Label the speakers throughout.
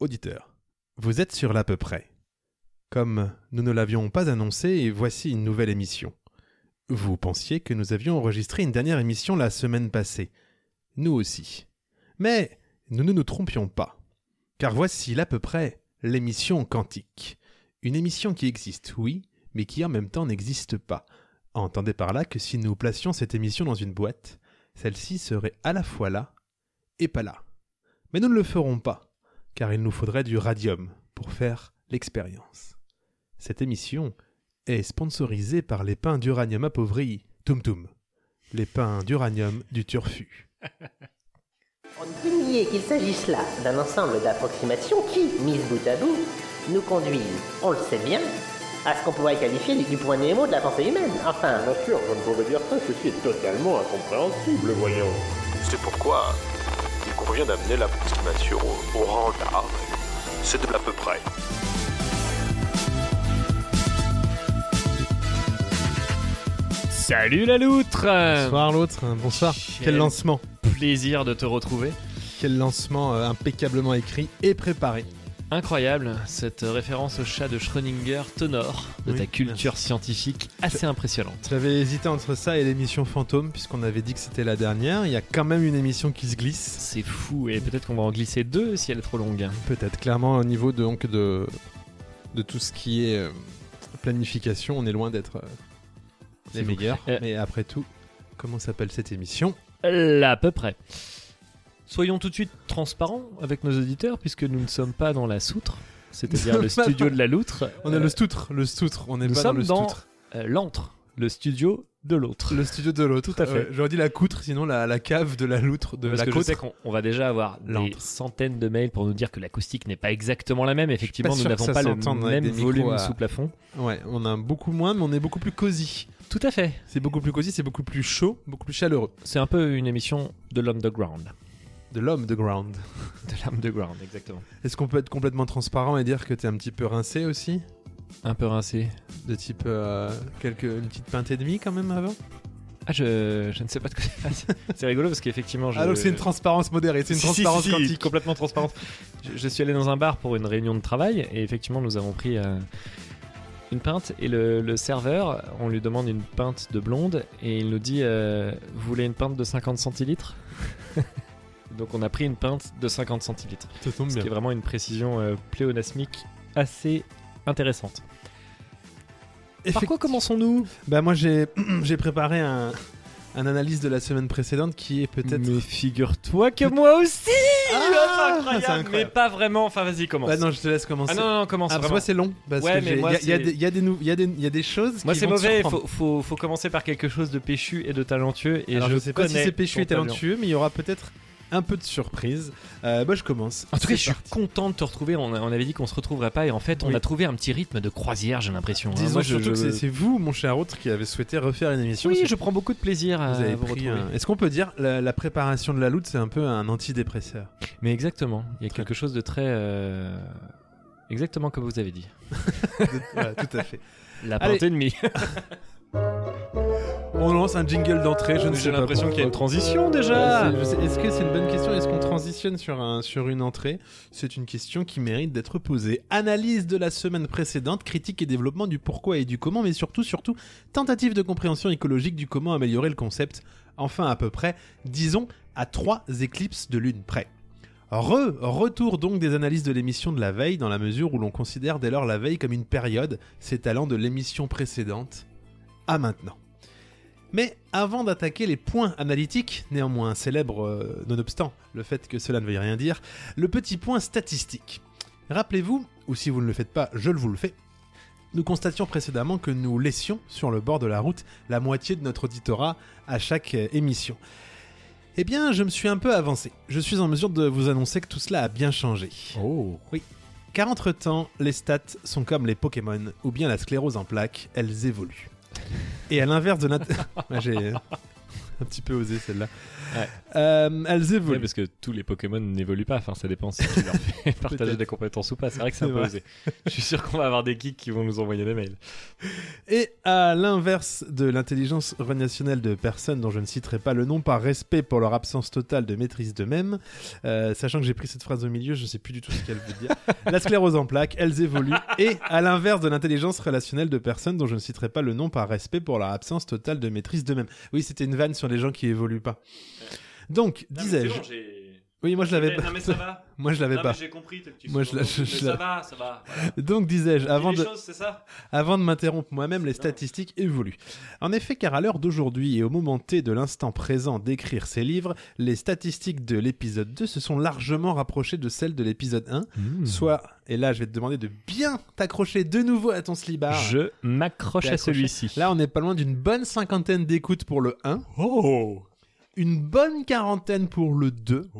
Speaker 1: Auditeurs, vous êtes sur l'à peu près. Comme nous ne l'avions pas annoncé, voici une nouvelle émission. Vous pensiez que nous avions enregistré une dernière émission la semaine passée. Nous aussi. Mais nous ne nous trompions pas. Car voici l'à peu près l'émission quantique. Une émission qui existe, oui, mais qui en même temps n'existe pas. Entendez par là que si nous placions cette émission dans une boîte, celle-ci serait à la fois là et pas là. Mais nous ne le ferons pas car il nous faudrait du radium pour faire l'expérience. Cette émission est sponsorisée par les pains d'uranium appauvri Tum Tum, les pains d'uranium du turfu.
Speaker 2: On ne peut nier qu'il s'agisse là d'un ensemble d'approximations qui, mises bout à bout, nous conduisent, on le sait bien, à ce qu'on pourrait qualifier du point némo de la pensée humaine. Enfin,
Speaker 3: Bien sûr, je ne pouvais dire ça, ceci est totalement incompréhensible, voyons.
Speaker 4: C'est pourquoi il convient d'amener l'approximation au, au rang d'art. C'est de l'à peu près.
Speaker 5: Salut la loutre
Speaker 1: Bonsoir l'autre, hein, bonsoir. Quel
Speaker 5: Quel-
Speaker 1: lancement,
Speaker 5: Plaisir de te retrouver.
Speaker 1: quel lancement euh, impeccablement écrit et préparé.
Speaker 5: Incroyable, cette référence au chat de Schrödinger t'honore de
Speaker 1: Oui,
Speaker 5: ta culture scientifique assez impressionnante.
Speaker 1: J'avais hésité entre ça et l'émission fantôme puisqu'on avait dit que c'était la dernière. Il y a quand même une émission qui se glisse.
Speaker 5: C'est fou, et peut-être qu'on va en glisser deux si elle est trop longue.
Speaker 1: Peut-être clairement au niveau de, donc, de, de tout ce qui est euh, planification, on est loin d'être euh,
Speaker 5: C'est
Speaker 1: les
Speaker 5: fou.
Speaker 1: meilleurs.
Speaker 5: Euh,
Speaker 1: Mais après tout, comment s'appelle cette émission
Speaker 5: Là, à peu près. Soyons tout de suite transparents avec nos auditeurs, puisque nous ne sommes pas dans la soutre, c'est-à-dire le studio de la loutre.
Speaker 1: On a
Speaker 5: euh,
Speaker 1: le stoutre, le stoutre, on est
Speaker 5: nous
Speaker 1: pas
Speaker 5: sommes
Speaker 1: dans le
Speaker 5: dans-
Speaker 1: stoutre.
Speaker 5: euh, l'antre, le studio de l'autre.
Speaker 1: Le studio de l'autre.
Speaker 5: Tout à fait.
Speaker 1: Ouais, J'aurais dit la coutre, sinon la, la cave de la loutre, de
Speaker 5: Parce
Speaker 1: la
Speaker 5: que je
Speaker 1: côte.
Speaker 5: sais qu'on on va déjà avoir des
Speaker 1: L'antre.
Speaker 5: centaines de mails pour nous dire que l'acoustique n'est pas exactement la même. Effectivement, nous
Speaker 1: sûr que
Speaker 5: n'avons
Speaker 1: ça
Speaker 5: pas le
Speaker 1: s'entende avec
Speaker 5: même
Speaker 1: des
Speaker 5: volume
Speaker 1: micros à-
Speaker 5: sous plafond.
Speaker 1: Ouais, on a beaucoup moins, mais on est beaucoup plus cosy.
Speaker 5: Tout à fait.
Speaker 1: C'est beaucoup plus cosy, c'est beaucoup plus chaud, beaucoup plus chaleureux.
Speaker 5: C'est un peu une émission de l'underground.
Speaker 1: De l'homme de ground.
Speaker 5: De l'underground, exactement.
Speaker 1: Est-ce qu'on peut être complètement transparent et dire que t'es un petit peu rincé aussi
Speaker 5: Un peu rincé.
Speaker 1: De type euh, quelques, une petite pintée et demie quand même avant
Speaker 5: Ah, je, je ne sais pas de quoi tu parles. C'est rigolo parce qu'effectivement, je.
Speaker 1: Ah donc c'est une transparence modérée, c'est une
Speaker 5: Si, si,
Speaker 1: transparence
Speaker 5: si, si,
Speaker 1: quantique.
Speaker 5: complètement transparente. Je, je suis allé dans un bar pour une réunion de travail et effectivement, nous avons pris euh, une pinte et le, le serveur, on lui demande une pinte de blonde et il nous dit euh, Vous voulez une pinte de 50 centilitres Donc on a pris une pinte de 50 centilitres.
Speaker 1: Ça tombe
Speaker 5: Ce qui est vraiment une précision euh, pléonasmique assez intéressante. Par quoi commençons-nous
Speaker 1: Bah moi j'ai j'ai préparé un, un analyse de la semaine précédente qui est peut-être
Speaker 5: Mais figure-toi que moi aussi
Speaker 1: Ah,
Speaker 5: incroyable,
Speaker 1: c'est incroyable.
Speaker 5: Mais pas vraiment, enfin vas-y, commence.
Speaker 1: Bah non, je te laisse commencer.
Speaker 5: ah non, non, non, commence.
Speaker 1: Ah, parce que moi
Speaker 5: vraiment.
Speaker 1: c'est long parce
Speaker 5: Ouais,
Speaker 1: que
Speaker 5: mais
Speaker 1: j'ai-
Speaker 5: moi,
Speaker 1: il y a- il y, a
Speaker 5: c'est-
Speaker 1: des- il y a des nou- il y a des- il y a des choses
Speaker 5: Moi
Speaker 1: qui
Speaker 5: c'est
Speaker 1: vont te
Speaker 5: mauvais,
Speaker 1: surprendre.
Speaker 5: faut, faut, faut commencer par quelque chose de péchu et de talentueux. Et
Speaker 1: Alors, je, sais pas si
Speaker 5: connais
Speaker 1: c'est péchu et
Speaker 5: ton talent.
Speaker 1: talentueux, mais il y aura peut-être un peu de surprise. Euh, bah je commence.
Speaker 5: Ah, En tout cas,
Speaker 1: C'est
Speaker 5: je suis
Speaker 1: parti.
Speaker 5: content de te retrouver. On, a- on avait dit qu'on se retrouverait pas et en fait, on
Speaker 1: Oui.
Speaker 5: a trouvé un petit rythme de croisière, j'ai l'impression. hein.
Speaker 1: Disons
Speaker 5: Moi, je,
Speaker 1: surtout que
Speaker 5: je-
Speaker 1: c'est- c'est vous, mon cher autre, qui avez souhaité refaire une émission.
Speaker 5: Oui,
Speaker 1: C'est-
Speaker 5: je prends beaucoup de plaisir à
Speaker 1: vous avez
Speaker 5: vous euh,
Speaker 1: pris
Speaker 5: retrouver.
Speaker 1: un- Est-ce qu'on peut dire la, la préparation de la loot, c'est un peu un antidépresseur
Speaker 5: Mais exactement, il y a
Speaker 1: Très-
Speaker 5: quelque chose de très. euh, Exactement comme vous avez dit.
Speaker 1: Voilà, Tout à fait.
Speaker 5: La
Speaker 1: Allez.
Speaker 5: pinte et demie.
Speaker 1: On lance un jingle d'entrée. Je ne sais
Speaker 5: J'ai
Speaker 1: pas
Speaker 5: l'impression qu'il y a une
Speaker 1: pourquoi.
Speaker 5: transition déjà.
Speaker 1: Ouais, c'est- je sais- Est-ce que c'est une bonne question Est-ce qu'on transitionne sur, un, sur une entrée C'est une question qui mérite d'être posée. Analyse de la semaine précédente, critique et développement du pourquoi et du comment, mais surtout, surtout, tentative de compréhension écologique du comment améliorer le concept. Enfin, à peu près, disons, à trois éclipses de lune près. Re, retour donc des analyses de l'émission de la veille, dans la mesure où l'on considère dès lors la veille comme une période, s'étalant de l'émission précédente à maintenant. Mais avant d'attaquer les points analytiques, néanmoins célèbres euh, nonobstant le fait que cela ne veuille rien dire, le petit point statistique. Rappelez-vous, ou si vous ne le faites pas, je le vous le fais, nous constations précédemment que nous laissions sur le bord de la route la moitié de notre auditorat à chaque euh, émission. Eh bien, je me suis un peu avancé. Je suis en mesure de vous annoncer que tout cela a bien changé.
Speaker 5: Oh.
Speaker 1: Car entre-temps, les stats sont comme les Pokémon ou bien la sclérose en plaques, elles évoluent. Et à l'inverse de l'int- Ouais, Ah, j'ai- un petit peu osée celle-là.
Speaker 5: Ouais. Eh
Speaker 1: Euh, elles
Speaker 5: Oui,
Speaker 1: évoluent.
Speaker 5: parce que tous les Pokémon n'évoluent pas. Enfin, ça dépend si tu leur fais partager
Speaker 1: Peut-être.
Speaker 5: des compétences ou pas. C'est vrai que c'est
Speaker 1: C'est
Speaker 5: un peu
Speaker 1: vrai.
Speaker 5: osé. Je suis sûr qu'on va avoir des geeks qui vont nous envoyer des mails.
Speaker 1: Et à l'inverse de l'intelligence relationnelle de personnes dont je ne citerai pas le nom par respect pour leur absence totale de maîtrise d'eux-mêmes, euh, sachant que j'ai pris cette phrase au milieu, je ne sais plus du tout ce qu'elle veut dire. La sclérose en plaques, elles évoluent. Et à l'inverse de l'intelligence relationnelle de personnes dont je ne citerai pas le nom par respect pour leur absence totale de maîtrise d'eux-mêmes. Oui, c'était une vanne sur les gens qui évoluent pas. Donc, disais-je. Oui, moi je
Speaker 5: Eh,
Speaker 1: l'avais pas.
Speaker 5: va.
Speaker 1: Moi je l'avais pas.
Speaker 5: j'ai compris.
Speaker 1: Moi, je la- je- Mais je ça la-
Speaker 5: va, ça va.
Speaker 1: Donc, disais-je, avant de.
Speaker 5: choses, c'est ça
Speaker 1: Avant de m'interrompre moi-même, les statistiques évoluent. En effet, car à l'heure d'aujourd'hui et au moment T de l'instant présent d'écrire ces livres, les statistiques de l'épisode 2 se sont largement rapprochées de celles de l'épisode 1.
Speaker 5: Mmh.
Speaker 1: Soit, et là je vais te demander de bien t'accrocher de nouveau à ton slibard.
Speaker 5: Je m'accroche
Speaker 1: T'es
Speaker 5: à
Speaker 1: accroché.
Speaker 5: celui-ci.
Speaker 1: Là on n'est pas loin d'une bonne cinquantaine d'écoutes pour le 1,
Speaker 5: Oh
Speaker 1: une bonne quarantaine pour le 2.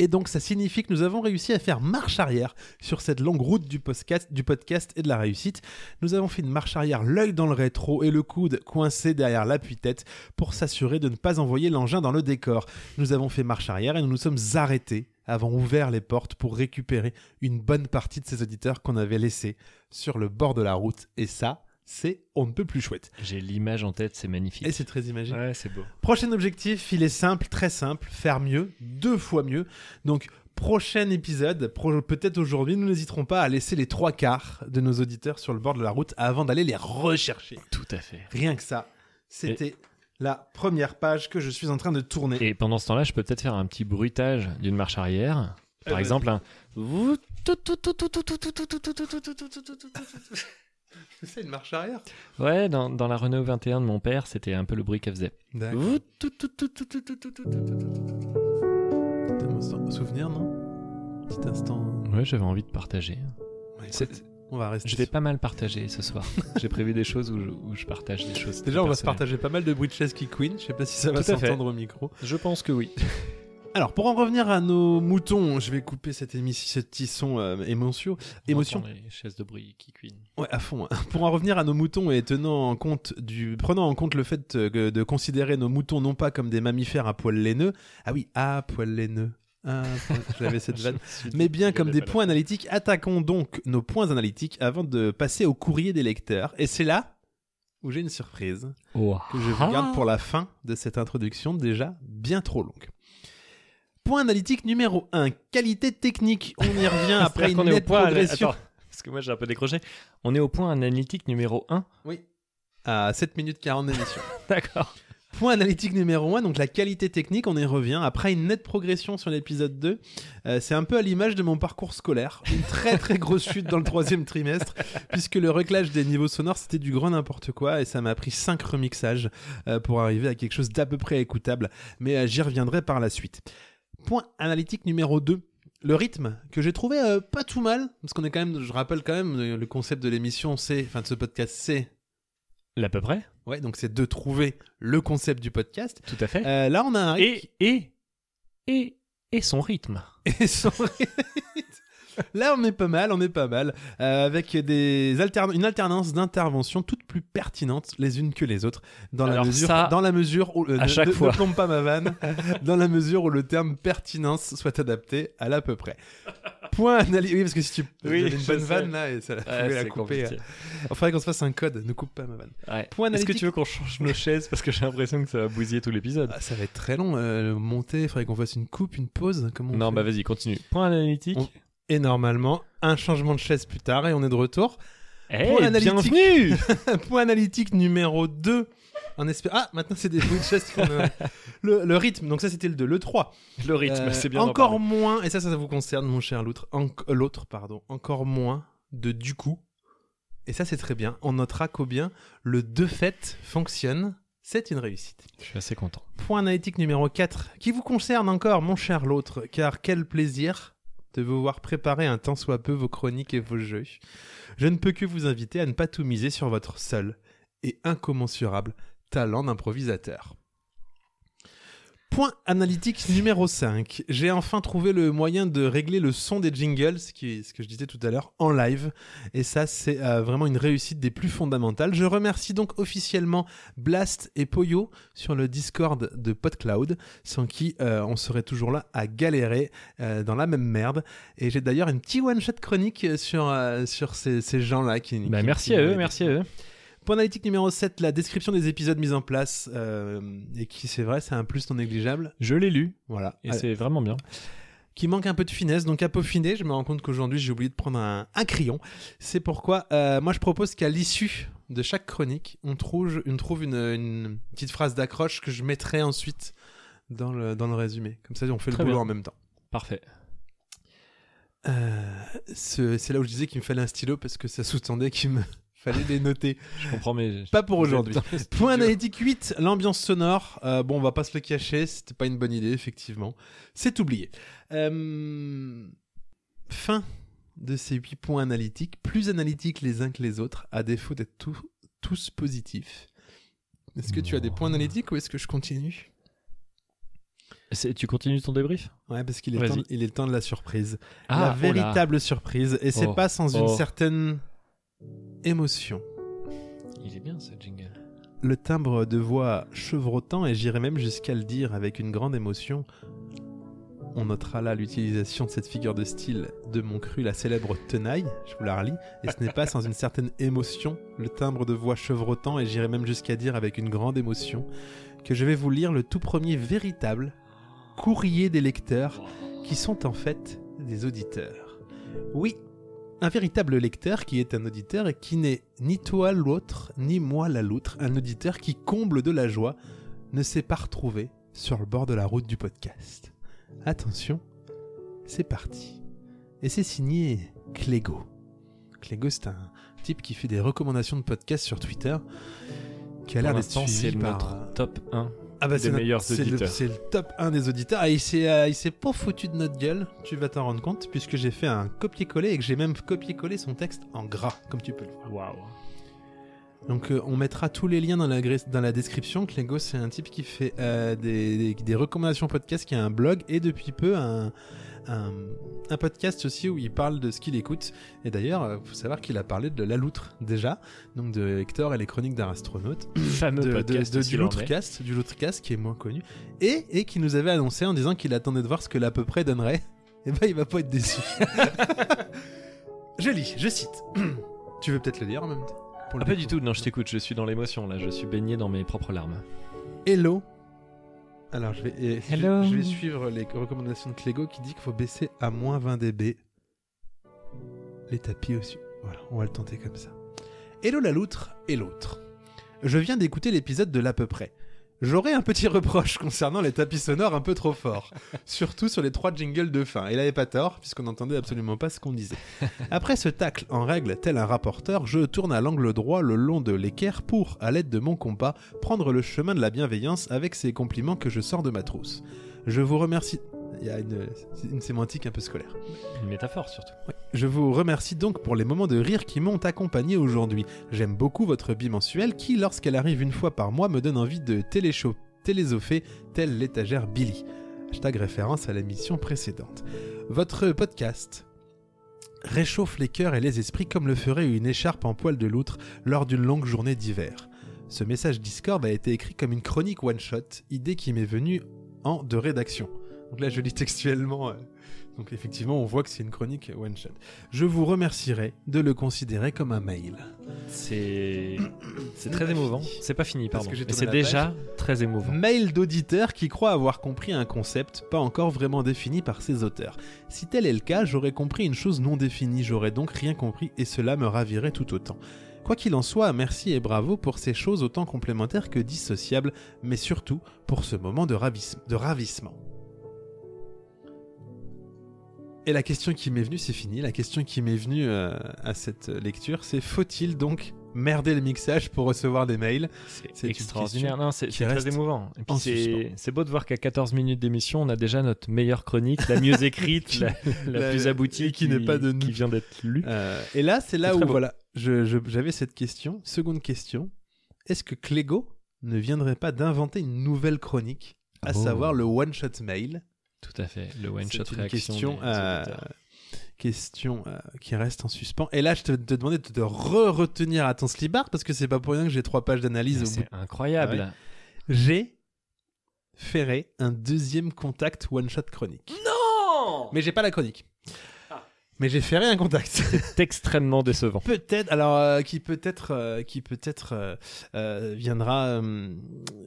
Speaker 1: Et donc ça signifie que nous avons réussi à faire marche arrière sur cette longue route du podcast, du podcast et de la réussite. Nous avons fait une marche arrière, l'œil dans le rétro et le coude coincé derrière l'appui-tête pour s'assurer de ne pas envoyer l'engin dans le décor. Nous avons fait marche arrière et nous nous sommes arrêtés, avons ouvert les portes pour récupérer une bonne partie de ces auditeurs qu'on avait laissés sur le bord de la route. Et ça, c'est on ne peut plus chouette.
Speaker 5: J'ai l'image en tête, c'est magnifique.
Speaker 1: Et c'est très imagé.
Speaker 5: Ouais, c'est beau.
Speaker 1: Prochain objectif, il est simple, très simple, faire mieux, deux fois mieux. Donc, prochain épisode, pro- peut-être aujourd'hui, nous n'hésiterons pas à laisser les trois quarts de nos auditeurs sur le bord de la route avant d'aller les rechercher.
Speaker 5: Tout à fait.
Speaker 1: Rien que ça, c'était la première page que je suis en train de tourner.
Speaker 5: Et pendant ce temps-là, je peux peut-être faire un petit bruitage d'une marche arrière. Par
Speaker 1: vas-y.
Speaker 5: exemple, un.
Speaker 1: C'est une marche arrière
Speaker 5: Ouais, dans, dans la Renault 21 de mon père, c'était un peu le bruit qu'elle faisait.
Speaker 1: D'accord.
Speaker 5: Ouais,
Speaker 1: Putain, mon sou- souvenir, non Petit instant.
Speaker 5: j'avais envie de partager.
Speaker 1: Ouais,
Speaker 5: C'est-
Speaker 1: écoute, on va rester.
Speaker 5: Je vais
Speaker 1: sur-
Speaker 5: pas mal partager ce soir. J'ai prévu des choses où je, où je partage des choses.
Speaker 1: Déjà,
Speaker 5: très
Speaker 1: on va se
Speaker 5: personnelles.
Speaker 1: partager pas mal de bruits de chaises qui queen. Je sais pas si ça va
Speaker 5: Tout à fait.
Speaker 1: s'entendre au micro.
Speaker 5: Je pense que oui.
Speaker 1: Alors, pour en revenir à nos moutons, je vais couper cette émission, ce petit son euh, émotion. Émotion.
Speaker 5: On entend Les chaises de bruit qui cuinent.
Speaker 1: Ouais, à fond. hein. Pour en revenir à nos moutons et tenant en compte du, prenant en compte le fait euh, que- de considérer nos moutons non pas comme des mammifères à poils laineux, ah oui, à poils laineux, à poil- j'avais cette vanne, Euh, mais bien comme des points analytiques, attaquons donc nos points analytiques avant de passer au courrier des lecteurs. Et c'est là où j'ai une surprise que je vous
Speaker 5: Ah.
Speaker 1: garde pour la fin de cette introduction déjà bien trop longue. Point analytique numéro 1, qualité technique. On y revient après une
Speaker 5: Ah, qu'on est au
Speaker 1: nette
Speaker 5: point.
Speaker 1: progression.
Speaker 5: Attends, parce que moi j'ai un peu décroché. On est au point analytique numéro 1.
Speaker 1: Oui. À 7 minutes 40 d'émission.
Speaker 5: D'accord.
Speaker 1: Point analytique numéro 1, donc la qualité technique, on y revient. Après une nette progression sur l'épisode 2, euh, c'est un peu à l'image de mon parcours scolaire. Une très très grosse chute dans le troisième trimestre, puisque le reclage des niveaux sonores, c'était du grand n'importe quoi, et ça m'a pris 5 remixages euh, pour arriver à quelque chose d'à peu près écoutable, mais euh, j'y reviendrai par la suite. Point analytique numéro 2. Le rythme que j'ai trouvé euh, pas tout mal parce qu'on est quand même je rappelle quand même euh, le concept de l'émission c'est enfin de ce podcast c'est
Speaker 5: L'à peu près.
Speaker 1: ouais donc c'est de trouver le concept du podcast
Speaker 5: Tout à fait.
Speaker 1: euh, là, on a un rythme
Speaker 5: et, et, et, et son rythme.
Speaker 1: et son rythme. Là, on est pas mal, on est pas mal, euh, avec des altern- une alternance d'interventions toutes plus pertinentes les unes que les autres, dans la
Speaker 5: Alors
Speaker 1: mesure,
Speaker 5: ça,
Speaker 1: dans la mesure où euh,
Speaker 5: à
Speaker 1: ne-
Speaker 5: chaque
Speaker 1: ne-
Speaker 5: fois.
Speaker 1: ne plombe pas ma vanne, dans la mesure où le terme pertinence soit adapté à l'à peu près. Point analyse. Oui, parce que si tu
Speaker 5: Oui,
Speaker 1: j'avais une
Speaker 5: je
Speaker 1: bonne
Speaker 5: sais.
Speaker 1: vanne là, et ça la
Speaker 5: Ouais,
Speaker 1: pouvait la
Speaker 5: Ah, c'est
Speaker 1: couper.
Speaker 5: compliqué.
Speaker 1: Il faudrait qu'on se fasse un code. Ne coupe pas ma vanne.
Speaker 5: Ouais.
Speaker 1: Point
Speaker 5: Est-ce que
Speaker 1: analytique.
Speaker 5: tu veux qu'on change nos chaises parce que j'ai l'impression que ça va bousiller tout l'épisode
Speaker 1: Ah, ça va être très long. euh, le monter. Il faudrait qu'on fasse une coupe, une pause. Comment on
Speaker 5: Non,
Speaker 1: fait
Speaker 5: bah vas-y, continue. Point analytique.
Speaker 1: On- Et normalement, un changement de chaise plus tard et on est de retour.
Speaker 5: Eh,
Speaker 1: Point analytique.
Speaker 5: bienvenue
Speaker 1: Point analytique numéro 2. En espé- Ah, maintenant c'est des bruits de chaise qu'on a. Le, le rythme, donc ça c'était le 2. Le 3.
Speaker 5: Le rythme,
Speaker 1: Euh,
Speaker 5: c'est bien. d'en
Speaker 1: Encore
Speaker 5: parler.
Speaker 1: moins, et ça, ça, ça vous concerne, mon cher Loutre, en- l'autre, pardon, encore moins de du coup. Et ça, c'est très bien. On notera combien le de fait fonctionne. C'est une réussite.
Speaker 5: Je suis assez content.
Speaker 1: Point analytique numéro 4, qui vous concerne encore, mon cher l'autre, car quel plaisir de vous voir préparer un tant soit peu vos chroniques et vos jeux. Je ne peux que vous inviter à ne pas tout miser sur votre seul et incommensurable talent d'improvisateur. Point analytique numéro 5. J'ai enfin trouvé le moyen de régler le son des jingles, ce, qui, ce que je disais tout à l'heure, en live. Et ça, c'est euh, vraiment une réussite des plus fondamentales. Je remercie donc officiellement Blast et Poyo sur le Discord de PodCloud, sans qui euh, on serait toujours là à galérer euh, dans la même merde. Et j'ai d'ailleurs une petite one-shot chronique sur, euh, sur ces, ces gens-là. Qui,
Speaker 5: Bah,
Speaker 1: qui-
Speaker 5: merci
Speaker 1: qui
Speaker 5: à eux,
Speaker 1: m'ont
Speaker 5: merci à eux.
Speaker 1: Point analytique numéro 7, la description des épisodes mis en place, euh, et qui c'est vrai, c'est un plus non négligeable.
Speaker 5: Je l'ai lu
Speaker 1: Voilà.
Speaker 5: et
Speaker 1: Allez.
Speaker 5: c'est vraiment bien.
Speaker 1: Qui manque un peu de finesse, donc à peaufiner, je me rends compte qu'aujourd'hui j'ai oublié de prendre un, un crayon. C'est pourquoi euh, moi je propose qu'à l'issue de chaque chronique, on trouve, on trouve une, une petite phrase d'accroche que je mettrai ensuite dans le, dans le résumé. Comme ça on fait
Speaker 5: Très
Speaker 1: le boulot
Speaker 5: bien.
Speaker 1: en même temps.
Speaker 5: Parfait.
Speaker 1: Euh, ce- c'est là où je disais qu'il me fallait un stylo parce que ça sous-tendait qu'il me fallait les noter.
Speaker 5: Je comprends, mais.
Speaker 1: Pas pour aujourd'hui. Point
Speaker 5: Dur.
Speaker 1: analytique 8, l'ambiance sonore. Euh, bon, on va pas se le cacher, c'était pas une bonne idée, effectivement. C'est oublié. Euh, Fin de ces 8 points analytiques, plus analytiques les uns que les autres, à défaut d'être tous- tous positifs. Est-ce que tu as des points analytiques ou est-ce que je continue
Speaker 5: C'est- Tu continues ton débrief
Speaker 1: Ouais, parce qu'il est,
Speaker 5: Vas-y.
Speaker 1: temps- il est le temps de la surprise. la
Speaker 5: oh là.
Speaker 1: véritable surprise, et c'est
Speaker 5: Oh.
Speaker 1: pas sans une
Speaker 5: Oh.
Speaker 1: certaine émotion.
Speaker 5: Il est bien ce jingle.
Speaker 1: Le timbre de voix chevrotant, et j'irai même jusqu'à le dire avec une grande émotion, on notera là l'utilisation de cette figure de style de mon cru, la célèbre tenaille, je vous la relis, et ce n'est pas sans une certaine émotion, le timbre de voix chevrotant, et j'irai même jusqu'à dire avec une grande émotion, que je vais vous lire le tout premier véritable courrier des lecteurs, qui sont en fait des auditeurs. Oui, un véritable lecteur qui est un auditeur et qui n'est ni toi l'autre, ni moi la loutre, un auditeur qui comble de la joie, ne s'est pas retrouvé sur le bord de la route du podcast. Attention, c'est parti. Et c'est signé Clégo. Clégo, c'est un type qui fait des recommandations de podcasts sur Twitter, qui a l'air
Speaker 5: Pour
Speaker 1: d'être
Speaker 5: l'instant, c'est
Speaker 1: suivi par...
Speaker 5: notre top 1.
Speaker 1: Ah bah
Speaker 5: des
Speaker 1: c'est notre-
Speaker 5: meilleurs
Speaker 1: c'est le-
Speaker 5: auditeurs.
Speaker 1: C'est le, top 1 des auditeurs. Ah, il s'est euh, il s'est pas foutu de notre gueule, tu vas t'en rendre compte, puisque j'ai fait un copier-coller et que j'ai même copié-collé son texte en gras, comme tu peux le voir.
Speaker 5: Waouh.
Speaker 1: Donc euh, on mettra tous les liens dans la, gré- dans la description. Clégo, c'est un type qui fait euh, des, des- des recommandations podcast, qui a un blog et depuis peu un, un, un podcast aussi où il parle de ce qu'il écoute. Et d'ailleurs, il faut savoir qu'il a parlé de La Loutre déjà, donc de Hector et les chroniques d'un astronaute
Speaker 5: Fameux
Speaker 1: de,
Speaker 5: podcast
Speaker 1: de- de-
Speaker 5: s'il
Speaker 1: du
Speaker 5: en est.
Speaker 1: Loutrecast, du Loutrecast qui est moins connu, et, et qui nous avait annoncé en disant qu'il attendait de voir ce que l'à peu près donnerait. Et ben il va pas être déçu. je lis, je cite. tu veux peut-être le lire en même temps pour le
Speaker 5: Ah, pas du
Speaker 1: découvrir.
Speaker 5: tout, non, je t'écoute, je suis dans l'émotion là, je suis baigné dans mes propres larmes.
Speaker 1: Hello. Alors je vais, eh, je-
Speaker 5: Hello.
Speaker 1: je vais suivre les recommandations de Clégo qui dit qu'il faut baisser à moins 20 dB les tapis aussi. Voilà, on va le tenter comme ça. Hello la loutre et l'autre. Je viens d'écouter l'épisode de l'à peu près. J'aurais un petit reproche concernant les tapis sonores un peu trop forts, surtout sur les trois jingles de fin. Il avait pas tort, puisqu'on n'entendait absolument pas ce qu'on disait. Après ce tacle en règle tel un rapporteur, je tourne à l'angle droit le long de l'équerre pour, à l'aide de mon compas, prendre le chemin de la bienveillance avec ces compliments que je sors de ma trousse. Je vous remercie. Il y a une, c'est une sémantique un peu scolaire.
Speaker 5: Une métaphore surtout.
Speaker 1: Je vous remercie donc pour les moments de rire qui m'ont accompagné aujourd'hui. J'aime beaucoup votre bimensuelle qui, lorsqu'elle arrive une fois par mois, me donne envie de télécho- télésopher telle l'étagère Billy. Hashtag référence à l'émission précédente. Votre podcast réchauffe les cœurs et les esprits comme le ferait une écharpe en poil de loutre lors d'une longue journée d'hiver. Ce message Discord a été écrit comme une chronique one-shot, idée qui m'est venue en de rédaction. Donc là, je lis textuellement. euh, donc effectivement, on voit que c'est une chronique one-shot. Je vous remercierai de le considérer comme un mail.
Speaker 5: C'est. C'est
Speaker 1: pas
Speaker 5: très émouvant.
Speaker 1: fini.
Speaker 5: C'est pas fini,
Speaker 1: Parce
Speaker 5: pardon.
Speaker 1: que j'ai
Speaker 5: Mais
Speaker 1: tourné
Speaker 5: c'est
Speaker 1: la Mm.
Speaker 5: déjà très émouvant.
Speaker 1: Mail d'auditeurs qui croient avoir compris un concept pas encore vraiment défini par ses auteurs. Si tel est le cas, j'aurais compris une chose non définie, j'aurais donc rien compris et cela me ravirait tout autant. Quoi qu'il en soit, merci et bravo pour ces choses autant complémentaires que dissociables, mais surtout pour ce moment de, ravis- de ravissement. Et la question qui m'est venue, c'est fini, la question qui m'est venue euh, à cette lecture, c'est faut-il donc merder le mixage pour recevoir des mails
Speaker 5: C'est
Speaker 1: c'est une
Speaker 5: extraordinaire. Non, c'est
Speaker 1: qui
Speaker 5: c'est très
Speaker 1: reste
Speaker 5: émouvant. Et puis
Speaker 1: en
Speaker 5: c'est-
Speaker 1: suspens.
Speaker 5: c'est beau de voir qu'à 14 minutes d'émission, on a déjà notre meilleure chronique, la mieux écrite, la, la
Speaker 1: La-
Speaker 5: plus aboutie,
Speaker 1: et qui n'est pas de nous.
Speaker 5: qui vient d'être lue.
Speaker 1: Euh, et là, c'est
Speaker 5: C'est
Speaker 1: là où
Speaker 5: très beau.
Speaker 1: voilà, je- je- j'avais cette question. Seconde question. Est-ce que Clégo ne viendrait pas d'inventer une nouvelle chronique à
Speaker 5: Oh.
Speaker 1: savoir le one-shot mail.
Speaker 5: Tout à fait. Le one
Speaker 1: C'est
Speaker 5: shot
Speaker 1: une
Speaker 5: réaction.
Speaker 1: question,
Speaker 5: des
Speaker 1: euh,
Speaker 5: auditeurs.
Speaker 1: Question euh, qui reste en suspens. Et là, je te, te demandais de te re-retenir à ton slibard parce que c'est pas pour rien que j'ai trois pages d'analyse. au bout.
Speaker 5: C'est incroyable.
Speaker 1: Ah J'ai ferré un deuxième contact one-shot chronique.
Speaker 5: Non
Speaker 1: Mais j'ai pas la chronique. Mais j'ai ferré un contact.
Speaker 5: C'est extrêmement décevant.
Speaker 1: peut-être alors euh, qui peut-être euh, qui peut-être euh, euh, viendra euh,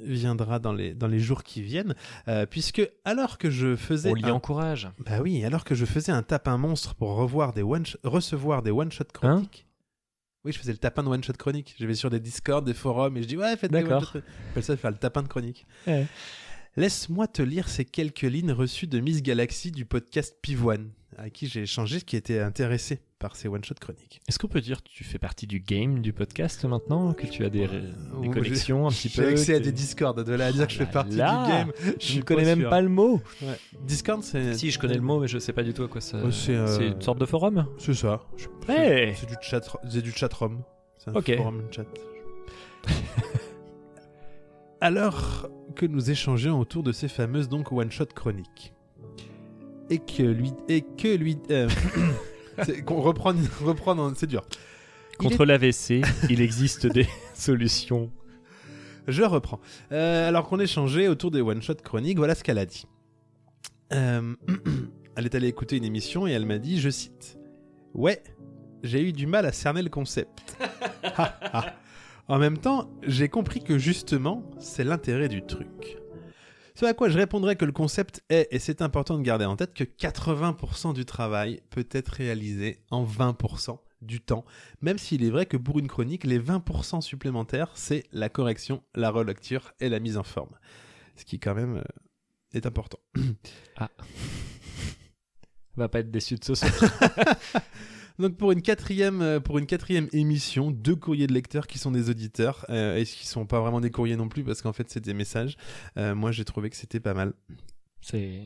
Speaker 1: viendra dans les dans les jours qui viennent euh, puisque alors que je faisais
Speaker 5: On l'y
Speaker 1: un-
Speaker 5: encourage.
Speaker 1: bah oui alors que je faisais un tapin monstre pour revoir des one recevoir des one shot
Speaker 5: Hein
Speaker 1: chroniques oui je faisais le tapin de one shot chronique je vais sur des discords des forums et je dis ouais faites des
Speaker 5: D'accord.
Speaker 1: one-shot chroniques. J'appelle ça faire le tapin de chronique
Speaker 5: Ouais.
Speaker 1: Laisse-moi te lire ces quelques lignes reçues de Miss Galaxy du podcast Pivoine, à qui j'ai échangé, qui était intéressé par ces one-shot chroniques.
Speaker 5: Est-ce qu'on peut dire que tu fais partie du game du podcast maintenant Que tu as des,
Speaker 1: Euh,
Speaker 5: des
Speaker 1: oui,
Speaker 5: connexions un petit peu
Speaker 1: J'ai accès à
Speaker 5: que-
Speaker 1: des Discords, de là à dire que je fais
Speaker 5: là
Speaker 1: partie
Speaker 5: là,
Speaker 1: du game.
Speaker 5: Je
Speaker 1: suis
Speaker 5: ne connais
Speaker 1: pas
Speaker 5: même
Speaker 1: sûr.
Speaker 5: pas le mot.
Speaker 1: Ouais. Discord, c'est.
Speaker 5: Si, je connais le mot, mais je sais pas du tout à quoi ça.
Speaker 1: Euh, c'est, euh,
Speaker 5: C'est une sorte de forum
Speaker 1: C'est ça. Je-
Speaker 5: Hey
Speaker 1: C'est c'est du chat, c'est du chatroom. C'est un
Speaker 5: Ok.
Speaker 1: forum chat. Alors que nous échangeons autour de ces fameuses donc one shot chroniques et que lui et que lui euh, c'est- qu'on reprend reprend c'est dur. Il
Speaker 5: Contre l'AVC, il existe des solutions.
Speaker 1: Je reprends. Euh, alors qu'on échangeait autour des one-shot chroniques, voilà ce qu'elle a dit. Euh, elle est allée écouter une émission et elle m'a dit, je cite, Ouais, j'ai eu du mal à cerner le concept. Ha, ha. en même temps, j'ai compris que justement, c'est l'intérêt du truc. Ce à quoi je répondrais que le concept est, et c'est important de garder en tête, que 80% du travail peut être réalisé en 20% du temps même s'il est vrai que pour une chronique, les 20% supplémentaires, c'est la correction, la relecture et la mise en forme. Ce qui, quand même, euh, est important.
Speaker 5: Va pas être déçu de ce soir.
Speaker 1: Donc, pour une quatrième, euh, pour une quatrième émission, deux courriers de lecteurs qui sont des auditeurs, euh, et qui sont pas vraiment des courriers non plus, parce qu'en fait, c'est des messages. Euh, moi, j'ai trouvé que c'était pas mal.
Speaker 5: C'est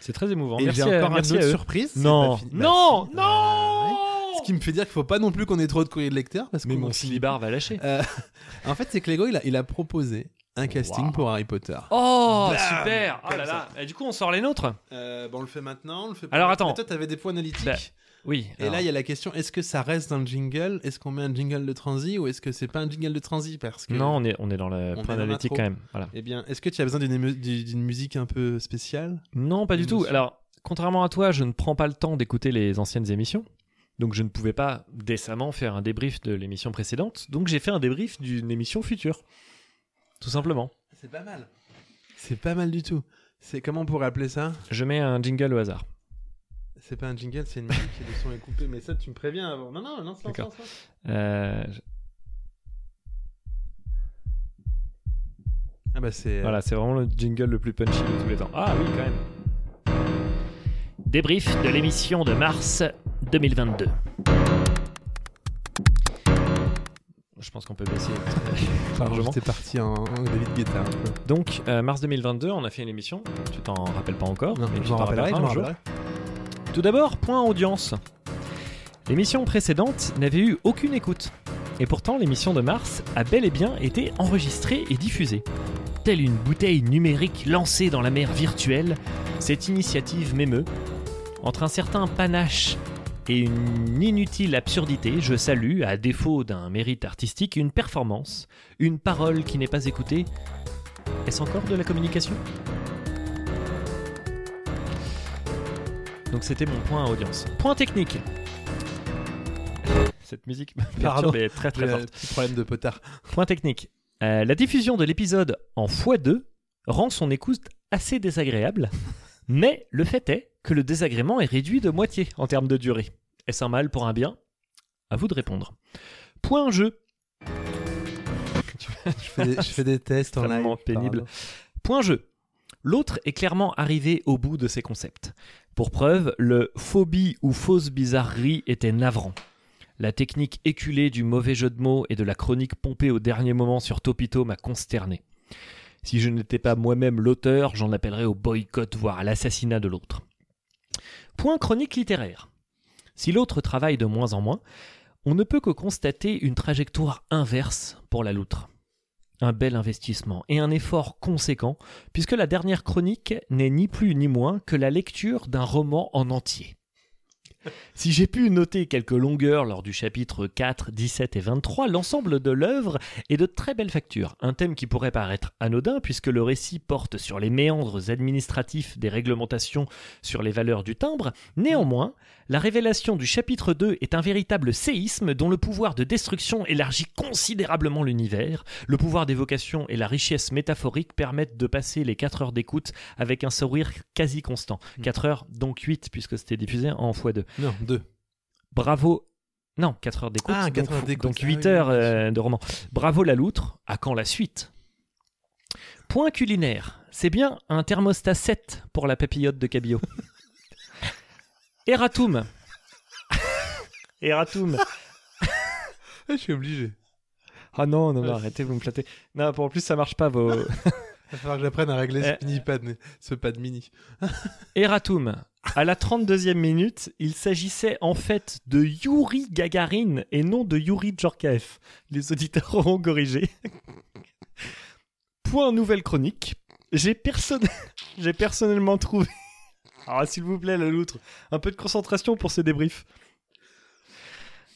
Speaker 5: c'est très émouvant.
Speaker 1: et
Speaker 5: merci
Speaker 1: j'ai
Speaker 5: à-
Speaker 1: encore
Speaker 5: merci
Speaker 1: une
Speaker 5: à
Speaker 1: autre
Speaker 5: eux.
Speaker 1: surprise. c'est
Speaker 5: Non,
Speaker 1: pas fini. Bah,
Speaker 5: non,
Speaker 1: si. Ah, ouais.
Speaker 5: non.
Speaker 1: Ce qui me fait dire qu'il faut pas non plus qu'on ait trop de courriers de lecteurs, parce
Speaker 5: Mais
Speaker 1: qu'on
Speaker 5: mon
Speaker 1: finit
Speaker 5: slibar va lâcher.
Speaker 1: Euh, en fait, c'est que Lego, il a, il a proposé un casting
Speaker 5: Wow.
Speaker 1: pour Harry Potter.
Speaker 5: Oh,
Speaker 1: Bam
Speaker 5: super Oh
Speaker 1: Comme
Speaker 5: là
Speaker 1: ça.
Speaker 5: là Et Du coup, on sort les nôtres
Speaker 1: Euh, bon, on le fait maintenant. On le fait
Speaker 5: Alors, attends.
Speaker 1: Mais toi, t'avais des points analytiques.
Speaker 5: Bah, Oui.
Speaker 1: et là, il y a la question est-ce que ça reste dans le jingle Est-ce qu'on met un jingle de transi ou est-ce que c'est pas un jingle de transi Parce que.
Speaker 5: Non, on est, on est dans le
Speaker 1: On
Speaker 5: point
Speaker 1: est dans
Speaker 5: analytique
Speaker 1: l'intro.
Speaker 5: quand même. Voilà.
Speaker 1: Eh bien, est-ce que tu as besoin d'une ému- du- d'une musique un peu spéciale
Speaker 5: Non, pas du tout.
Speaker 1: Émotion.
Speaker 5: Alors, contrairement à toi, je ne prends pas le temps d'écouter les anciennes émissions. Donc, je ne pouvais pas décemment faire un débrief de l'émission précédente. Donc, j'ai fait un débrief d'une émission future. Tout simplement.
Speaker 1: C'est pas mal. C'est pas mal du tout. C'est comment on pourrait appeler ça
Speaker 5: Je mets un jingle au hasard.
Speaker 1: C'est pas un jingle, c'est une musique et le son est coupé. Mais ça, tu me préviens avant. Non, non, non,
Speaker 5: D'accord. Euh, je-
Speaker 1: Ah bah c'est.
Speaker 5: Voilà, c'est vraiment le jingle le plus punchy de tous les temps. Ah oui, quand même. Débrief de l'émission de mars 2022. Je pense qu'on peut baisser euh, largement.
Speaker 1: J'étais parti en, en David Guetta. un peu.
Speaker 5: Donc, euh, mars 2022, on a fait une émission. Tu t'en rappelles pas encore
Speaker 1: Non,
Speaker 5: mais tu
Speaker 1: je m'en
Speaker 5: t'en
Speaker 1: rappellerai, je
Speaker 5: rappelleras
Speaker 1: m'en
Speaker 5: un jour.
Speaker 1: rappellerai.
Speaker 5: Tout d'abord, point audience. L'émission précédente n'avait eu aucune écoute. Et pourtant, l'émission de mars a bel et bien été enregistrée et diffusée. Telle une bouteille numérique lancée dans la mer virtuelle, cette initiative m'émeut. Entre un certain panache et une inutile absurdité, je salue, à défaut d'un mérite artistique, une performance, une parole qui n'est pas écoutée. Est-ce encore de la communication Donc c'était mon point audience. Point technique. Cette musique me
Speaker 1: Pardon.
Speaker 5: perturbe et est très très
Speaker 1: J'ai
Speaker 5: forte.
Speaker 1: un petit problème de potard.
Speaker 5: Euh, Point technique. Euh, la diffusion de l'épisode en x2 rend son écoute assez désagréable, mais le fait est que le désagrément est réduit de moitié en termes de durée. Est-ce un mal pour un bien À vous de répondre. Point jeu.
Speaker 1: Je fais des, je fais des tests en live.
Speaker 5: Extrêmement pénible.
Speaker 1: pardon.
Speaker 5: Point jeu. L'autre est clairement arrivé au bout de ses concepts. Pour preuve, le phobie ou fausse bizarrerie était navrant. La technique éculée du mauvais jeu de mots et de la chronique pompée au dernier moment sur Topito m'a consterné. Si je n'étais pas moi-même l'auteur, j'en appellerais au boycott, voire à l'assassinat de l'autre. Point chronique littéraire. Si l'autre travaille de moins en moins, on ne peut que constater une trajectoire inverse pour la loutre. un bel investissement et un effort conséquent, puisque la dernière chronique n'est ni plus ni moins que la lecture d'un roman en entier. Si j'ai pu noter quelques longueurs lors du chapitre 4, 17 et 23, l'ensemble de l'œuvre est de très belle facture, un thème qui pourrait paraître anodin puisque le récit porte sur les méandres administratifs des réglementations sur les valeurs du timbre, néanmoins, la révélation du chapitre 2 est un véritable séisme dont le pouvoir de destruction élargit considérablement l'univers, le pouvoir d'évocation et la richesse métaphorique permettent de passer les 4 heures d'écoute avec un sourire quasi constant.
Speaker 1: Mm.
Speaker 5: 4 heures, donc 8, puisque c'était diffusé en x2.
Speaker 1: Non, deux.
Speaker 5: Bravo. Non, 4 heures d'écoute.
Speaker 1: Ah, quatre
Speaker 5: donc,
Speaker 1: heures d'écoute.
Speaker 5: Donc
Speaker 1: Ah
Speaker 5: 8
Speaker 1: oui,
Speaker 5: heures
Speaker 1: oui, bien
Speaker 5: euh, de roman. Bravo la loutre. À quand la suite Point culinaire. C'est bien un thermostat 7 pour la papillote de cabillaud. Eratum. Eratum.
Speaker 1: je suis obligé.
Speaker 5: Ah non, non, non, arrêtez, vous me flattez. Non, pour en plus, ça marche pas vos.
Speaker 1: Il va falloir que j'apprenne à régler
Speaker 5: Eh.
Speaker 1: ce mini pad, ce pad mini.
Speaker 5: Eratum. À la 32e minute, il s'agissait en fait de Yuri Gagarin et non de Yuri Djorkaeff. Les auditeurs auront corrigé. Point nouvelle chronique. J'ai perso- j'ai personnellement trouvé. Ah, s'il vous plaît, la loutre, un peu de concentration pour ce débrief.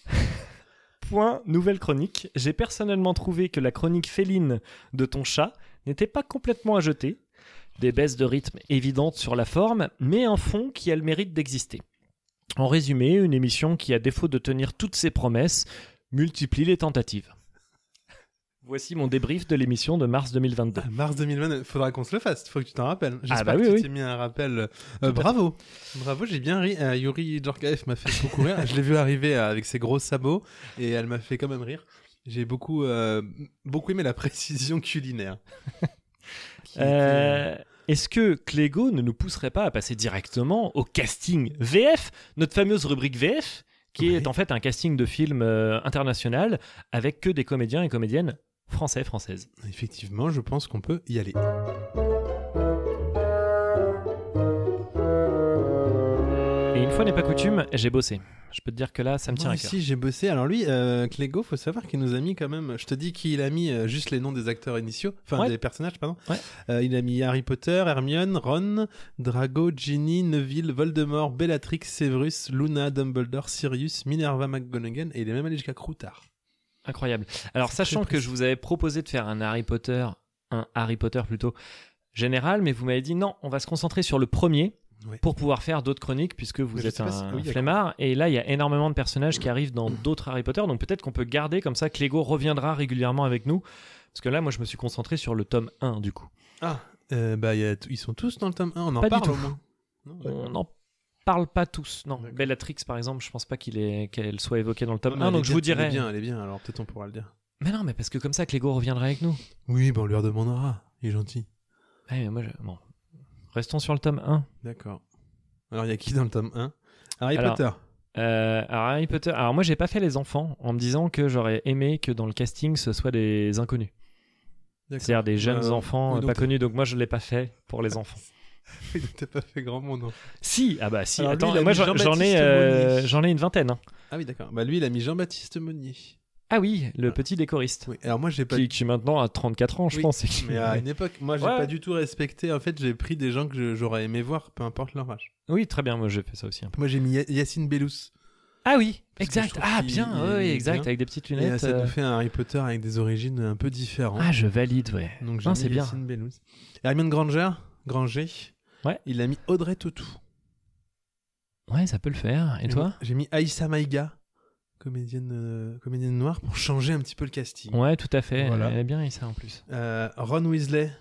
Speaker 5: Point nouvelle chronique. J'ai personnellement trouvé que la chronique féline de ton chat n'était pas complètement à jeter des baisses de rythme évidentes sur la forme, mais un fond qui a le mérite d'exister. En résumé, une émission qui, à défaut de tenir toutes ses promesses, multiplie les tentatives. Voici mon débrief de l'émission de mars 2022.
Speaker 1: Ah, mars 2020, faudra qu'on se le fasse, faut que tu t'en rappelles. J'espère
Speaker 5: bah
Speaker 1: que
Speaker 5: oui,
Speaker 1: tu
Speaker 5: oui.
Speaker 1: t'es mis un rappel. Euh, bravo, bravo, j'ai bien ri. Euh, Yuri Djorkaeff m'a fait beaucoup rire. Je l'ai vu arriver euh, avec ses gros sabots et elle m'a fait quand même rire. J'ai beaucoup, euh, beaucoup aimé la précision culinaire. Qui était-
Speaker 5: Euh, Est-ce que Clégo ne nous pousserait pas à passer directement au casting VF, notre fameuse rubrique VF, qui est
Speaker 1: Ouais.
Speaker 5: en fait un casting de film euh, international avec que des comédiens et comédiennes français, françaises
Speaker 1: Effectivement, je pense qu'on peut y aller.
Speaker 5: Et une fois n'est pas coutume, j'ai bossé. Je peux te dire que là, ça me tient
Speaker 1: Moi
Speaker 5: à cœur.
Speaker 1: aussi, j'ai bossé. Alors lui, euh, Clégo, faut savoir qu'il nous a mis quand même. Je te dis qu'il a mis euh, juste les noms des acteurs initiaux, enfin
Speaker 5: Ouais.
Speaker 1: des personnages, pardon.
Speaker 5: Ouais.
Speaker 1: Euh, il a mis Harry Potter, Hermione, Ron, Drago, Ginny, Neville, Voldemort, Bellatrix, Severus, Luna, Dumbledore, Sirius, Minerva McGonagall, et il est même allé jusqu'à Croutard.
Speaker 5: Incroyable. Alors,
Speaker 1: C'est
Speaker 5: sachant
Speaker 1: très
Speaker 5: que je vous avais proposé de faire un Harry Potter, un Harry Potter plutôt général, mais vous m'avez dit non, on va se concentrer sur le premier
Speaker 1: Ouais.
Speaker 5: pour pouvoir faire d'autres chroniques puisque vous
Speaker 1: Mais je
Speaker 5: êtes
Speaker 1: sais pas
Speaker 5: un
Speaker 1: si- oui, d'accord.
Speaker 5: flemmard. Et là, il y a énormément de personnages qui arrivent dans d'autres Harry Potter, donc peut-être qu'on peut garder comme ça. Clégo reviendra régulièrement avec nous parce que là, moi, je me suis concentré sur le tome 1 du coup.
Speaker 1: Ah, euh, bah il y a t- ils sont tous dans le tome 1, on en
Speaker 5: Pas du
Speaker 1: parle
Speaker 5: tout. Euh,
Speaker 1: au moins. Non,
Speaker 5: on n'en parle pas tous. Non,
Speaker 1: D'accord.
Speaker 5: Bellatrix, par exemple, je pense pas qu'il est- qu'elle soit évoquée dans le
Speaker 1: Ouais,
Speaker 5: tome
Speaker 1: mais
Speaker 5: 1,
Speaker 1: elle est
Speaker 5: donc je
Speaker 1: bien-
Speaker 5: vous
Speaker 1: Elle
Speaker 5: dirai.
Speaker 1: est bien, elle est bien. Alors peut-être on pourra le dire.
Speaker 5: Mais non, mais parce que comme ça, Clégo reviendra avec nous.
Speaker 1: Oui, bah on lui redemandera. Il est gentil.
Speaker 5: Ouais, mais moi, je- bon. Restons sur le tome 1.
Speaker 1: D'accord. Alors il y a qui dans le tome 1 Harry
Speaker 5: Alors,
Speaker 1: Potter.
Speaker 5: Euh, alors, Harry Potter. Alors, moi, j'ai pas fait les enfants en me disant que j'aurais aimé que dans le casting, ce soit des inconnus.
Speaker 1: D'accord.
Speaker 5: C'est-à-dire des jeunes
Speaker 1: Euh,
Speaker 5: enfants
Speaker 1: oui,
Speaker 5: euh,
Speaker 1: donc-
Speaker 5: pas connus. Donc, moi, je l'ai pas fait pour les enfants.
Speaker 1: Il n'était pas fait grand monde. hein.
Speaker 5: si, ah bah si.
Speaker 1: Alors, lui,
Speaker 5: Attends,
Speaker 1: il a
Speaker 5: moi,
Speaker 1: mis
Speaker 5: j'en j'en ai,
Speaker 1: Jean-Baptiste
Speaker 5: euh,
Speaker 1: Monnier.
Speaker 5: j'en ai une vingtaine. hein.
Speaker 1: Ah oui, d'accord. Bah lui, il a mis Jean-Baptiste Monnier.
Speaker 5: Ah oui, le
Speaker 1: Ah.
Speaker 5: petit décoriste.
Speaker 1: Oui. Alors moi, j'ai pas.
Speaker 5: Qui, qui maintenant a 34 ans, je
Speaker 1: Oui,
Speaker 5: pense. et qui-
Speaker 1: Mais à une époque, moi, j'ai
Speaker 5: Ouais.
Speaker 1: pas du tout respecté. En fait, j'ai pris des gens que je- j'aurais aimé voir, peu importe leur âge.
Speaker 5: Oui, très bien. Moi, j'ai fait ça aussi. un peu.
Speaker 1: Moi, j'ai mis Ya- Yacine Bellous.
Speaker 5: Ah oui,
Speaker 1: Parce que je
Speaker 5: exact.
Speaker 1: trouve
Speaker 5: Ah
Speaker 1: qu'il-
Speaker 5: bien,
Speaker 1: il-
Speaker 5: oui,
Speaker 1: il est
Speaker 5: exact.
Speaker 1: bien.
Speaker 5: Avec des petites
Speaker 1: Et euh,
Speaker 5: lunettes.
Speaker 1: ça
Speaker 5: euh.
Speaker 1: nous fait un Harry Potter avec des origines un peu différentes.
Speaker 5: Ah, je valide, ouais.
Speaker 1: Donc j'ai
Speaker 5: Non,
Speaker 1: mis
Speaker 5: c'est bien.
Speaker 1: Yacine Bellous. Et Hermione Granger, Granger.
Speaker 5: Ouais.
Speaker 1: Il a mis Audrey Tautou.
Speaker 5: Ouais, ça peut le faire.
Speaker 1: J'ai
Speaker 5: Et toi
Speaker 1: mis- J'ai mis Aïssa Maïga, comédienne, euh, comédienne noire, pour changer un petit peu le casting.
Speaker 5: Ouais, tout à fait.
Speaker 1: Voilà.
Speaker 5: Elle est bien, et ça en plus.
Speaker 1: Euh, Ron Weasley.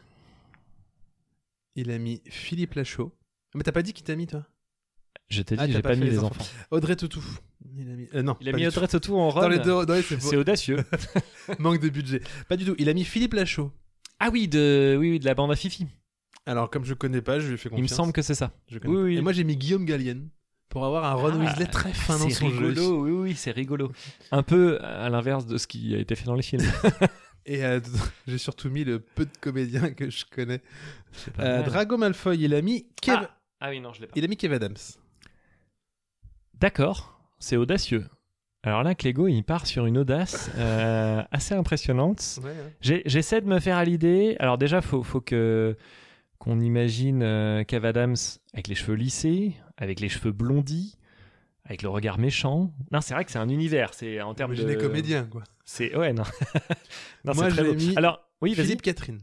Speaker 1: Il a mis Philippe Lachaud. Mais t'as pas dit qui t'a mis, toi
Speaker 5: Je t'ai dit,
Speaker 1: Ah, t'as
Speaker 5: j'ai
Speaker 1: pas
Speaker 5: pas,
Speaker 1: fait
Speaker 5: mis
Speaker 1: les
Speaker 5: les
Speaker 1: enfants.
Speaker 5: enfants.
Speaker 1: Audrey Tautou. Il a mis, euh, non,
Speaker 5: Il a
Speaker 1: pas
Speaker 5: mis
Speaker 1: du
Speaker 5: Audrey Tautou en
Speaker 1: tout.
Speaker 5: Ron.
Speaker 1: Dans les deux, dans les- c'est
Speaker 5: C'est audacieux.
Speaker 1: pour- manque de budget. Pas du tout. Il a mis Philippe Lachaud.
Speaker 5: ah oui, de, oui, oui, de la bande à Fifi.
Speaker 1: Alors, comme je connais pas, je lui fais
Speaker 5: Il
Speaker 1: confiance.
Speaker 5: me semble que c'est ça.
Speaker 1: Je connais
Speaker 5: oui,
Speaker 1: pas.
Speaker 5: oui.
Speaker 1: Et moi, j'ai mis Guillaume Gallienne pour avoir un Ron
Speaker 5: Ah,
Speaker 1: Weasley très fin dans
Speaker 5: c'est
Speaker 1: son
Speaker 5: rigolo,
Speaker 1: jeu.
Speaker 5: oui, oui, c'est rigolo. Un peu à l'inverse de ce qui a été fait dans les films.
Speaker 1: Et euh, j'ai surtout mis le peu de comédiens que je connais.
Speaker 5: C'est pas
Speaker 1: Euh,
Speaker 5: mal.
Speaker 1: Drago Malfoy, il a mis Kev...
Speaker 5: Ah, ah oui, non, je l'ai pas.
Speaker 1: il a mis Kev Adams.
Speaker 5: D'accord, c'est audacieux. Alors là, Clégo, il part sur une audace euh, assez impressionnante.
Speaker 1: hein.
Speaker 5: J'ai- J'essaie de me faire à l'idée. Alors déjà, faut, faut que qu'on imagine euh, Kev Adams avec les cheveux lissés, avec les cheveux blondis, avec le regard méchant. Non, c'est vrai que c'est un univers. C'est en termes
Speaker 1: Imaginez
Speaker 5: de
Speaker 1: comédien, quoi.
Speaker 5: C'est ouais non. non
Speaker 1: Moi,
Speaker 5: c'est
Speaker 1: j'ai
Speaker 5: très beau.
Speaker 1: mis
Speaker 5: Alors oui, vas-y.
Speaker 1: Philippe Catherine.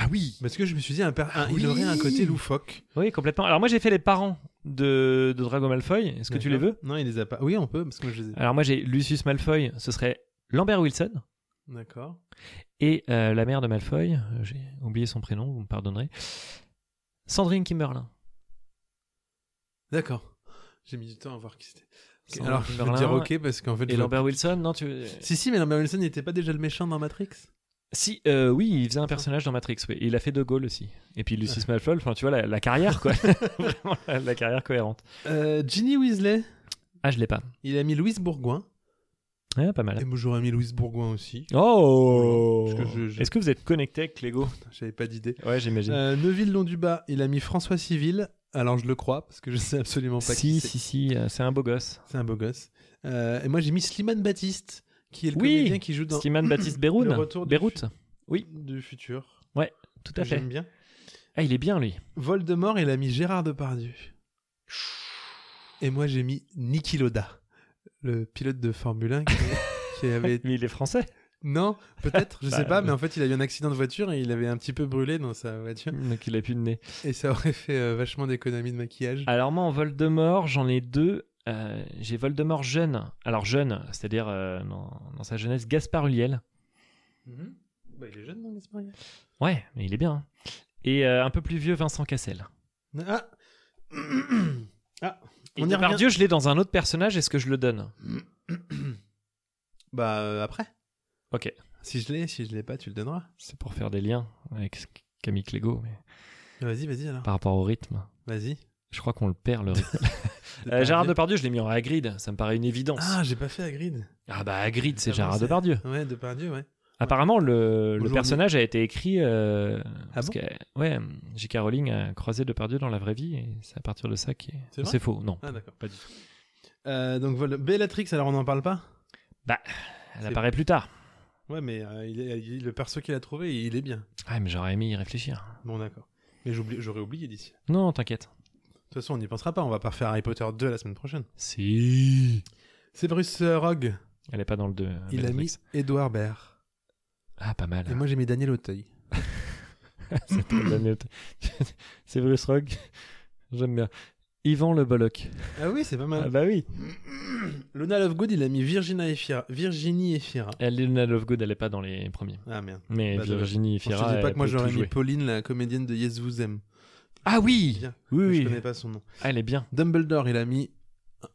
Speaker 5: Ah oui. Ah
Speaker 1: Parce que je me suis dit, un per- un-
Speaker 5: Oui.
Speaker 1: il aurait un côté loufoque.
Speaker 5: Oui, complètement. Alors moi, j'ai fait les parents de, de Drago Malfoy. Est-ce que tu les veux Ah.
Speaker 1: Non, il les a pas. Oui, on peut, parce que moi, je les ai.
Speaker 5: Alors moi, j'ai Lucius Malfoy. Ce serait Lambert Wilson.
Speaker 1: D'accord.
Speaker 5: Et euh, la mère de Malfoy, euh, j'ai oublié son prénom, vous me pardonnerez. Sandrine Kimberlin.
Speaker 1: D'accord. J'ai mis du temps à voir qui c'était. Ok,
Speaker 5: Sandrine
Speaker 1: Alors, je vais
Speaker 5: Kimberlin
Speaker 1: dire ok, parce qu'en fait.
Speaker 5: Et
Speaker 1: je-
Speaker 5: Lambert Wilson, non, tu.
Speaker 1: Si, si, mais Lambert Wilson n'était pas déjà le méchant dans Matrix
Speaker 5: Si, euh, oui, il faisait un personnage dans Matrix, oui. Et il a fait De Gaulle aussi. Et puis Lucius Malfoy, enfin, tu vois, la, la carrière, quoi. Vraiment, la, la carrière cohérente.
Speaker 1: euh, Ginny Weasley,
Speaker 5: Ah, je l'ai pas.
Speaker 1: il a mis Louise Bourgoin.
Speaker 5: Ah, pas mal.
Speaker 1: Et moi, j'aurais mis Louise Bourgoin aussi.
Speaker 5: Oh
Speaker 1: Parce que je- je-
Speaker 5: Est-ce que vous êtes connecté avec Lego
Speaker 1: J'avais pas d'idée.
Speaker 5: Ouais, j'imagine.
Speaker 1: Euh, Neuville Londubat, il a mis François Civil. Alors, je le crois, parce que je sais absolument pas qui
Speaker 5: si,
Speaker 1: c'est.
Speaker 5: si, si, euh, c'est un beau gosse.
Speaker 1: C'est un beau gosse. Euh, et moi, j'ai mis Slimane Baptiste, qui est le
Speaker 5: Oui,
Speaker 1: comédien qui joue dans
Speaker 5: Slimane Baptiste Beyrouth.
Speaker 1: Le retour du
Speaker 5: Beyrouth, oui.
Speaker 1: du futur.
Speaker 5: tout
Speaker 1: que
Speaker 5: à fait.
Speaker 1: J'aime bien.
Speaker 5: Ah, il est bien, lui.
Speaker 1: Voldemort, il a mis Gérard Depardieu. Et moi, j'ai mis Niki Loda, le pilote de Formule 1 qui, qui avait.
Speaker 5: Mais il est français.
Speaker 1: Non, peut-être, je sais
Speaker 5: Bah,
Speaker 1: pas,
Speaker 5: oui.
Speaker 1: mais en fait, il a eu un accident de voiture et il avait un petit peu brûlé dans sa voiture.
Speaker 5: Donc, il a plus de nez.
Speaker 1: Et ça aurait fait euh, vachement d'économie de maquillage.
Speaker 5: Alors moi en Voldemort, j'en ai deux. Euh, j'ai Voldemort jeune. Alors jeune, c'est-à-dire euh, dans, dans sa jeunesse, Gaspard Ulliel.
Speaker 1: Mhm. Bah, il est jeune, non, Gaspard Ulliel
Speaker 5: Ouais, mais il est bien. hein. Et euh, un peu plus vieux, Vincent Cassel.
Speaker 1: Ah Ah
Speaker 5: Et
Speaker 1: On y
Speaker 5: Depardieu, je l'ai dans un autre personnage, est-ce que je le donne
Speaker 1: Bah, euh, après.
Speaker 5: Ok.
Speaker 1: Si je l'ai, si je l'ai pas, tu le donneras.
Speaker 5: C'est pour faire des liens avec ce qu- Camille Clégo, mais
Speaker 1: Vas-y, vas-y alors.
Speaker 5: par rapport au rythme.
Speaker 1: Vas-y.
Speaker 5: Je crois qu'on le perd le rythme. Euh, Gérard Depardieu, je l'ai mis en Hagrid, ça me paraît une évidence. Ah,
Speaker 1: Ah, j'ai pas fait Hagrid.
Speaker 5: bah Hagrid,
Speaker 1: Ah
Speaker 5: c'est
Speaker 1: bon,
Speaker 5: Gérard
Speaker 1: c'est-
Speaker 5: Depardieu.
Speaker 1: Ouais, Depardieu,
Speaker 5: Euh,
Speaker 1: ouais.
Speaker 5: Apparemment, le, le
Speaker 1: Aujourd'hui.
Speaker 5: personnage a été écrit. euh,
Speaker 1: Ah bon
Speaker 5: que, ouais, J.K. Rowling a croisé Depardieu dans la vraie vie, et c'est à partir de ça qui est.
Speaker 1: C'est
Speaker 5: Non,
Speaker 1: vrai
Speaker 5: C'est faux, non.
Speaker 1: Ah, d'accord, pas du tout. Euh, donc voilà, Bellatrix, alors on n'en parle pas
Speaker 5: Elle
Speaker 1: C'est-
Speaker 5: apparaît plus tard.
Speaker 1: Ouais, mais euh, il est- il- le perso qu'il a trouvé, il est bien.
Speaker 5: Ah, mais j'aurais aimé y réfléchir.
Speaker 1: Bon, d'accord. Mais j'oublie- j'aurais oublié d'ici. De
Speaker 5: Non, t'inquiète.
Speaker 1: toute façon, on n'y pensera pas, on va pas refaire Harry Potter 2 la semaine prochaine.
Speaker 5: Si.
Speaker 1: C'est Bruce euh, Rogue,
Speaker 5: Elle est pas dans le 2.
Speaker 1: il a mis Edouard Baird.
Speaker 5: Ah, pas mal.
Speaker 1: Et moi j'ai mis Daniel Auteuil.
Speaker 5: C'est très bien noté. C'est Bruce Rogue. J'aime bien. Yvan Le Bollock.
Speaker 1: Ah oui, c'est pas
Speaker 5: Ah,
Speaker 1: mal.
Speaker 5: bah oui.
Speaker 1: Luna Lovegood, il a mis Virginia Efira. Virginie Efira.
Speaker 5: Elle est Luna Lovegood, elle est pas dans les premiers.
Speaker 1: Ah merde.
Speaker 5: Mais
Speaker 1: Bah, dommage.
Speaker 5: Virginie
Speaker 1: Bon, je
Speaker 5: Fira.
Speaker 1: te dis pas
Speaker 5: elle
Speaker 1: que moi
Speaker 5: peut tout
Speaker 1: j'aurais mis
Speaker 5: jouer.
Speaker 1: Pauline, la comédienne de Yes Vous Aime.
Speaker 5: Ah oui
Speaker 1: Bien.
Speaker 5: Oui,
Speaker 1: Je
Speaker 5: oui.
Speaker 1: connais pas son nom.
Speaker 5: Ah, elle est bien.
Speaker 1: Dumbledore, il a mis.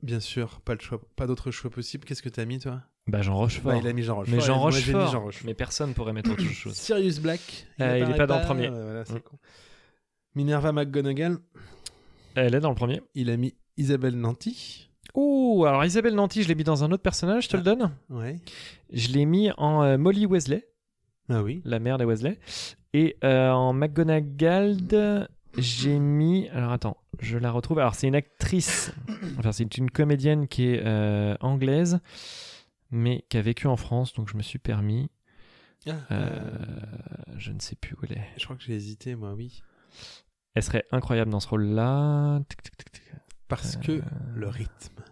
Speaker 1: Bien sûr, pas, le choix, pas d'autre choix possible. Qu'est-ce que t'as mis, toi
Speaker 5: Bah, Jean Rochefort.
Speaker 1: Bah, Il a mis Jean Rochefort.
Speaker 5: Mais Jean
Speaker 1: et moi, j'ai mis
Speaker 5: Rochefort.
Speaker 1: Jean Rochefort.
Speaker 5: Mais personne pourrait mettre autre chose.
Speaker 1: Sirius Black.
Speaker 5: Euh, il est
Speaker 1: apparaît
Speaker 5: pas dans le premier.
Speaker 1: euh, voilà, c'est
Speaker 5: Mm.
Speaker 1: con. Minerva McGonagall,
Speaker 5: Elle est dans le premier.
Speaker 1: il a mis Isabelle Nanty.
Speaker 5: Ouh, alors Isabelle Nanty, je l'ai mis dans un autre personnage, je te le
Speaker 1: Ah.
Speaker 5: donne.
Speaker 1: Ouais.
Speaker 5: Je l'ai mis en euh, Molly Wesley,
Speaker 1: Ah oui.
Speaker 5: la mère des Wesley. Et euh, en McGonagall, j'ai mis. Alors attends, je la retrouve. Alors c'est une actrice, enfin c'est une comédienne qui est euh, anglaise, mais qui a vécu en France, donc je me suis permis.
Speaker 1: Ah,
Speaker 5: Euh,
Speaker 1: euh,
Speaker 5: je ne sais plus où elle est.
Speaker 1: Je crois que j'ai hésité, moi, oui.
Speaker 5: Elle serait incroyable dans ce rôle-là. Tic, tic, tic, tic.
Speaker 1: Parce
Speaker 5: Euh.
Speaker 1: que le rythme.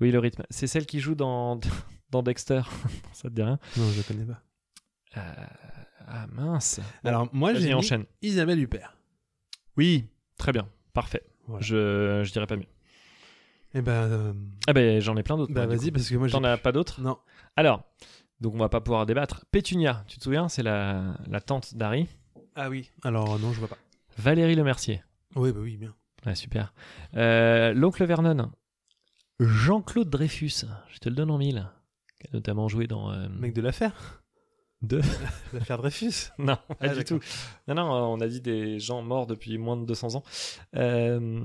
Speaker 5: Oui, le rythme. C'est celle qui joue dans, dans Dexter. Ça te dit rien
Speaker 1: Non, je le connais pas.
Speaker 5: Euh, Ah mince.
Speaker 1: Alors, moi,
Speaker 5: Vas-y,
Speaker 1: j'ai mis
Speaker 5: enchaîne.
Speaker 1: Isabelle Huppert.
Speaker 5: Oui, très bien, parfait.
Speaker 1: Voilà.
Speaker 5: Je, je dirais pas mieux.
Speaker 1: Eh ben, euh,
Speaker 5: Ah ben j'en ai plein d'autres.
Speaker 1: bah,
Speaker 5: moi, du
Speaker 1: vas-y,
Speaker 5: coup.
Speaker 1: parce que moi, j'ai.
Speaker 5: T'en as pas d'autres
Speaker 1: Non.
Speaker 5: Alors, donc on va pas pouvoir débattre. Pétunia, tu te souviens, c'est la, la tante d'Harry.
Speaker 1: Ah oui. Alors, non, je vois pas.
Speaker 5: Valérie Lemercier.
Speaker 1: Oui, bah oui, bien.
Speaker 5: Ah super. Euh, L'oncle Vernon. Jean-Claude Dreyfus, je te le donne en mille. Qui a notamment joué dans... euh,
Speaker 1: Mec de l'affaire.
Speaker 5: De-
Speaker 1: L'affaire Dreyfus.
Speaker 5: Non, pas
Speaker 1: Ah,
Speaker 5: du
Speaker 1: d'accord.
Speaker 5: tout. Non, non, euh, on a dit des gens morts depuis moins de 200 ans. Euh,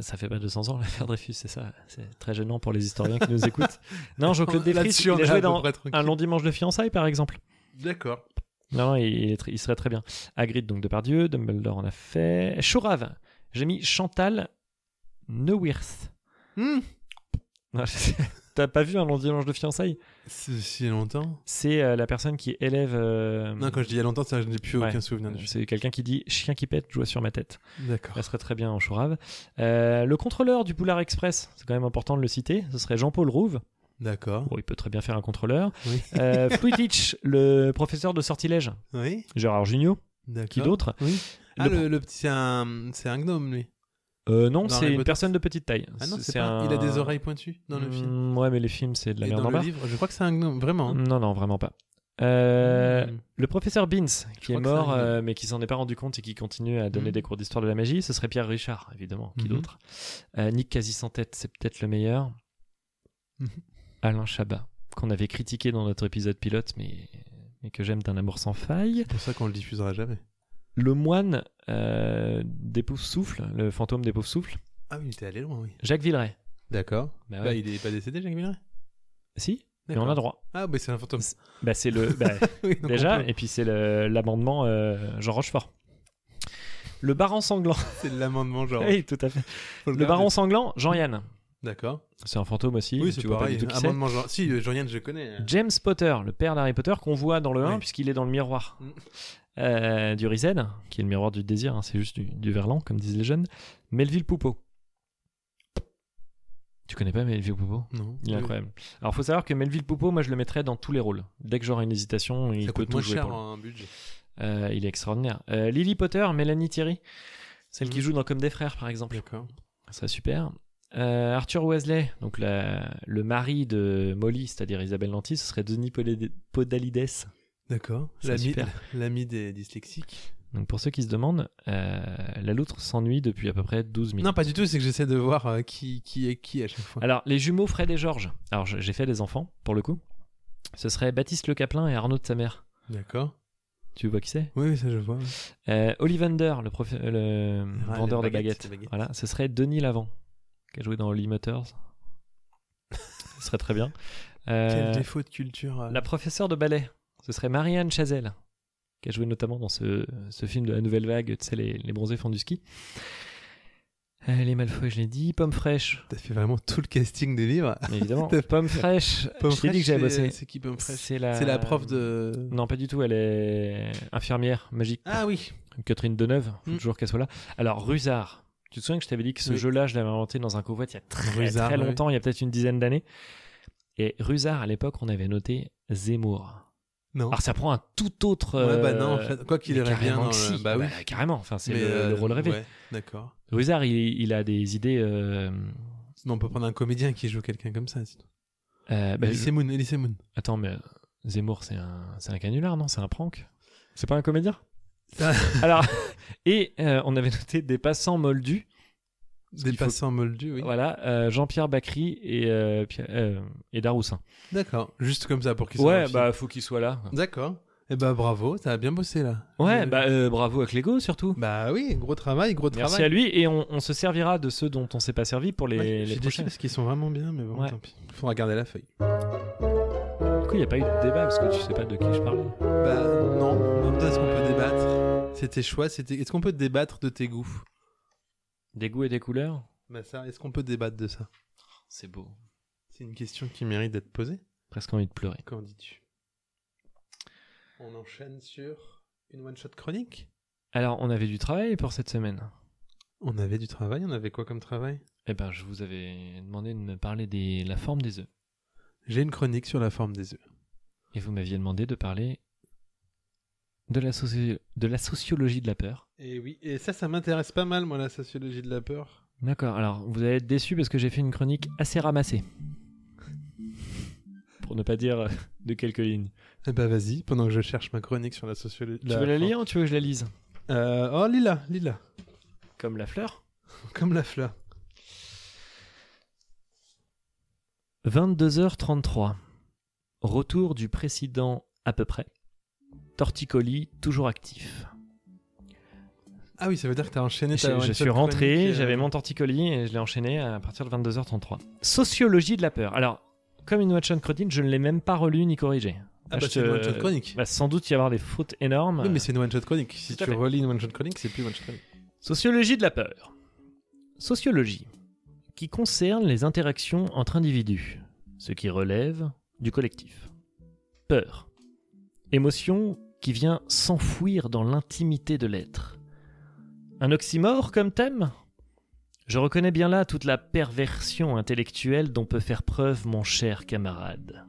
Speaker 5: ça fait pas 200 ans l'affaire Dreyfus, c'est ça. C'est très gênant pour les historiens qui nous écoutent. Non, Jean-Claude Dreyfus,
Speaker 1: Là-dessus, on
Speaker 5: il a
Speaker 1: est à
Speaker 5: joué
Speaker 1: peu
Speaker 5: dans
Speaker 1: près tranquille.
Speaker 5: Un long dimanche de fiançailles, par exemple.
Speaker 1: D'accord.
Speaker 5: Non, non, il, il est tr- il serait très bien. Hagrid, donc Depardieu, Dumbledore en a fait. Chourave, j'ai mis Chantal Neuwirth.
Speaker 1: Hmm.
Speaker 5: Non, je sais. T'as pas vu hein, un long dimanche de fiançailles
Speaker 1: C'est si longtemps
Speaker 5: C'est euh, la personne qui élève. euh,
Speaker 1: Non, quand je dis il y a longtemps, ça, je n'ai plus
Speaker 5: Ouais.
Speaker 1: aucun souvenir du
Speaker 5: c'est quelqu'un qui dit chien qui pète, joie sur ma tête.
Speaker 1: D'accord.
Speaker 5: Elle serait très bien en chourave. Euh, le contrôleur du Poulard Express, c'est quand même important de le citer, ce serait Jean-Paul Rouve.
Speaker 1: D'accord.
Speaker 5: Bon, il peut très bien faire un contrôleur.
Speaker 1: Oui.
Speaker 5: Euh, Fluitich, le professeur de sortilège,
Speaker 1: Oui.
Speaker 5: Gérard Jugnot,
Speaker 1: D'accord.
Speaker 5: qui d'autre
Speaker 1: Oui. Ah,
Speaker 5: Le-
Speaker 1: le, le petit, c'est un, c'est un gnome, lui.
Speaker 5: Euh, Non,
Speaker 1: Dans
Speaker 5: c'est
Speaker 1: Harry
Speaker 5: une
Speaker 1: Potter.
Speaker 5: personne de petite taille.
Speaker 1: Ah non, c'est
Speaker 5: C'est
Speaker 1: pas.
Speaker 5: un-
Speaker 1: Il a des oreilles pointues dans le film.
Speaker 5: Mm, Ouais, mais les films, c'est de la
Speaker 1: Et
Speaker 5: merde
Speaker 1: dans
Speaker 5: en
Speaker 1: le
Speaker 5: bas.
Speaker 1: livre, je crois que c'est un gnome, vraiment. hein.
Speaker 5: Non, non, vraiment pas. Euh,
Speaker 1: Mm.
Speaker 5: Le professeur Beans, qui
Speaker 1: crois
Speaker 5: est
Speaker 1: que c'est
Speaker 5: mort,
Speaker 1: un
Speaker 5: euh, mais qui s'en est pas rendu compte et qui continue à donner
Speaker 1: Mhm.
Speaker 5: des cours d'histoire de la magie, ce serait Pierre Richard, évidemment. Qui
Speaker 1: Mhm.
Speaker 5: d'autre Euh, Nick Quasi sans tête, c'est peut-être le meilleur.
Speaker 1: Mhm.
Speaker 5: Alain Chabat, qu'on avait critiqué dans notre épisode pilote, mais, mais que j'aime d'un amour sans faille.
Speaker 1: C'est pour ça qu'on le diffusera jamais.
Speaker 5: Le moine euh, des pauvres souffles, le fantôme des pauvres souffles.
Speaker 1: Ah oui, t'es allé loin, oui.
Speaker 5: Jacques Villeray.
Speaker 1: D'accord.
Speaker 5: Bah
Speaker 1: Bah,
Speaker 5: ouais.
Speaker 1: il est pas décédé, Jacques Villeray
Speaker 5: Si, mais
Speaker 1: D'accord.
Speaker 5: on a droit.
Speaker 1: Ah, bah c'est un fantôme.
Speaker 5: Bah, c'est le. bah,
Speaker 1: Oui, donc on
Speaker 5: déjà,
Speaker 1: peut-
Speaker 5: et puis c'est le- l'amendement euh, Jean Rochefort. Le baron sanglant.
Speaker 1: c'est l'amendement, genre.
Speaker 5: Oui, tout à fait.
Speaker 1: faut
Speaker 5: Le
Speaker 1: garder.
Speaker 5: baron sanglant, Jean-Yann.
Speaker 1: D'accord.
Speaker 5: C'est un fantôme aussi.
Speaker 1: Oui,
Speaker 5: tu
Speaker 1: c'est
Speaker 5: vois pas
Speaker 1: pareil.
Speaker 5: du tout qui c'est. Hmm.
Speaker 1: Amendement, genre. Si, euh, Jean-Yann, je connais.
Speaker 5: James Potter, le père d'Harry Potter, qu'on voit dans le 1,
Speaker 1: Oui.
Speaker 5: puisqu'il est dans le miroir
Speaker 1: Mm.
Speaker 5: euh, du Rizel, qui est le miroir du désir, hein, c'est juste du, du verlan, comme disent les jeunes. Melville Poupeau. Tu connais pas Melville Poupeau
Speaker 1: Non.
Speaker 5: il est
Speaker 1: Oui.
Speaker 5: incroyable. Alors, faut savoir que Melville Poupeau, moi, je le mettrais dans tous les rôles. Dès que j'aurai une hésitation, il
Speaker 1: Ça
Speaker 5: peut
Speaker 1: coûte
Speaker 5: tout
Speaker 1: moins
Speaker 5: jouer. hein.
Speaker 1: cher
Speaker 5: pour lui.
Speaker 1: en budget.
Speaker 5: Euh, il est extraordinaire. Euh, Lily Potter, Mélanie Thierry, celle qui
Speaker 1: Mm.
Speaker 5: joue dans Comme des frères, par exemple.
Speaker 1: D'accord.
Speaker 5: Ça, super. Euh, Arthur Wesley, donc la- le mari de Molly, c'est-à-dire Isabelle Lanty, ce serait Denis Podé- Podalides.
Speaker 1: D'accord.
Speaker 5: C'est
Speaker 1: L'ami,
Speaker 5: super.
Speaker 1: l'ami des dyslexiques.
Speaker 5: Donc pour ceux qui se demandent, euh, la loutre s'ennuie depuis à peu près 12 minutes.
Speaker 1: Non, pas du tout, c'est que j'essaie de voir euh, qui, qui est qui à chaque fois.
Speaker 5: Alors, les jumeaux Fred et Georges. Alors, j- j'ai fait des enfants, pour le coup. Ce serait Baptiste Le Caplin et Arnaud de sa mère.
Speaker 1: D'accord.
Speaker 5: Tu vois qui c'est
Speaker 1: Oui, oui, ça je vois.
Speaker 5: euh, Ollivander, le, prof- euh, le
Speaker 1: Ah,
Speaker 5: vendeur
Speaker 1: les
Speaker 5: de
Speaker 1: baguettes,
Speaker 5: baguettes.
Speaker 1: les baguettes.
Speaker 5: Voilà, ce serait Denis Lavant, qui a joué dans Holly Motors. ce serait très bien.
Speaker 1: Quel
Speaker 5: Euh,
Speaker 1: défaut de culture. euh.
Speaker 5: La professeure de ballet, ce serait Marianne Chazelle, qui a joué notamment dans ce, ce film de la Nouvelle Vague, tu sais, les, les bronzés font du ski. Euh, les Malfoy, je l'ai dit. Pomme fraîche,
Speaker 1: T'as fait vraiment tout le casting des livres.
Speaker 5: mais évidemment.
Speaker 1: T'as-
Speaker 5: Euh, Pomme fraîche,
Speaker 1: Pomme
Speaker 5: je t'ai dit que
Speaker 1: Fraîche,
Speaker 5: j'avais bossé.
Speaker 1: c'est- C'est qui Pomme Fraîche
Speaker 5: C'est la...
Speaker 1: C'est la prof de.
Speaker 5: Non, pas du tout, elle est infirmière magique.
Speaker 1: Ah oui.
Speaker 5: Catherine Deneuve, faut
Speaker 1: Hmm.
Speaker 5: toujours qu'elle soit là. Alors, Rusard, tu te souviens que je t'avais dit que ce
Speaker 1: Oui.
Speaker 5: jeu-là, je l'avais inventé dans un convoi il y a très,
Speaker 1: Rusard,
Speaker 5: très
Speaker 1: oui.
Speaker 5: longtemps, il y a peut-être une dizaine d'années. Et Rusard, à l'époque, on avait noté Zemmour.
Speaker 1: Non.
Speaker 5: Alors ça prend un tout autre.
Speaker 1: Ouais, bah
Speaker 5: euh,
Speaker 1: non, en fait, quoi qu'il
Speaker 5: mais
Speaker 1: irait bien.
Speaker 5: carrément
Speaker 1: dans
Speaker 5: que
Speaker 1: le-
Speaker 5: si.
Speaker 1: Bah oui.
Speaker 5: carrément. Enfin, c'est
Speaker 1: Mais,
Speaker 5: le,
Speaker 1: euh,
Speaker 5: le rôle rêvé.
Speaker 1: Ouais, d'accord.
Speaker 5: Rusard, il, il a des idées. euh,
Speaker 1: Mais on peut prendre un comédien qui joue quelqu'un comme ça. sinon.
Speaker 5: euh, bah,
Speaker 1: Elise Moon, Elise Moon.
Speaker 5: je- Attends, mais euh, Zemmour, c'est un, c'est un canular, non C'est un prank C'est pas un comédien
Speaker 1: Ça-
Speaker 5: Alors, et euh, on avait noté des passants moldus.
Speaker 1: Des
Speaker 5: qu'il faut-
Speaker 1: passants moldus, oui.
Speaker 5: Voilà, euh, Jean-Pierre Bacry et, euh, Pierre- euh, et Daroussin.
Speaker 1: D'accord. Juste comme ça pour qu'il soit
Speaker 5: Ouais,
Speaker 1: rapide.
Speaker 5: bah faut qu'il soit là.
Speaker 1: D'accord. Eh bah bravo, t'as bien bossé là.
Speaker 5: Ouais,
Speaker 1: Euh,
Speaker 5: bah euh, bravo à Clégo surtout.
Speaker 1: Bah oui, gros travail, gros
Speaker 5: Merci
Speaker 1: travail.
Speaker 5: à lui et on, on se servira de ceux dont on s'est pas servi pour les,
Speaker 1: Ouais, je
Speaker 5: les
Speaker 1: suis déçu
Speaker 5: prochaines.
Speaker 1: parce qu'ils sont vraiment bien, mais bon,
Speaker 5: Ouais.
Speaker 1: tant pis. Faudra garder la feuille.
Speaker 5: Du coup, il n'y a pas eu de débat parce que tu sais pas de qui je parlais.
Speaker 1: Bah non, en même temps, est-ce qu'on peut débattre C'est tes choix, c'était. Est-ce qu'on peut débattre de tes goûts
Speaker 5: Des goûts et des couleurs
Speaker 1: Bah ça, est-ce qu'on peut débattre de ça
Speaker 5: C'est beau.
Speaker 1: C'est une question qui mérite d'être posée.
Speaker 5: Presque envie de pleurer.
Speaker 1: Qu'en dis-tu On enchaîne sur une one-shot chronique
Speaker 5: Alors, on avait du travail pour cette semaine.
Speaker 1: On avait du travail, on avait quoi comme travail
Speaker 5: Eh ben, je vous avais demandé de me parler de la forme des œufs.
Speaker 1: J'ai une chronique sur la forme des œufs.
Speaker 5: Et vous m'aviez demandé de parler de la, soci- de la sociologie de la peur.
Speaker 1: Et oui, et ça, ça m'intéresse pas mal, moi, la sociologie de la peur.
Speaker 5: D'accord, alors vous allez être déçus parce que j'ai fait une chronique assez ramassée. Pour ne pas dire euh, de quelques lignes.
Speaker 1: Eh bah vas-y, pendant que je cherche ma chronique sur la sociologie.
Speaker 5: tu veux la lire ou tu veux que je la lise
Speaker 1: Euh, Oh, Lila, Lila,
Speaker 5: Comme la fleur
Speaker 1: comme la fleur.
Speaker 5: 22h33. Retour du président à peu près. Torticolis toujours actif.
Speaker 1: Ah oui, ça veut dire que t'as enchaîné ta
Speaker 5: Je, je
Speaker 1: one-shot
Speaker 5: suis rentré,
Speaker 1: chronique, euh,
Speaker 5: j'avais mon torticolis et je l'ai enchaîné à partir de 22h33. Sociologie de la peur. Alors, comme une watch on chronique, je ne l'ai même pas relu ni corrigé.
Speaker 1: Ah
Speaker 5: Là,
Speaker 1: bah
Speaker 5: je
Speaker 1: c'est
Speaker 5: te-
Speaker 1: une one-shot chronique.
Speaker 5: va sans doute y avoir des fautes énormes.
Speaker 1: Oui, mais c'est une one-shot chronique. Si
Speaker 5: Tout à
Speaker 1: tu
Speaker 5: fait.
Speaker 1: relis une one-shot chronique, c'est plus one-shot chronique.
Speaker 5: Sociologie de la peur. Sociologie, qui concerne les interactions entre individus, ce qui relève du collectif. Peur. Émotion qui vient s'enfouir dans l'intimité de l'être. Un oxymore comme thème Je reconnais bien là toute la perversion intellectuelle dont peut faire preuve mon cher camarade.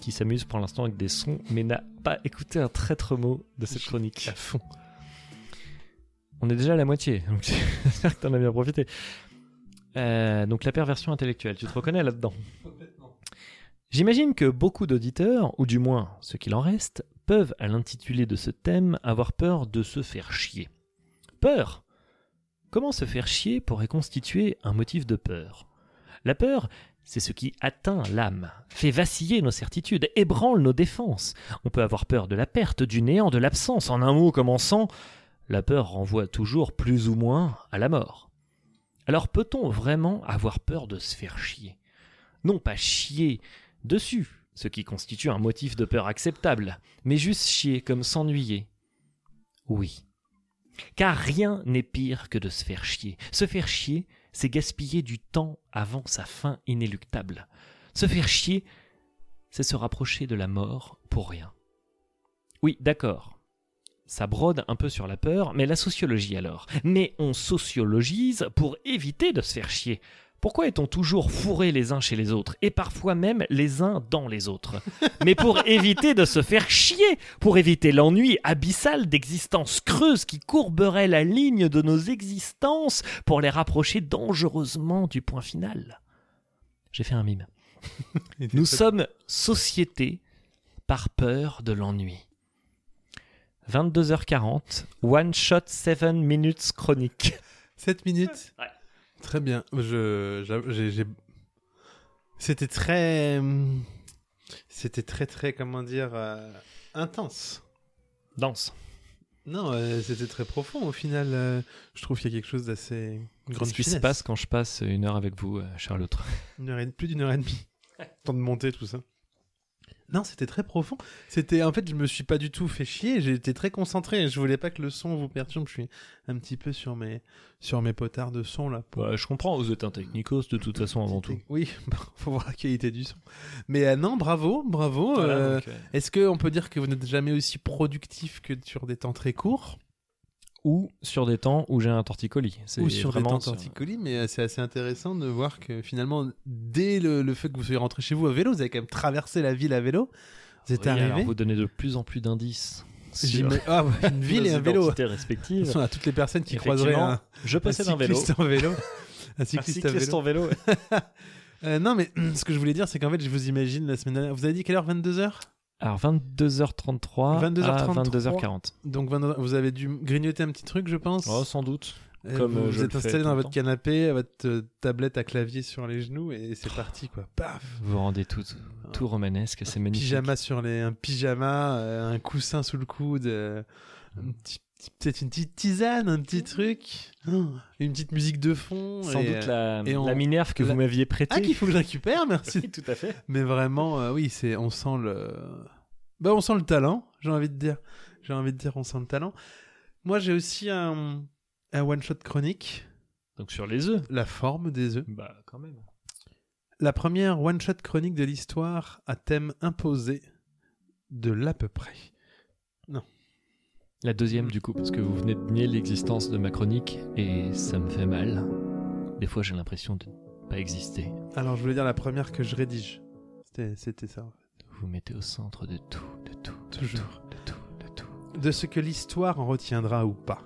Speaker 5: Qui s'amuse pour l'instant avec des sons, mais n'a pas écouté un traître mot de cette chronique.
Speaker 1: À fond.
Speaker 5: On est déjà à la moitié, donc j'espère que t'en as bien profité. Euh, donc la perversion intellectuelle, tu te reconnais là-dedans J'imagine que beaucoup d'auditeurs, ou du moins ceux qu'il en reste, peuvent, à l'intitulé de ce thème, avoir peur de se faire chier. Peur Comment se faire chier pourrait constituer un motif de peur La peur, c'est ce qui atteint l'âme, fait vaciller nos certitudes, ébranle nos défenses. On peut avoir peur de la perte, du néant, de l'absence, en un mot commençant la peur renvoie toujours plus ou moins à la mort. Alors peut-on vraiment avoir peur de se faire chier Non pas chier dessus, ce qui constitue un motif de peur acceptable, mais juste chier comme s'ennuyer. Oui. Car rien n'est pire que de se faire chier. Se faire chier, c'est gaspiller du temps avant sa fin inéluctable. Se faire chier, c'est se rapprocher de la mort pour rien. Oui, d'accord ça brode un peu sur la peur, mais la sociologie alors. Mais on sociologise pour éviter de se faire chier. Pourquoi est-on toujours fourré les uns chez les autres et parfois même les uns dans les autres Mais pour éviter de se faire chier, pour éviter l'ennui abyssal d'existences creuses qui courberaient la ligne de nos existences pour les rapprocher dangereusement du point final. J'ai fait un mime. Nous sommes société par peur de l'ennui. 22h40, One Shot 7 Minutes Chronique.
Speaker 1: 7 minutes
Speaker 5: Ouais.
Speaker 1: Très bien. Je, j'a- j'ai, j'ai- C'était très. hum, C'était très, très, comment dire, euh, intense.
Speaker 5: Danse.
Speaker 1: Non, euh, c'était très profond. Au final, euh, je trouve qu'il y a quelque chose d'assez. Grande
Speaker 5: Qu'est-ce qui se
Speaker 1: finesse.
Speaker 5: passe quand je passe une heure avec vous, euh, Charlotte
Speaker 1: Une heure et- plus d'une heure et demie. Temps de monter, tout ça. Non, c'était très profond. C'était en fait, je me suis pas du tout fait chier. J'étais très concentré. Je voulais pas que le son vous perturbe. Je suis un petit peu sur mes sur mes potards de son là. pour-
Speaker 5: Je comprends, vous êtes un technicos de toute façon avant tout.
Speaker 1: Oui, faut voir la qualité du son. Mais euh, non, bravo, bravo. euh, Est-ce que on peut dire que vous n'êtes jamais aussi productif que sur des temps très courts
Speaker 5: Ou sur des temps où j'ai un torticolis. C'est
Speaker 1: ou sur des
Speaker 5: vraiment
Speaker 1: temps
Speaker 5: sur-
Speaker 1: torticolis Mais euh, c'est assez intéressant de voir que finalement, dès le, le fait que vous soyez rentré chez vous à vélo, vous avez quand même traversé la ville à vélo. Vous êtes
Speaker 5: Oui, alors
Speaker 1: arrivé.
Speaker 5: vous donnez de plus en plus d'indices. sur
Speaker 1: J'im- Ah, ouais, une ville
Speaker 5: nos
Speaker 1: et un vélo.
Speaker 5: identités respectives.
Speaker 1: Attention à toutes les personnes qui
Speaker 5: Effectivement,
Speaker 1: croiseraient un,
Speaker 5: Je
Speaker 1: un
Speaker 5: possède un vélo.
Speaker 1: cycliste en vélo. Un
Speaker 5: Un
Speaker 1: cycliste en
Speaker 5: cycliste
Speaker 1: vélo.
Speaker 5: en vélo.
Speaker 1: Euh, non, mais ce que je voulais dire, c'est qu'en fait, je vous imagine la semaine dernière. Vous avez dit quelle heure 22h
Speaker 5: Alors 22h33 à
Speaker 1: 22h33.
Speaker 5: 22h40.
Speaker 1: Donc 22, vous avez dû grignoter un petit truc, je pense.
Speaker 5: Oh, sans doute.
Speaker 1: Et
Speaker 5: comme,
Speaker 1: vous,
Speaker 5: euh,
Speaker 1: vous
Speaker 5: je le
Speaker 1: êtes
Speaker 5: fais
Speaker 1: installé
Speaker 5: tout
Speaker 1: dans
Speaker 5: le
Speaker 1: votre
Speaker 5: temps.
Speaker 1: canapé, à votre euh, tablette à clavier sur les genoux et c'est parti quoi. Paf.
Speaker 5: Vous vous rendez tout, tout romanesque, c'est magnifique.
Speaker 1: Pyjama sur les, un pyjama, euh, un coussin sous le coude, euh, un petit- petit- peut-être une petite tisane, un petit truc, Oh, une petite musique de fond.
Speaker 5: Sans
Speaker 1: et,
Speaker 5: doute
Speaker 1: euh,
Speaker 5: la,
Speaker 1: et on-
Speaker 5: la Minerve que
Speaker 1: la-
Speaker 5: vous m'aviez prêtée.
Speaker 1: Ah qu'il faut que je récupère, merci.
Speaker 5: tout à fait.
Speaker 1: Mais vraiment, euh, oui, c'est on sent le, bah on sent le talent. J'ai envie de dire, j'ai envie de dire, on sent le talent. Moi, j'ai aussi un, un one shot chronique,
Speaker 5: Donc sur les œufs.
Speaker 1: la forme des œufs.
Speaker 5: Bah quand même.
Speaker 1: La première one-shot chronique de l'histoire à thème imposé de l'à peu près.
Speaker 5: La deuxième du coup, parce que vous venez de nier l'existence de ma chronique et ça me fait mal. Des fois j'ai l'impression de ne pas exister.
Speaker 1: Alors, je voulais dire la première que je rédige. C'était, c'était ça, en fait.
Speaker 5: Vous vous mettez au centre de tout, de tout, de
Speaker 1: Toujours.
Speaker 5: tout, de tout, de tout.
Speaker 1: De ce que l'histoire en retiendra ou pas.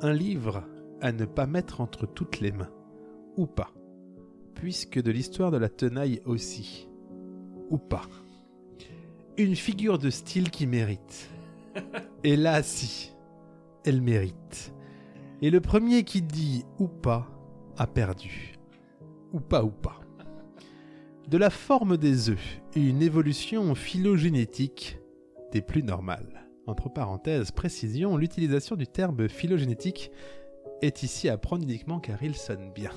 Speaker 1: Un livre à ne pas mettre entre toutes les mains. Ou pas. Puisque de l'histoire de la tenaille aussi. Ou pas. Une figure de style qui mérite. Et là, si. Elle mérite. Et le premier qui dit ou pas a perdu. Ou pas ou pas. De la forme des œufs, une évolution phylogénétique des plus normales. Entre parenthèses, précision, l'utilisation du terme phylogénétique est ici à prendre uniquement car il sonne bien.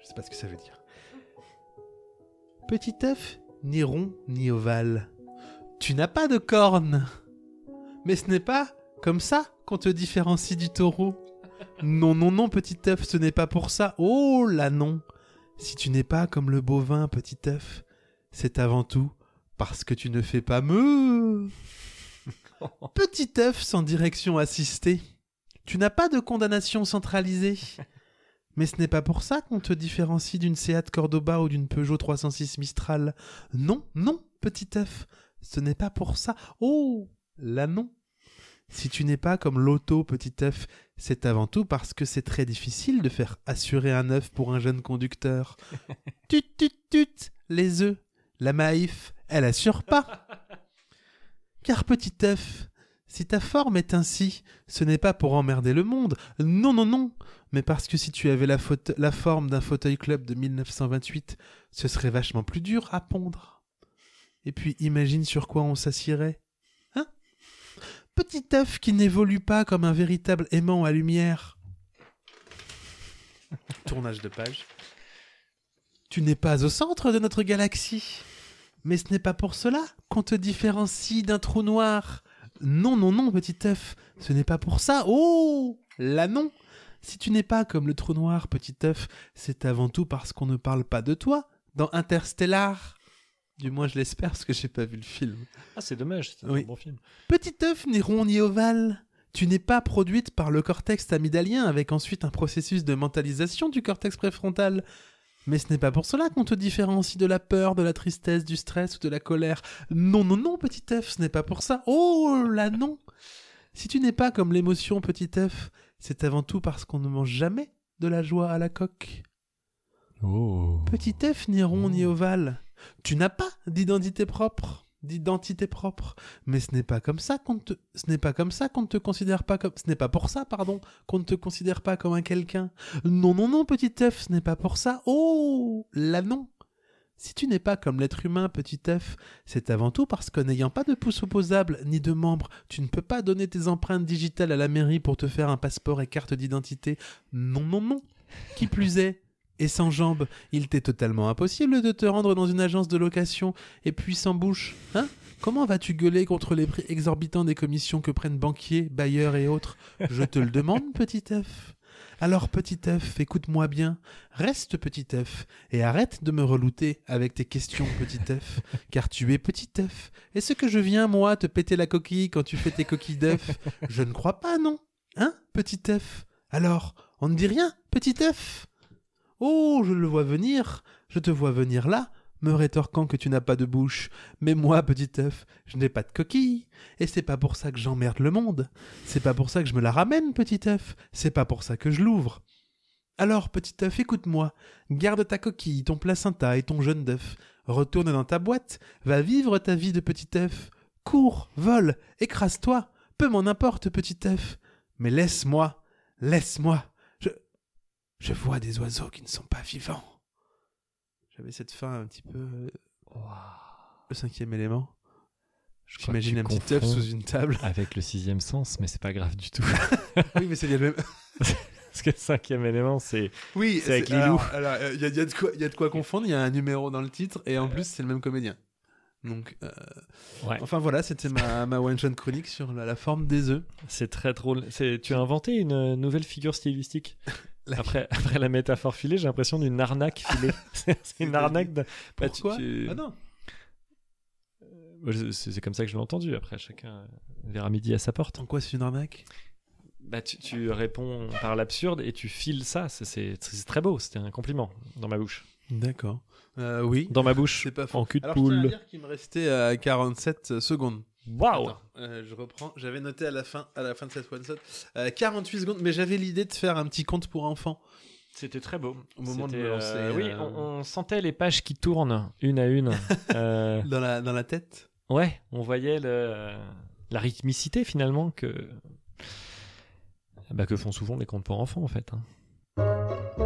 Speaker 1: Je sais pas ce que ça veut dire. Petit œuf, ni rond, ni ovale. Tu n'as pas de cornes. Mais ce n'est pas comme ça qu'on te différencie du taureau. Non, non, non, petit œuf, ce n'est pas pour ça. Oh là non. Si tu n'es pas comme le bovin, petit œuf, c'est avant tout parce que tu ne fais pas meuh. Petit œuf sans direction assistée, tu n'as pas de condamnation centralisée. Mais ce n'est pas pour ça qu'on te différencie d'une Seat Cordoba ou d'une Peugeot 306 Mistral. Non, non, petit œuf, ce n'est pas pour ça. Oh, là non. Si tu n'es pas comme l'auto, petit œuf, c'est avant tout parce que c'est très difficile de faire assurer un œuf pour un jeune conducteur. Tut tut tut, les œufs, la maïf, elle assure pas. Car petit œuf, si ta forme est ainsi, ce n'est pas pour emmerder le monde, non non non, mais parce que si tu avais la, faute- la forme d'un fauteuil club de 1928, ce serait vachement plus dur à pondre. Et puis imagine sur quoi on s'assierait. Hein Petit œuf qui n'évolue pas comme un véritable aimant à lumière. Tournage de page. Tu n'es pas au centre de notre galaxie. Mais ce n'est pas pour cela qu'on te différencie d'un trou noir. Non, non, non, petit œuf, ce n'est pas pour ça. Oh Là non Si tu n'es pas comme le trou noir, petit œuf, c'est avant tout parce qu'on ne parle pas de toi dans Interstellar. Du moins, je l'espère, parce que j'ai pas vu le film.
Speaker 5: Ah, c'est dommage, c'est
Speaker 1: Oui.
Speaker 5: un bon film.
Speaker 1: Petit œuf ni rond ni ovale. Tu n'es pas produite par le cortex amygdalien avec ensuite un processus de mentalisation du cortex préfrontal. Mais ce n'est pas pour cela qu'on te différencie de la peur, de la tristesse, du stress ou de la colère. Non, non, non, petit œuf, ce n'est pas pour ça. Oh là non Si tu n'es pas comme l'émotion, petit œuf, c'est avant tout parce qu'on ne mange jamais de la joie à la coque.
Speaker 6: Oh.
Speaker 1: Petit œuf ni rond ni ovale. Tu n'as pas d'identité propre, d'identité propre. Mais ce n'est pas comme ça qu'on te, ce n'est pas comme ça qu'on ne te considère pas comme, ce n'est pas pour ça, pardon, qu'on ne te considère pas comme un quelqu'un. Non, non, non, petit œuf, ce n'est pas pour ça. Oh, là non. Si tu n'es pas comme l'être humain, petit œuf, c'est avant tout parce que n'ayant pas de pouce opposable ni de membre, tu ne peux pas donner tes empreintes digitales à la mairie pour te faire un passeport et carte d'identité. Non, non, non. Qui plus est, et sans jambes, il t'est totalement impossible de te rendre dans une agence de location et puis sans bouche. Hein Comment vas-tu gueuler contre les prix exorbitants des commissions que prennent banquiers, bailleurs et autres Je te le demande, petit œuf. Alors, petit œuf, écoute-moi bien. Reste petit œuf et arrête de me relouter avec tes questions, petit œuf, car tu es petit œuf. Est-ce que je viens, moi, te péter la coquille quand tu fais tes coquilles d'œuf Je ne crois pas, non. Hein, petit œuf Alors, on ne dit rien, petit œuf Oh, je le vois venir, je te vois venir là, me rétorquant que tu n'as pas de bouche. Mais moi, petit œuf, je n'ai pas de coquille, et c'est pas pour ça que j'emmerde le monde. C'est pas pour ça que je me la ramène, petit œuf, c'est pas pour ça que je l'ouvre. Alors, petit œuf, écoute-moi, garde ta coquille, ton placenta et ton jeune d'œuf, retourne dans ta boîte, va vivre ta vie de petit œuf, cours, vole, écrase-toi, peu m'en importe, petit œuf, mais laisse-moi, laisse-moi, je, je vois des oiseaux qui ne sont pas vivants. J'avais cette fin un petit peu euh, le cinquième élément.
Speaker 5: Je crois que
Speaker 1: J'imagine
Speaker 5: tu
Speaker 1: un petit œuf
Speaker 5: confonds
Speaker 1: sous une table.
Speaker 5: Avec le sixième sens, mais c'est pas grave du tout.
Speaker 1: oui, mais c'est bien le même.
Speaker 5: Parce que le cinquième élément, c'est.
Speaker 1: Oui,
Speaker 5: C'est avec Lilou.
Speaker 1: alors- alors, euh, Il y, a- il y a de quoi- il y a de quoi confondre. Il y a un numéro dans le titre et en plus c'est le même comédien. Donc, euh,
Speaker 5: Ouais.
Speaker 1: enfin voilà, c'était ma, ma one shot chronique sur la, la forme des œufs.
Speaker 5: C'est très drôle. C'est- Tu as inventé une euh, nouvelle figure stylistique.
Speaker 1: La-
Speaker 5: Après, après la métaphore filée, j'ai l'impression d'une arnaque filée. c'est c'est une
Speaker 1: C'est-à-dire-
Speaker 5: arnaque. De... Bah, tu-
Speaker 1: Pourquoi
Speaker 5: tu-
Speaker 1: Ah non.
Speaker 5: Moi, je- C'est c'est comme ça que je l'ai entendu. Après, chacun verra midi à sa porte.
Speaker 1: En quoi c'est une arnaque
Speaker 5: Bah, tu, tu réponds par l'absurde et tu files ça. C'est- C'est c'est très beau. C'était un compliment dans ma bouche.
Speaker 1: D'accord. Euh, oui.
Speaker 5: Dans ma bouche.
Speaker 1: C'est pas faux.
Speaker 5: En cul de
Speaker 1: Alors je tiens à
Speaker 5: poule.
Speaker 1: dire qu'il me restait euh, 47 secondes.
Speaker 5: Waouh
Speaker 1: Attends, euh, je reprends. J'avais noté à la fin, à la fin de cette one shot, euh, 48 secondes, mais j'avais l'idée de faire un petit conte pour enfants.
Speaker 5: C'était très beau.
Speaker 1: Au moment de
Speaker 5: C'était,
Speaker 1: me lancer,
Speaker 5: euh, Oui,
Speaker 1: euh,
Speaker 5: on, on sentait les pages qui tournent une à une. Euh,
Speaker 1: Dans la, dans la tête.
Speaker 5: ouais, on voyait le, la rythmicité finalement que, bah, que font souvent les contes pour enfants en fait. hein.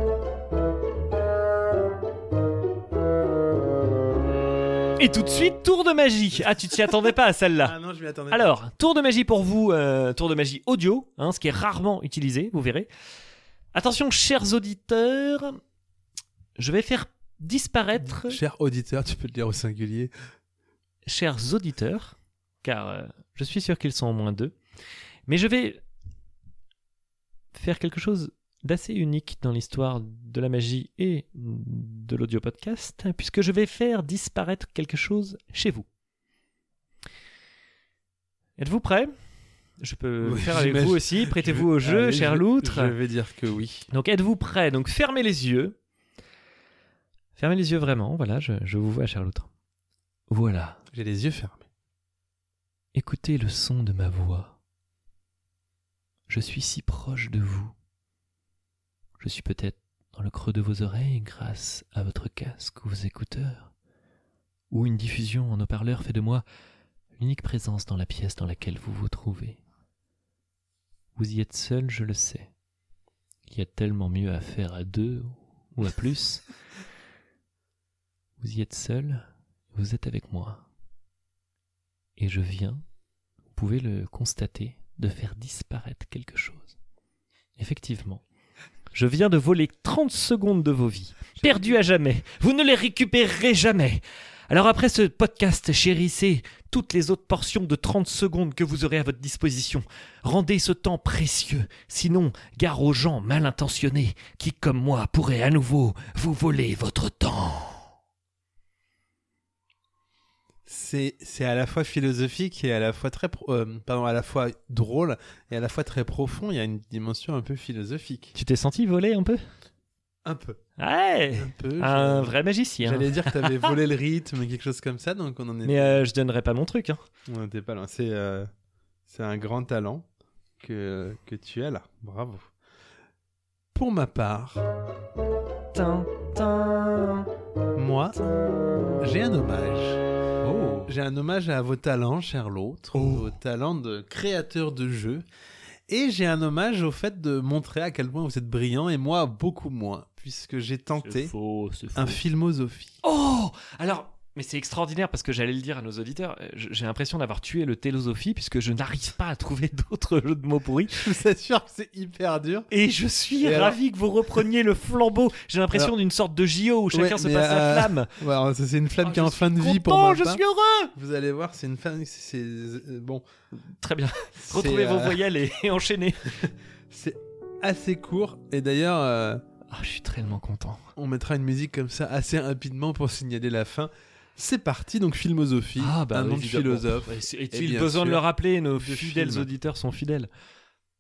Speaker 5: Et tout de suite, tour de magie. Ah, tu t'y attendais pas à celle-là.
Speaker 1: Ah non, je m'y attendais. pas.
Speaker 5: Alors, tour de magie pour vous, euh, tour de magie audio, hein, ce qui est rarement utilisé, vous verrez. Attention, chers auditeurs, je vais faire disparaître,
Speaker 1: Cher auditeur, tu peux le dire au singulier.
Speaker 5: chers auditeurs, car euh, je suis sûr qu'ils sont au moins deux, mais je vais faire quelque chose d'assez unique dans l'histoire de la magie et de l'audio podcast, puisque je vais faire disparaître quelque chose chez vous. Êtes-vous prêts Je peux le
Speaker 1: Oui,
Speaker 5: faire avec
Speaker 1: j'imagine.
Speaker 5: vous aussi. Prêtez-vous au jeu,
Speaker 1: Allez,
Speaker 5: cher
Speaker 1: je-
Speaker 5: loutre.
Speaker 1: Je vais dire que oui.
Speaker 5: Donc êtes-vous prêts Donc fermez les yeux. Fermez les yeux vraiment, voilà, je, je vous vois, cher l'autre. Voilà,
Speaker 1: J'ai les yeux fermés.
Speaker 5: écoutez le son de ma voix. Je suis si proche de vous. Je suis peut-être dans le creux de vos oreilles grâce à votre casque ou vos écouteurs, ou une diffusion en haut-parleur fait de moi l'unique présence dans la pièce dans laquelle vous vous trouvez. Vous y êtes seul, je le sais. Il y a tellement mieux à faire à deux ou à plus. vous y êtes seul, vous êtes avec moi. Et je viens, vous pouvez le constater, de faire disparaître quelque chose. Effectivement. Je viens de voler 30 secondes de vos vies, perdues à jamais. Vous ne les récupérerez jamais. Alors après ce podcast, chérissez toutes les autres portions de 30 secondes que vous aurez à votre disposition. Rendez ce temps précieux, sinon gare aux gens mal intentionnés qui, comme moi, pourraient à nouveau vous voler votre temps.
Speaker 1: C'est c'est à la fois philosophique et à la fois très pro- euh, pardon à la fois drôle et à la fois très profond. Il y a une dimension un peu philosophique.
Speaker 5: Tu t'es senti voler un peu Euh,
Speaker 1: Un peu.
Speaker 5: Ouais
Speaker 1: Un peu.
Speaker 5: Un
Speaker 1: je-
Speaker 5: vrai magicien.
Speaker 1: J'allais dire que t'avais volé le rythme, quelque chose comme ça, donc on en est.
Speaker 5: Mais euh, je donnerai pas mon truc. hein.
Speaker 1: On n'était pas loin. C'est euh, c'est un grand talent que, que tu as là. Bravo. Pour ma part,
Speaker 5: Tin, tin,
Speaker 1: moi,
Speaker 5: tin.
Speaker 1: j'ai un hommage.
Speaker 6: Oh.
Speaker 1: J'ai un hommage à vos talents, cher l'autre, vos talents de créateur de jeux. Et j'ai un hommage au fait de montrer à quel point vous êtes brillant et moi beaucoup moins, puisque j'ai tenté
Speaker 3: faux, c'est
Speaker 1: un filmosophie.
Speaker 5: Oh Alors, mais c'est extraordinaire parce que j'allais le dire à nos auditeurs, euh, j- j'ai l'impression d'avoir tué le télosophie puisque je n'arrive pas à trouver d'autres jeux de mots pourris.
Speaker 1: Je vous assure que c'est hyper dur.
Speaker 5: Et je suis
Speaker 1: Et alors-
Speaker 5: ravi que vous repreniez le flambeau. J'ai l'impression
Speaker 1: Alors-
Speaker 5: d'une sorte de JO où chacun
Speaker 1: Ouais,
Speaker 5: se
Speaker 1: mais,
Speaker 5: passe
Speaker 1: euh,
Speaker 5: la flamme.
Speaker 1: Voilà, ça, c'est une flamme
Speaker 5: Ah,
Speaker 1: qui est
Speaker 5: je
Speaker 1: en
Speaker 5: suis
Speaker 1: fin de vie pour
Speaker 5: Content,
Speaker 1: moi.
Speaker 5: je suis heureux
Speaker 1: Vous allez voir, c'est une flamme. C'est c'est- bon.
Speaker 5: Très bien.
Speaker 1: c'est,
Speaker 5: Retrouvez vos
Speaker 1: euh,
Speaker 5: voyelles et, et enchaînez.
Speaker 1: C'est assez court et d'ailleurs euh,
Speaker 5: Ah, je suis tellement content.
Speaker 1: on mettra une musique comme ça assez rapidement pour signaler la fin. C'est parti donc philosophie,
Speaker 5: Ah, bah,
Speaker 1: un nom de
Speaker 5: évidemment.
Speaker 1: philosophe. Et
Speaker 5: Est-il
Speaker 1: bien
Speaker 5: besoin de
Speaker 1: sûr,
Speaker 5: le rappeler
Speaker 1: de
Speaker 5: Nos fidèles
Speaker 1: film.
Speaker 5: auditeurs sont fidèles.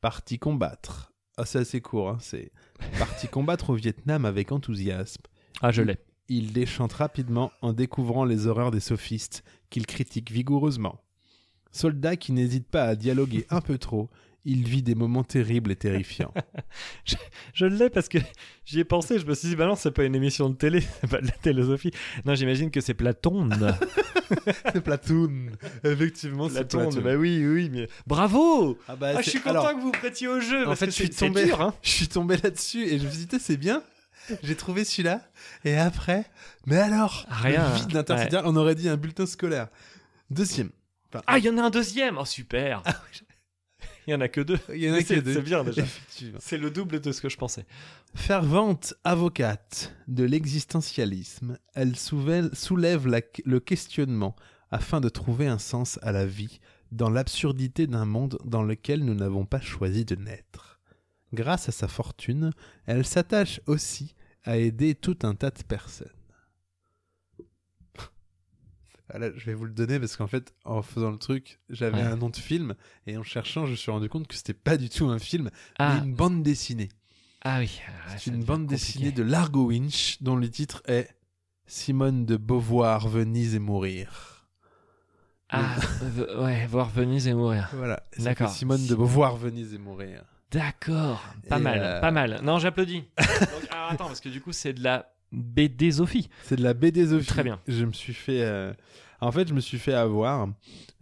Speaker 1: Parti combattre. Ah c'est assez court, hein, c'est parti combattre au Vietnam avec enthousiasme.
Speaker 5: Ah, je l'ai.
Speaker 1: Il déchante rapidement en découvrant les horreurs des sophistes qu'il critique vigoureusement. Soldat qui n'hésite pas à dialoguer un peu trop, il vit des moments terribles et terrifiants.
Speaker 5: Je l'ai parce que j'y ai pensé. Je me suis dit, bah non, c'est pas une émission de télé, c'est pas de la télésophie. Non, j'imagine que c'est Platon.
Speaker 1: c'est Platoon, effectivement c'est
Speaker 5: Platon,
Speaker 1: Platoon.
Speaker 5: bah oui, oui, mais. Bravo
Speaker 1: Ah bah,
Speaker 5: Ah,
Speaker 1: c'est-
Speaker 5: je suis content
Speaker 1: alors,
Speaker 5: que vous vous prêtiez au jeu.
Speaker 1: En
Speaker 5: parce
Speaker 1: fait,
Speaker 5: que
Speaker 1: je suis
Speaker 5: c'est- c'est
Speaker 1: tombé-
Speaker 5: dur, hein.
Speaker 1: je suis tombé là-dessus et je me suis dit, Tain, c'est bien. J'ai trouvé celui-là. Et après, mais alors
Speaker 5: Rien.
Speaker 1: Le vide intersidéral, on aurait dit un bulletin scolaire. Deuxième. Enfin,
Speaker 5: Ah, il y en a un deuxième Oh, super Il y en a que deux.
Speaker 1: il y en a
Speaker 5: mais
Speaker 1: que
Speaker 5: c'est-
Speaker 1: deux.
Speaker 5: c'est bien, déjà.
Speaker 1: Effectivement.
Speaker 5: C'est le double de ce que je pensais.
Speaker 1: Fervente avocate de l'existentialisme, elle souvèle- soulève la- le questionnement afin de trouver un sens à la vie dans l'absurdité d'un monde dans lequel nous n'avons pas choisi de naître. Grâce à sa fortune, elle s'attache aussi à aider tout un tas de personnes. Ah là, je vais vous le donner parce qu'en fait, en faisant le truc, j'avais
Speaker 5: Ouais.
Speaker 1: un nom de film et en cherchant, je me suis rendu compte que c'était pas du tout un film,
Speaker 5: Ah,
Speaker 1: mais une bande dessinée.
Speaker 5: ah oui.
Speaker 1: C'est une bande dessinée de Largo Winch dont le titre est Simone de Beauvoir, Venise et mourir.
Speaker 5: Ah, v- ouais, voir Venise et mourir.
Speaker 1: Voilà. Et ça
Speaker 5: D'accord.
Speaker 1: fait Simone de Beauvoir, Venise et mourir.
Speaker 5: D'accord. Pas
Speaker 1: Et,
Speaker 5: mal,
Speaker 1: euh,
Speaker 5: pas mal. Non, j'applaudis. Donc, alors, attends, parce que du coup, c'est de la BDsophie.
Speaker 1: C'est de la BD
Speaker 5: Très bien.
Speaker 1: Je me suis fait. euh, En fait, je me suis fait avoir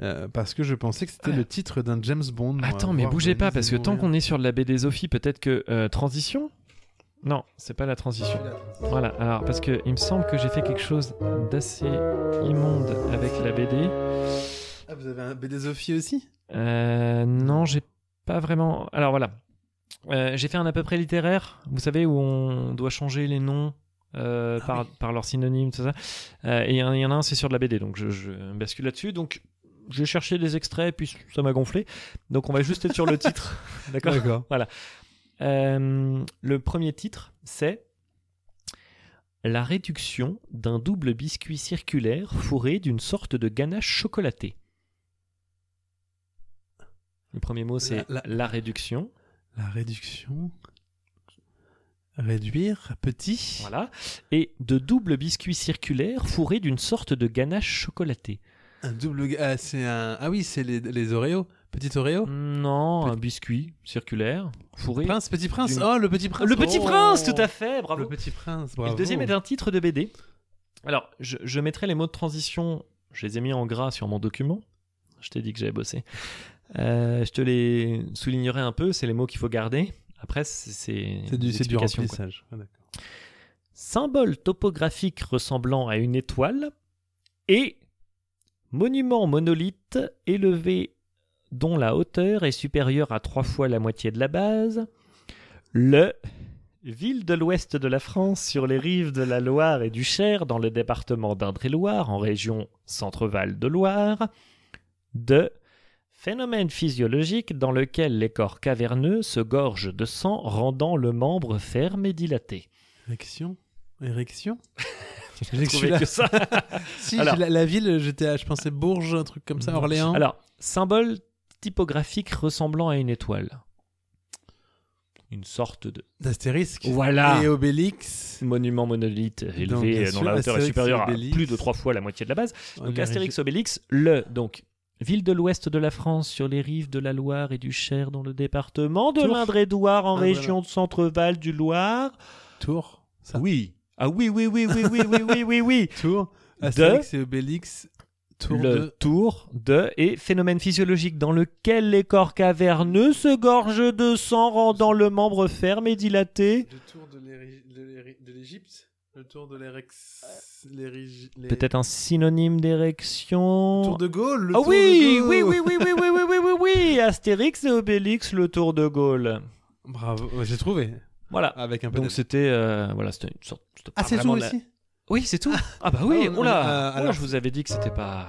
Speaker 1: euh, parce que je pensais que c'était
Speaker 5: Ah.
Speaker 1: le titre d'un James Bond. moi,
Speaker 5: Attends, mais
Speaker 1: Voir
Speaker 5: bougez pas,
Speaker 1: Venise
Speaker 5: parce
Speaker 1: et
Speaker 5: que tant
Speaker 1: mourir.
Speaker 5: qu'on est sur de la BDsophie, peut-être que. euh, transition Non, c'est pas la transition. Voilà, alors parce que il me semble que j'ai fait quelque chose d'assez immonde avec la BD.
Speaker 1: Ah, vous avez un BDsophie aussi
Speaker 5: Euh, non, j'ai pas vraiment. Alors voilà, Euh, j'ai fait un à peu près littéraire. Vous savez où on doit changer les noms euh,
Speaker 1: Ah
Speaker 5: par, par leurs synonymes, tout ça. Euh, et il y, en il y en a un, c'est sur de la BD, donc je, je bascule là-dessus. Donc j'ai cherché des extraits, puis ça m'a gonflé. Donc on va juste être sur le titre, d'accord Euh, le premier titre, c'est La réduction d'un double biscuit circulaire fourré d'une sorte de ganache chocolatée. Le premier mot, c'est
Speaker 1: La-
Speaker 5: la,
Speaker 1: la-
Speaker 5: réduction.
Speaker 1: La réduction. Réduire petit.
Speaker 5: Voilà. Et de double biscuit circulaire fourré d'une sorte de ganache chocolatée.
Speaker 1: Un double. ga- Ah, c'est un. Ah oui, c'est les, les Oreos. Petit Oreo.
Speaker 5: Non, un biscuit circulaire fourré.
Speaker 1: Oh. Prince, petit prince.
Speaker 5: D'une-
Speaker 1: Oh, le petit prince.
Speaker 5: Le Petit
Speaker 1: Oh.
Speaker 5: Prince, tout à fait, bravo.
Speaker 1: Le petit prince,
Speaker 5: Et
Speaker 1: bravo.
Speaker 5: le deuxième est un titre de BD. Alors, je, je mettrai les mots de transition, je les ai mis en gras sur mon document. Je t'ai dit que j'avais bossé. Euh, je te les soulignerai un peu, c'est les mots qu'il faut garder. Après, c'est- c'est
Speaker 1: C'est du,
Speaker 5: des
Speaker 1: c'est du
Speaker 5: explications, quoi.
Speaker 1: remplissage. Ah, d'accord.
Speaker 5: Symbole topographique ressemblant à une étoile et monument monolithe élevé dont la hauteur est supérieure à trois fois la moitié de la base. Le Ville de l'ouest de la France, sur les rives de la Loire et du Cher, dans le département d'Indre-et-Loire, en région Centre-Val de Loire. De Phénomène physiologique dans lequel les corps caverneux se gorgent de sang, rendant le membre ferme et dilaté.
Speaker 1: Érection. Érection.
Speaker 5: Je
Speaker 1: l'ai
Speaker 5: trouvais
Speaker 1: que
Speaker 5: que ça.
Speaker 1: Si,
Speaker 5: Alors-
Speaker 1: j'ai la, la ville, j'étais, à- je pensais Bourges, un truc comme ça, Orléans.
Speaker 5: Alors, symbole typographique ressemblant à une étoile. Une sorte de.
Speaker 1: D'Astérisque.
Speaker 5: Voilà
Speaker 1: Et Obélix.
Speaker 5: Monument monolithe
Speaker 1: Donc, bien
Speaker 5: élevé euh, dont
Speaker 1: sûr,
Speaker 5: la hauteur est
Speaker 1: Astérix et
Speaker 5: supérieure à
Speaker 1: Obélix.
Speaker 5: plus de trois fois la moitié de la base. Donc
Speaker 1: Les
Speaker 5: Astérix Obélix, le donc ville de l'ouest de la France sur les rives de la Loire et du Cher dans le département de
Speaker 1: Tours.
Speaker 5: l'Indre-et-Loire en
Speaker 1: Ah,
Speaker 5: région de Centre-Val du Loire.
Speaker 1: Tours. Ça.
Speaker 5: Oui. Ah oui oui oui oui oui oui oui oui oui.
Speaker 1: Tours. Astérix et Obélix. Tour
Speaker 5: le
Speaker 1: de.
Speaker 5: tour de et phénomène physiologique dans lequel les corps caverneux se gorgent de sang rendant le membre ferme et dilaté.
Speaker 1: Le tour de l'Égypte. Le tour de l'Érex.
Speaker 5: Peut-être un synonyme d'érection.
Speaker 1: Tour de Gaulle.
Speaker 5: Ah oui, oui, oui, oui, oui, oui, oui, oui, oui, oui, Astérix et Obélix, le tour de Gaulle.
Speaker 1: Bravo, ouais, j'ai trouvé.
Speaker 5: Voilà.
Speaker 1: Avec un peu
Speaker 5: Donc
Speaker 1: de-
Speaker 5: c'était euh, voilà, c'était une sorte. c'était pas
Speaker 1: Ah, c'est tout
Speaker 5: vraiment de la-
Speaker 1: aussi
Speaker 5: Oui, c'est tout. Ah bah oui.
Speaker 1: Ah, on-
Speaker 5: Oh
Speaker 1: euh,
Speaker 5: là. Oh là,
Speaker 1: alors-
Speaker 5: je vous avais dit que c'était pas.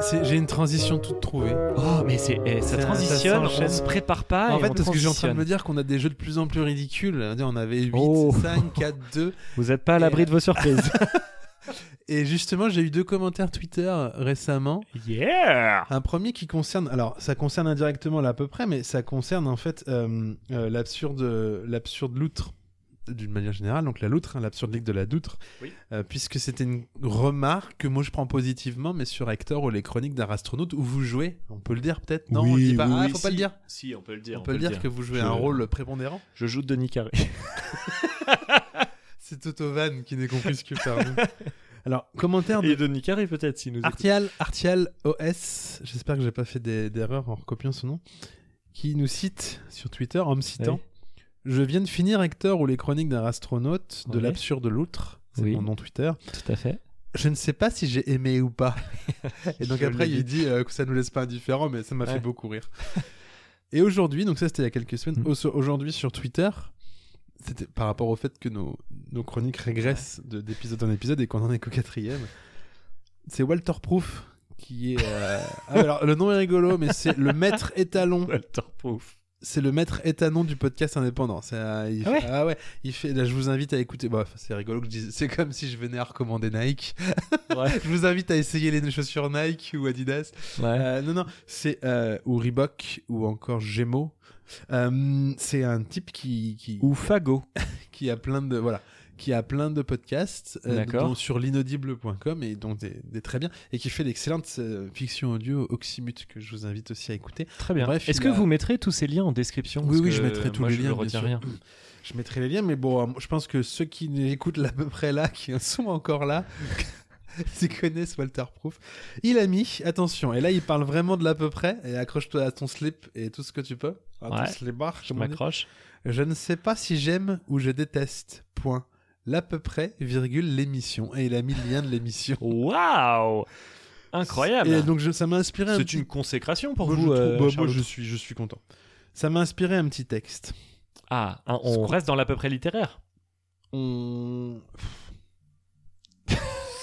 Speaker 1: C'est- J'ai une transition toute trouvée.
Speaker 5: Oh mais c'est eh, ça
Speaker 1: Ça- ça
Speaker 5: transitionne. on
Speaker 1: s'enchaîne.
Speaker 5: se prépare pas.
Speaker 1: Ah, en
Speaker 5: Ah, et
Speaker 1: fait,
Speaker 5: on
Speaker 1: parce que je suis en train de
Speaker 5: transitionne.
Speaker 1: me dire qu'on a des jeux de plus en plus ridicules. On avait 8,
Speaker 5: Oh.
Speaker 1: 5, 4, 2.
Speaker 5: Vous êtes pas à l'abri de vos surprises.
Speaker 1: Et justement, j'ai eu deux commentaires Twitter récemment.
Speaker 5: yeah.
Speaker 1: Un premier qui concerne, alors ça concerne indirectement là à peu près, mais ça concerne en fait euh, euh, l'absurde, l'absurde loutre d'une manière générale, donc la loutre, hein, l'absurde ligue de la doutre,
Speaker 5: Oui.
Speaker 1: Euh, puisque c'était une remarque que moi je prends positivement, mais sur Hector ou les chroniques d'un astronaute où vous jouez, on peut le dire peut-être, non, on
Speaker 6: Oui,
Speaker 1: le dit pas,
Speaker 6: oui,
Speaker 1: ah,
Speaker 6: oui,
Speaker 1: faut pas le dire,
Speaker 5: Si, on peut le
Speaker 1: on,
Speaker 5: dire.
Speaker 1: peut le dire, que vous jouez
Speaker 5: Je-
Speaker 1: un rôle prépondérant.
Speaker 5: Je joue Denis Carré.
Speaker 1: C'est Toto Van qui n'est compris que par nous. Alors commentaire de
Speaker 5: Et Denis Carré peut-être si nous. écoute.
Speaker 1: Artial, Artial OS, j'espère que j'ai pas fait des- d'erreur en recopiant son nom, qui nous cite sur Twitter en me citant
Speaker 5: Oui.
Speaker 1: Je viens de finir Hector ou les chroniques d'un astronaute de
Speaker 5: Oui.
Speaker 1: l'absurde loutre, c'est
Speaker 5: Oui.
Speaker 1: mon nom Twitter.
Speaker 5: Tout à fait.
Speaker 1: Je ne sais pas si j'ai aimé ou pas. Et donc
Speaker 5: Je
Speaker 1: après,
Speaker 5: l'ai
Speaker 1: il dit euh, que ça nous laisse pas indifférents, mais ça m'a
Speaker 5: Ouais.
Speaker 1: fait beaucoup rire. Et aujourd'hui, donc ça c'était il y a quelques semaines,
Speaker 5: Mm.
Speaker 1: au- aujourd'hui sur Twitter, c'était par rapport au fait que nos, nos chroniques régressent de- d'épisode en épisode et qu'on en est qu'au quatrième. C'est Walter Proof qui est. euh, ah, alors le nom est rigolo, mais c'est le maître étalon.
Speaker 5: Walter Proof.
Speaker 1: C'est le maître étalon du podcast indépendant. C'est, euh, il
Speaker 5: Ah
Speaker 1: fait- ah ouais, il fait. Là, je vous invite à écouter. Bah, c'est rigolo que je dise. C'est comme si je venais à recommander Nike.
Speaker 5: Ouais.
Speaker 1: Je vous invite à essayer les chaussures Nike ou Adidas. Euh, non, non, c'est euh, ou Reebok ou encore Gémeaux. Euh, c'est un type qui qui,
Speaker 5: Ou Fago.
Speaker 1: qui a plein de voilà, qui a plein de podcasts euh,
Speaker 5: D'accord.
Speaker 1: dont sur l'inaudible.com et donc des, des très bien et qui fait d'excellentes euh, fictions audio Oxymute que je vous invite aussi à écouter.
Speaker 5: Très bien.
Speaker 1: Bref,
Speaker 5: Est-ce
Speaker 1: il
Speaker 5: que
Speaker 1: a-
Speaker 5: vous mettrez tous ces liens en description
Speaker 1: Oui,
Speaker 5: Parce
Speaker 1: oui,
Speaker 5: que
Speaker 1: je mettrai tous
Speaker 5: moi,
Speaker 1: les
Speaker 5: je
Speaker 1: liens,
Speaker 5: ne
Speaker 1: bien
Speaker 5: retiens
Speaker 1: sûr.
Speaker 5: rien.
Speaker 1: Je mettrai les liens, mais bon, euh, je pense que ceux qui nous écoutent à peu près là, qui sont encore là, ils connaissent Walter Proof. Il a mis, attention, et là il parle vraiment de l'à peu près, et accroche-toi à ton slip et tout ce que tu peux, à
Speaker 5: Ouais.
Speaker 1: ton slip-bar,
Speaker 5: Je
Speaker 1: comme on dit.
Speaker 5: m'accroche.
Speaker 1: Je ne sais pas si j'aime ou je déteste, point. L'à peu près, virgule, l'émission. Et il a mis le lien de l'émission.
Speaker 5: Waouh Incroyable.
Speaker 1: Et donc je- ça m'a inspiré un
Speaker 5: C'est
Speaker 1: petit-
Speaker 5: une consécration pour
Speaker 1: Moi, je
Speaker 5: vous.
Speaker 1: trouve-
Speaker 5: euh,
Speaker 1: bah, moi,
Speaker 5: Charlotte.
Speaker 1: je suis, je suis content. Ça m'a inspiré un petit texte.
Speaker 5: Ah, hein, on reste dans l'à peu près littéraire.
Speaker 1: On...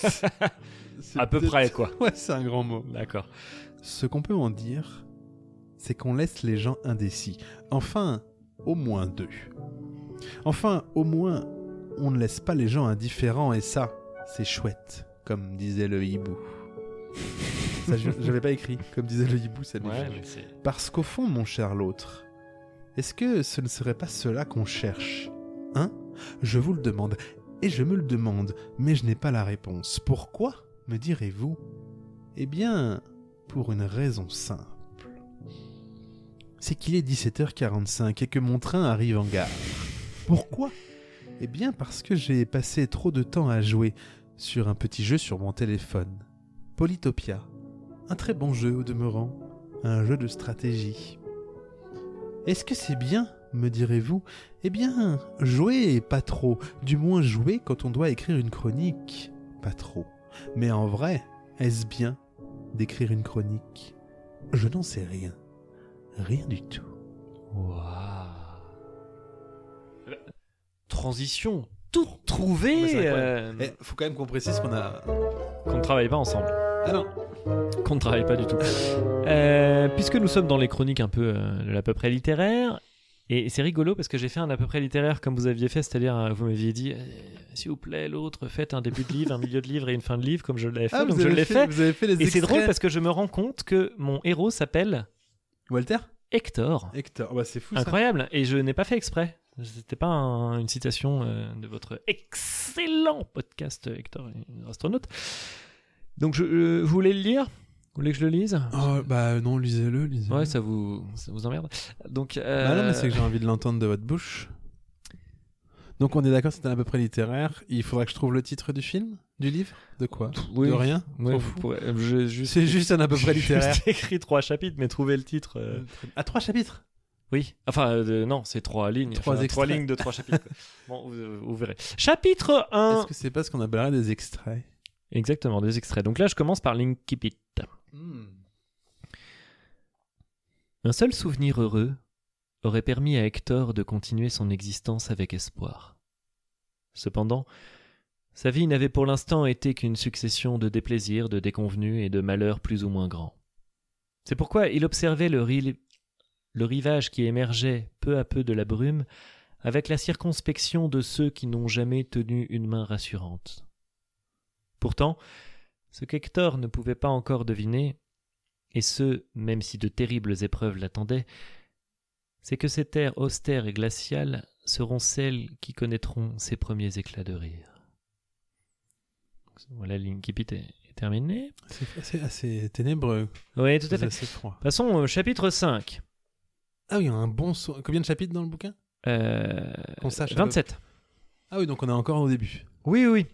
Speaker 1: C'est
Speaker 5: À peu
Speaker 1: peut-être-
Speaker 5: près quoi.
Speaker 1: Ouais, c'est un grand mot.
Speaker 5: D'accord.
Speaker 1: Ce qu'on peut en dire, c'est qu'on laisse les gens indécis. Enfin, au moins deux. Enfin, au moins, on ne laisse pas les gens indifférents et ça, c'est chouette, comme disait le hibou. ça, je n'avais pas écrit, comme disait le hibou, ça
Speaker 5: Ouais,
Speaker 1: m'échappe.
Speaker 5: mais c'est-
Speaker 1: Parce qu'au fond, mon cher l'autre, est-ce que ce ne serait pas cela qu'on cherche Hein Je vous le demande, et je me le demande, mais je n'ai pas la réponse. Pourquoi me direz-vous Eh bien, pour une raison simple. C'est qu'il est 17h45 et que mon train arrive en gare. Pourquoi Eh bien parce que j'ai passé trop de temps à jouer sur un petit jeu sur mon téléphone. Polytopia. Un très bon jeu au demeurant un jeu de stratégie. Est-ce que c'est bien, me direz-vous Eh bien, jouer, pas trop. Du moins jouer quand on doit écrire une chronique, pas trop. Mais en vrai, est-ce bien d'écrire une chronique Je n'en sais rien. Rien du tout.
Speaker 5: Transition tout trouvé
Speaker 1: Mais c'est
Speaker 5: euh,
Speaker 1: Eh, faut quand même qu'on précise qu'on a...
Speaker 5: qu'on ne travaille pas ensemble.
Speaker 1: Ah non
Speaker 5: qu'on ne travaille pas du tout. Euh, puisque nous sommes dans les chroniques un peu euh, de l'à peu près littéraire, et c'est rigolo parce que j'ai fait un à peu près littéraire comme vous aviez fait, c'est-à-dire euh, vous m'aviez dit, euh, s'il vous plaît, l'autre, faites un début de livre, un milieu de livre et une fin de livre comme je l'avais
Speaker 1: Ah,
Speaker 5: fait, donc je l'ai fait.
Speaker 1: vous avez fait les
Speaker 5: Et c'est drôle parce que je me rends compte que mon héros s'appelle
Speaker 1: Walter
Speaker 5: Hector.
Speaker 1: Hector, bah c'est fou
Speaker 5: Incroyable, et je n'ai pas fait exprès. C'était pas un- une citation euh, de votre excellent podcast euh, Hector, et astronaute. Donc je, je- vous voulez le lire Vous voulez que je le lise
Speaker 1: ça. Oh, bah non, lisez-le, lisez-le.
Speaker 5: Ouais, ça vous, ça vous emmerde. Donc, euh,
Speaker 1: Bah non, mais c'est que j'ai envie de l'entendre de votre bouche. Donc on est d'accord, c'était à peu près littéraire. Il faudra que je trouve le titre du film, du livre, de quoi
Speaker 5: oui.
Speaker 1: De rien.
Speaker 5: Ouais,
Speaker 1: Trop
Speaker 5: vous
Speaker 1: fou.
Speaker 5: pourrez- euh, j'ai juste,
Speaker 1: C'est juste un à peu près
Speaker 5: j'ai
Speaker 1: littéraire. Mm.
Speaker 5: juste écrit trois chapitres, mais trouver le titre. euh,
Speaker 1: À trois chapitres.
Speaker 5: Oui. Enfin, euh, non, c'est trois lignes.
Speaker 1: Trois
Speaker 5: Enfin, trois
Speaker 1: extraits.
Speaker 5: lignes de trois chapitres. quoi. bon, vous, vous verrez. Chapitre 1
Speaker 1: Est-ce que c'est pas ce qu'on appellerait des extraits
Speaker 5: Exactement, des extraits. Donc là, je commence par Linkipit.
Speaker 1: Hmm.
Speaker 5: Un seul souvenir heureux aurait permis à Hector de continuer son existence avec espoir. Cependant, sa vie n'avait pour l'instant été qu'une succession de déplaisirs, de déconvenus et de malheurs plus ou moins grands. C'est pourquoi il observait le, ri- le rivage qui émergeait peu à peu de la brume avec la circonspection de ceux qui n'ont jamais tenu une main rassurante. Pourtant, ce qu'Hector ne pouvait pas encore deviner, et ce, même si de terribles épreuves l'attendaient, c'est que ces terres austères et glaciales seront celles qui connaîtront ses premiers éclats de rire. Voilà, l'incipit est est terminé.
Speaker 1: C'est assez, assez ténébreux.
Speaker 5: Oui, tout à
Speaker 1: C'est
Speaker 5: fait.
Speaker 1: assez froid.
Speaker 5: Passons au chapitre 5.
Speaker 1: Ah oui, un bon. so- Combien de chapitres dans le bouquin
Speaker 5: Euh,
Speaker 1: Qu'on sache. à peu-
Speaker 5: 27.
Speaker 1: Ah oui, donc on est encore au début.
Speaker 5: Oui, oui.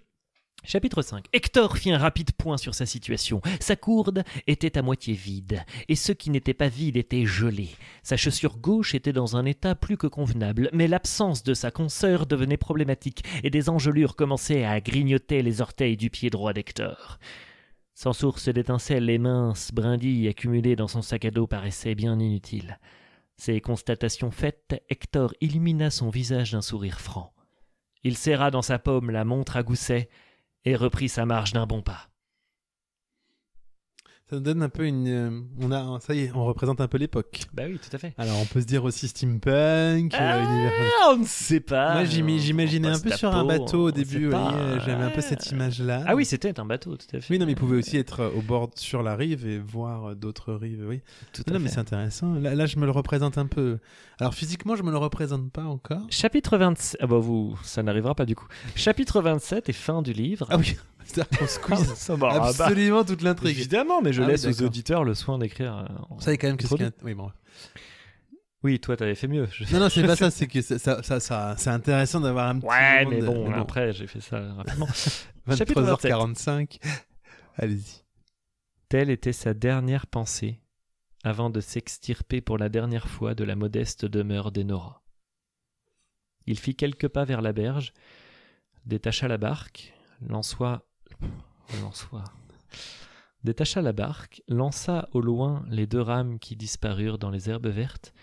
Speaker 5: Chapitre 5. Hector fit un rapide point sur sa situation. Sa courde était à moitié vide, et ce qui n'était pas vide était gelé. Sa chaussure gauche était dans un état plus que convenable, mais l'absence de sa consoeur devenait problématique, et des engelures commençaient à grignoter les orteils du pied droit d'Hector. Sans source d'étincelles, les minces brindilles accumulées dans son sac à dos paraissaient bien inutiles. Ces constatations faites, Hector illumina son visage d'un sourire franc. Il serra dans sa paume la montre à gousset et reprit sa marche d'un bon pas.
Speaker 1: Ça nous donne un peu une. euh, On a. un- Ça y est, on représente un peu l'époque.
Speaker 5: Bah oui, tout à fait.
Speaker 1: Alors on peut se dire aussi steampunk, euh, univers
Speaker 5: Ah, on ne sait pas.
Speaker 1: Moi, j'im-
Speaker 5: Ah, On-
Speaker 1: j'imaginais
Speaker 5: on
Speaker 1: un
Speaker 5: passe
Speaker 1: peu
Speaker 5: ta
Speaker 1: sur un
Speaker 5: peau,
Speaker 1: bateau
Speaker 5: on
Speaker 1: au
Speaker 5: sait
Speaker 1: début.
Speaker 5: pas.
Speaker 1: vous voyez, J'avais un peu cette image-là.
Speaker 5: Ah oui, c'était un bateau, tout à fait.
Speaker 1: Oui, non, mais il pouvait aussi être euh, au bord sur la rive et voir euh, d'autres rives. Oui.
Speaker 5: Tout à
Speaker 1: Non, mais
Speaker 5: fait.
Speaker 1: c'est intéressant. Là, là, je me le représente un peu. Alors physiquement, je me le représente pas encore.
Speaker 5: Chapitre 27. Ah bah vous, ça n'arrivera pas du coup. Chapitre 27 et fin du livre. Ah,
Speaker 1: Ah oui, c'est-à-dire qu'on squeeze
Speaker 5: ça va.
Speaker 1: absolument toute l'intrigue.
Speaker 5: bah. Évidemment, mais je
Speaker 1: Ah oui,
Speaker 5: laisse aux
Speaker 1: d'accord.
Speaker 5: auditeurs le soin d'écrire. euh, en-
Speaker 1: Vous savez quand même que ce qui
Speaker 5: Introduit.
Speaker 1: est- Oui, bon.
Speaker 5: Oui, toi, t'avais fait mieux. Je-
Speaker 1: Non, non, c'est pas ça. C'est que ça, ça, ça- ça- c'est intéressant d'avoir un petit.
Speaker 5: Ouais,
Speaker 1: moment
Speaker 5: mais
Speaker 1: de-
Speaker 5: bon, après, j'ai fait ça rapidement. Chapitre
Speaker 1: 23h45. Allez-y.
Speaker 5: Telle était sa dernière pensée avant de s'extirper pour la dernière fois de la modeste demeure d'Enora. Il fit quelques pas vers la berge, détacha la barque, lança... lança... détacha la barque, lança au loin les deux rames qui disparurent dans les herbes vertes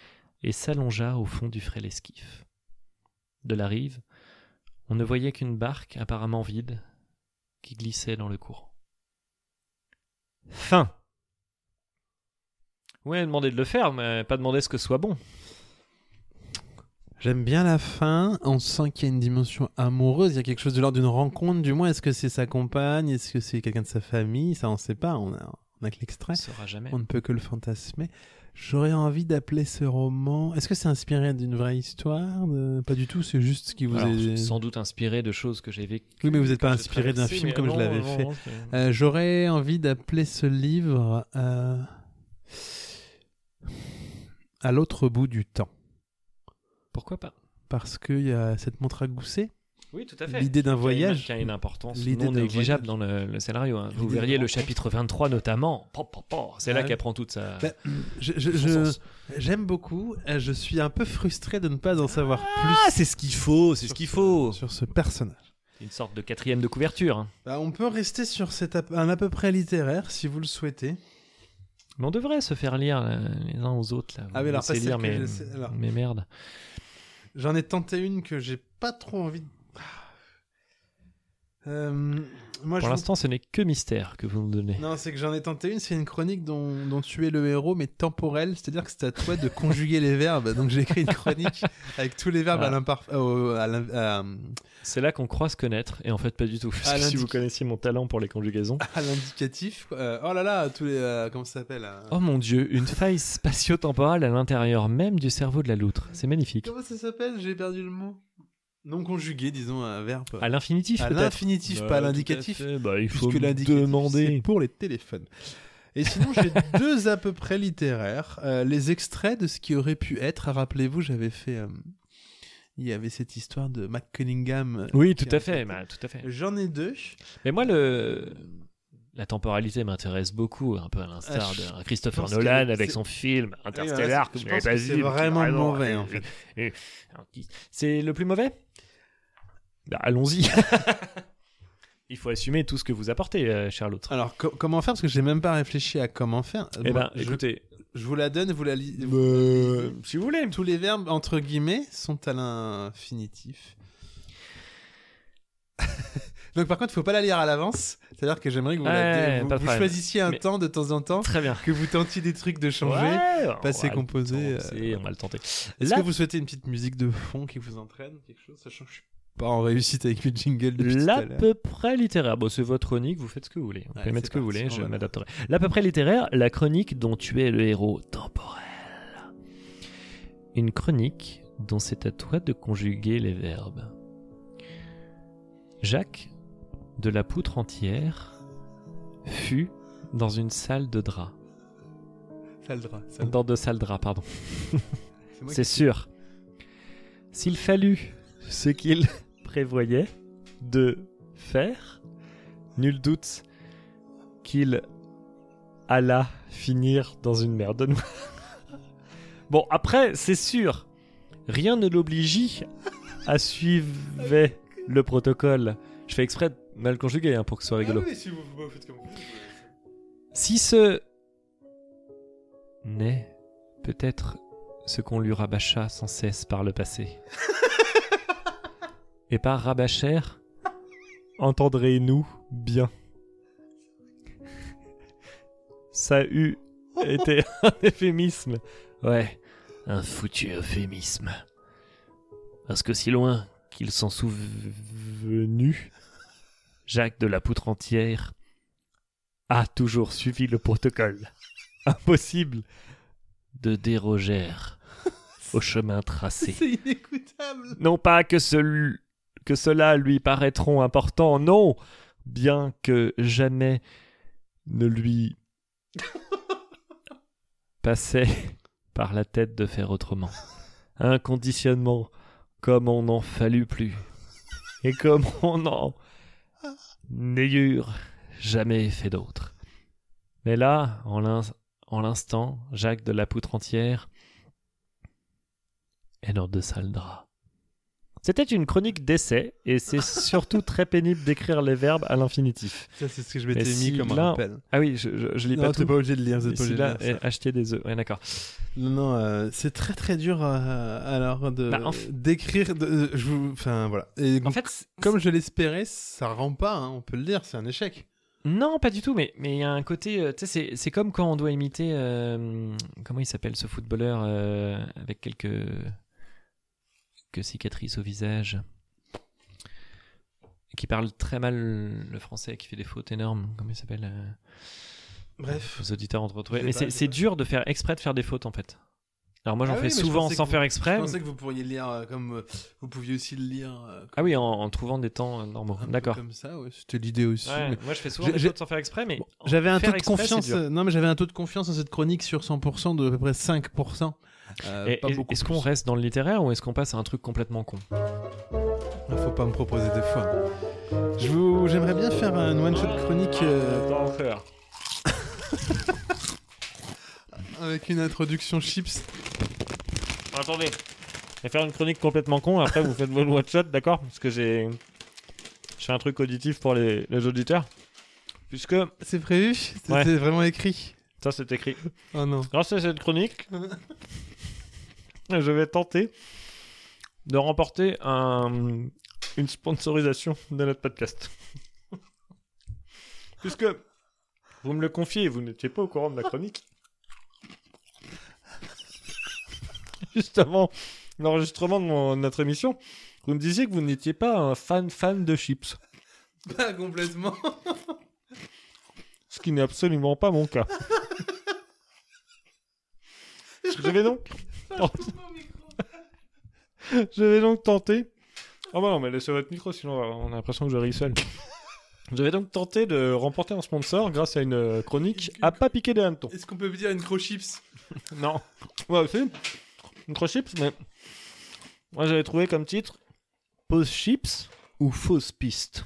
Speaker 5: et s'allongea au fond du frêle esquif. De la rive, on ne voyait qu'une barque apparemment vide qui glissait dans le courant. Fin. Ouais, demander de le faire, mais pas demander ce que ce soit bon.
Speaker 1: J'aime bien la fin. On sent qu'il y a une dimension amoureuse. Il y a quelque chose de l'ordre d'une rencontre, du moins. Est-ce que c'est sa compagne Est-ce que c'est quelqu'un de sa famille Ça, on sait pas. On a, on a que l'extrait.
Speaker 5: On saura jamais.
Speaker 1: On ne peut que le fantasmer. J'aurais envie d'appeler ce roman. Est-ce que c'est inspiré d'une vraie histoire de- Pas du tout. C'est juste ce qui vous
Speaker 5: Alors,
Speaker 1: est.
Speaker 5: Sans doute inspiré de choses que j'ai vécues.
Speaker 1: Oui, mais vous n'êtes pas
Speaker 5: que j'ai
Speaker 1: inspiré d'un
Speaker 5: traversées,
Speaker 1: film
Speaker 5: mais
Speaker 1: comme je
Speaker 5: non,
Speaker 1: l'avais
Speaker 5: non,
Speaker 1: fait.
Speaker 5: non, c'est-
Speaker 1: Euh, J'aurais envie d'appeler ce livre euh, À l'autre bout du temps.
Speaker 5: Pourquoi pas
Speaker 1: Parce qu'il y a cette montre à gousset,
Speaker 5: Oui, tout à
Speaker 1: l'idée d'un
Speaker 5: Qui
Speaker 1: voyage.
Speaker 5: a une importance
Speaker 1: L'idée
Speaker 5: non
Speaker 1: d'un
Speaker 5: négligeable dans le, le scénario. hein. Vous
Speaker 1: L'idée
Speaker 5: verriez
Speaker 1: d'un
Speaker 5: le
Speaker 1: voyage.
Speaker 5: chapitre 23 notamment. Po, po, po. C'est là
Speaker 1: Ouais.
Speaker 5: qu'elle prend toute sa.
Speaker 1: Bah, Je- je-
Speaker 5: son
Speaker 1: je-
Speaker 5: sens.
Speaker 1: J'aime beaucoup. Euh, Je suis un peu frustré de ne pas en savoir
Speaker 7: Ah, c'est ce qu'il faut, c'est ce qu'il faut.
Speaker 1: plus sur ce personnage.
Speaker 5: Une sorte de quatrième de couverture. hein.
Speaker 1: Bah, on peut rester sur cet ap- un à peu près littéraire si vous le souhaitez.
Speaker 5: Mais on devrait se faire lire euh, les uns aux autres. Là.
Speaker 1: Ah, mais alors,
Speaker 5: c'est
Speaker 1: pas
Speaker 5: lire,
Speaker 1: celle que
Speaker 5: mais,
Speaker 1: je sais- alors.
Speaker 5: mais merde.
Speaker 1: J'en ai tenté une que j'ai pas trop envie de. Ah. Euh, moi,
Speaker 5: Pour
Speaker 1: je vous-
Speaker 5: l'instant, ce n'est que mystère que vous nous donnez.
Speaker 1: Non, c'est que j'en ai tenté une, c'est une chronique dont, dont tu es le héros, mais temporelle, c'est-à-dire que c'est à toi de conjuguer les verbes. Donc j'ai écrit une chronique avec tous les verbes à
Speaker 5: Voilà.
Speaker 1: l'imparf- euh, à l'im- à-
Speaker 5: C'est là qu'on croit se connaître, et en fait, pas du tout. Parce
Speaker 1: Ah,
Speaker 5: que si
Speaker 1: l'indic-
Speaker 5: vous connaissiez mon talent pour les conjugaisons.
Speaker 1: à l'indicatif. quoi. Euh, oh là là, tous les. euh, comment ça s'appelle euh,
Speaker 5: Oh mon dieu, une faille spatio-temporelle à l'intérieur même du cerveau de la loutre. C'est magnifique.
Speaker 1: Comment ça s'appelle J'ai perdu le mot. Non conjugué, disons, un verbe.
Speaker 5: À l'infinitif,
Speaker 1: À
Speaker 5: peut-être.
Speaker 1: l'infinitif,
Speaker 5: Bah,
Speaker 1: pas à
Speaker 5: tout à
Speaker 1: l'indicatif.
Speaker 5: fait. Bah, Ah, il faut
Speaker 1: Puisque
Speaker 5: me
Speaker 1: l'indicatif, c'est
Speaker 5: demander.
Speaker 1: pour les téléphones. Et sinon, j'ai deux à peu près littéraires. Euh, les extraits de ce qui aurait pu être. Ah, Rappelez-vous, j'avais fait. euh, il y avait cette histoire de Mac Cunningham. euh,
Speaker 5: Oui,
Speaker 1: qui
Speaker 5: tout à
Speaker 1: a-
Speaker 5: fait, bah, tout à fait.
Speaker 1: J'en ai deux.
Speaker 5: Mais moi, le... la temporalité m'intéresse beaucoup, un peu à l'instar
Speaker 1: Ah, je
Speaker 5: de Christopher
Speaker 1: pense que
Speaker 5: Nolan
Speaker 1: c'est-
Speaker 5: avec son film Interstellar, que
Speaker 1: je
Speaker 5: vous
Speaker 1: pense
Speaker 5: n'avez
Speaker 1: que
Speaker 5: pas
Speaker 1: c'est
Speaker 5: vu, mais qui est
Speaker 1: vraiment mauvais, en fait.
Speaker 5: C'est le plus mauvais Bah, Allons-y. Il faut assumer tout ce que vous apportez, euh, cher l'autre.
Speaker 1: Alors, co- comment faire Parce que j'ai même pas réfléchi à comment faire. Euh,
Speaker 5: eh
Speaker 1: moi,
Speaker 5: ben,
Speaker 1: je, euh,
Speaker 5: écoutez, Bah,
Speaker 1: je vous la donne, vous la lisez.
Speaker 5: si vous voulez.
Speaker 1: Tous les verbes, entre guillemets, sont à l'infinitif. Donc par contre, faut pas la lire à l'avance. C'est-à-dire que j'aimerais que vous, la-
Speaker 5: Ouais,
Speaker 1: vous-
Speaker 5: pas de
Speaker 1: vous
Speaker 5: problème.
Speaker 1: choisissiez un
Speaker 5: Mais-
Speaker 1: temps de temps en temps,
Speaker 5: Très bien.
Speaker 1: que vous tentiez des trucs de changer,
Speaker 5: Ouais, on
Speaker 1: passer
Speaker 5: va
Speaker 1: composé.
Speaker 5: le
Speaker 1: euh,
Speaker 5: tenter, on va le tenter.
Speaker 1: Est-ce
Speaker 5: Là-
Speaker 1: que vous souhaitez une petite musique de fond qui vous entraîne quelque chose, sachant que je suis pas en réussite avec mes jingles depuis tout à
Speaker 5: L'à
Speaker 1: l'heure.
Speaker 5: peu près littéraire. Bon, c'est votre chronique, vous faites ce que vous voulez. Vous
Speaker 1: Ouais,
Speaker 5: pouvez mettre
Speaker 1: c'est
Speaker 5: ce que vous
Speaker 1: parti,
Speaker 5: voulez,
Speaker 1: on
Speaker 5: je
Speaker 1: va là.
Speaker 5: m'adapterai. L'à peu près littéraire, la chronique dont tu es le héros temporel. Une chronique dont c'est à toi de conjuguer les verbes. Jacques, de la poutre entière, fut dans une salle de drap.
Speaker 1: Ça le drap, ça le-
Speaker 5: Dans deux salles de drap, pardon.
Speaker 1: C'est moi
Speaker 5: C'est sûr. S'il fallut ce qu'il prévoyait de faire, nul doute qu'il alla finir dans une mer de noix. Bon, après, c'est sûr, rien ne l'obligit à suivre le protocole. Je fais exprès de mal conjuguer hein, pour que ce soit
Speaker 1: qui-
Speaker 5: rigolo.
Speaker 1: Ah oui, si vous, vous faites comme vous voulez.
Speaker 5: Si ce n'est peut-être ce qu'on lui rabâcha sans cesse par le passé. Et par rabâchère, entendrez-nous bien. Ça eût été un euphémisme. Ouais, un foutu euphémisme. Parce que si loin qu'il s'en souvenu, Jacques de la Poutre entière a toujours suivi le protocole. Impossible de déroger au chemin tracé.
Speaker 1: C'est inécoutable.
Speaker 5: Non pas que, cel- que cela lui paraîtront importants, non, bien que jamais ne lui passait par la tête de faire autrement. Un conditionnement comme on n'en fallut plus et comme on n'en
Speaker 1: Ah.
Speaker 5: n'ayure jamais fait d'autre. Mais là, en l'in- en l'instant, Jacques de la poutre entière est dans de sales draps. C'était une chronique d'essai, et c'est surtout très pénible d'écrire les verbes à l'infinitif.
Speaker 1: Ça, c'est ce que je m'étais
Speaker 5: Mais si
Speaker 1: mis comme
Speaker 5: là-
Speaker 1: un rappel.
Speaker 5: Ah oui, je, je, je lis
Speaker 1: Non,
Speaker 5: pas
Speaker 1: t'es
Speaker 5: tout.
Speaker 1: pas obligé de lire,
Speaker 5: mais eh,
Speaker 1: t'es pas obligé de
Speaker 5: celui-là
Speaker 1: lire.
Speaker 5: est acheté des œufs. Ouais, d'accord.
Speaker 1: Non, non, euh, c'est très très dur euh, alors de
Speaker 5: Bah, en f-
Speaker 1: d'écrire. de- euh, je vous- Enfin voilà. Et
Speaker 5: En
Speaker 1: donc,
Speaker 5: fait, c'est-
Speaker 1: comme je l'espérais, ça rend pas. hein, on peut le dire, c'est un échec.
Speaker 5: non, pas du tout, mais mais il y a un côté, euh, tu sais, c'est- c'est comme quand on doit imiter, euh, comment il s'appelle ce footballeur euh, avec quelques quelques cicatrices au visage, qui parle très mal le français, qui fait des fautes énormes, comment il s'appelle euh,
Speaker 1: Bref.
Speaker 5: Aux auditeurs entre retrouvés.
Speaker 1: Je l'ai
Speaker 5: Mais
Speaker 1: pas,
Speaker 5: c'est
Speaker 1: je l'ai
Speaker 5: c'est
Speaker 1: pas.
Speaker 5: dur de faire exprès de faire des fautes en fait. Alors moi j'en
Speaker 1: Ah oui,
Speaker 5: fais
Speaker 1: mais je
Speaker 5: souvent
Speaker 1: pensais que
Speaker 5: sans
Speaker 1: vous-
Speaker 5: faire
Speaker 1: Je
Speaker 5: exprès.
Speaker 1: pensais que vous pourriez le lire euh, comme euh, vous pouviez aussi le lire. euh,
Speaker 5: Ah oui, en, en trouvant des temps euh, normaux.
Speaker 1: un peu
Speaker 5: D'accord.
Speaker 1: Comme ça, ouais, c'était l'idée aussi.
Speaker 5: Ouais,
Speaker 1: mais-
Speaker 5: Moi je fais souvent
Speaker 1: J'ai-
Speaker 5: des
Speaker 1: j'ai-
Speaker 5: fautes sans faire exprès, mais
Speaker 1: Bon, J'avais un
Speaker 5: faire
Speaker 1: taux de
Speaker 5: exprès, c'est
Speaker 1: confiance.
Speaker 5: dur.
Speaker 1: euh, Non, mais j'avais un taux de confiance dans cette chronique sur 100% de à peu près 5%. Euh,
Speaker 5: Et-
Speaker 1: pas
Speaker 5: et-
Speaker 1: beaucoup.
Speaker 5: Est-ce qu'on
Speaker 1: plus.
Speaker 5: reste dans le littéraire ou est-ce qu'on passe à un truc complètement con
Speaker 1: Faut pas me proposer des fois. Je vous, j'aimerais bien faire un one shot chronique euh, avec une introduction chips.
Speaker 5: Attendez. Je vais faire une chronique complètement con. Après, vous faites votre one shot, d'accord Parce que j'ai. Je fais un truc auditif pour les, les auditeurs. Puisque
Speaker 1: C'est prévu C'était
Speaker 5: Ouais.
Speaker 1: vraiment écrit
Speaker 5: ça, c'est écrit.
Speaker 1: Oh non.
Speaker 5: Grâce à cette chronique, je vais tenter de remporter un- une sponsorisation de notre podcast. Puisque vous me le confiez et vous n'étiez pas au courant de ma chronique. Juste avant l'enregistrement de mon- notre émission, vous me disiez que vous n'étiez pas un fan fan de chips.
Speaker 1: Pas complètement.
Speaker 5: Ce qui n'est absolument pas mon cas. je vais donc. je vais donc tenter. Oh bah non, mais laissez votre micro, sinon on a l'impression que je ris seul. Je vais donc tenter de remporter un sponsor grâce à une euh, chronique à pas piquer des hannetons.
Speaker 1: Est-ce qu'on peut me dire une croc chips
Speaker 5: Non. Ouais, aussi. Microchips, mais. Moi, j'avais trouvé comme titre Pause chips ou fausse piste.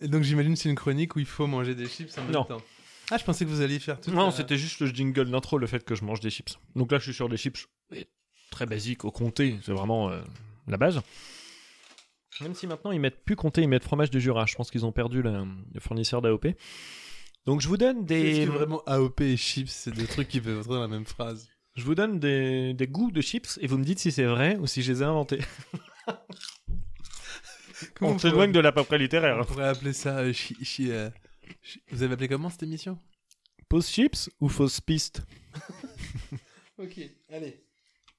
Speaker 1: Et donc j'imagine c'est une chronique où il faut manger des chips en même
Speaker 5: Non.
Speaker 1: temps. Ah, je pensais que vous alliez faire tout.
Speaker 5: Non, c'était juste le jingle d'intro, le fait que je mange des chips. Donc là, je suis sur des chips oui, très basiques, au comté, c'est vraiment euh, la base. Même si maintenant ils mettent plus comté, ils mettent fromage de Jura. Je pense qu'ils ont perdu le, le fournisseur d'AOP. Donc je vous donne
Speaker 1: Est-ce
Speaker 5: des,
Speaker 1: que vraiment AOP et chips, c'est deux trucs qui peuvent être dans la même phrase
Speaker 5: je vous donne des, des goûts de chips et vous me dites si c'est vrai ou si je les ai inventés.
Speaker 1: Comment
Speaker 5: On
Speaker 1: pourrait-
Speaker 5: s'éloigne de la paperie
Speaker 1: On
Speaker 5: littéraire.
Speaker 1: pourrait appeler ça. euh, chi- chi- euh, chi- Vous avez appelé comment cette émission
Speaker 5: Pause chips ou fausse piste
Speaker 1: Ok, allez.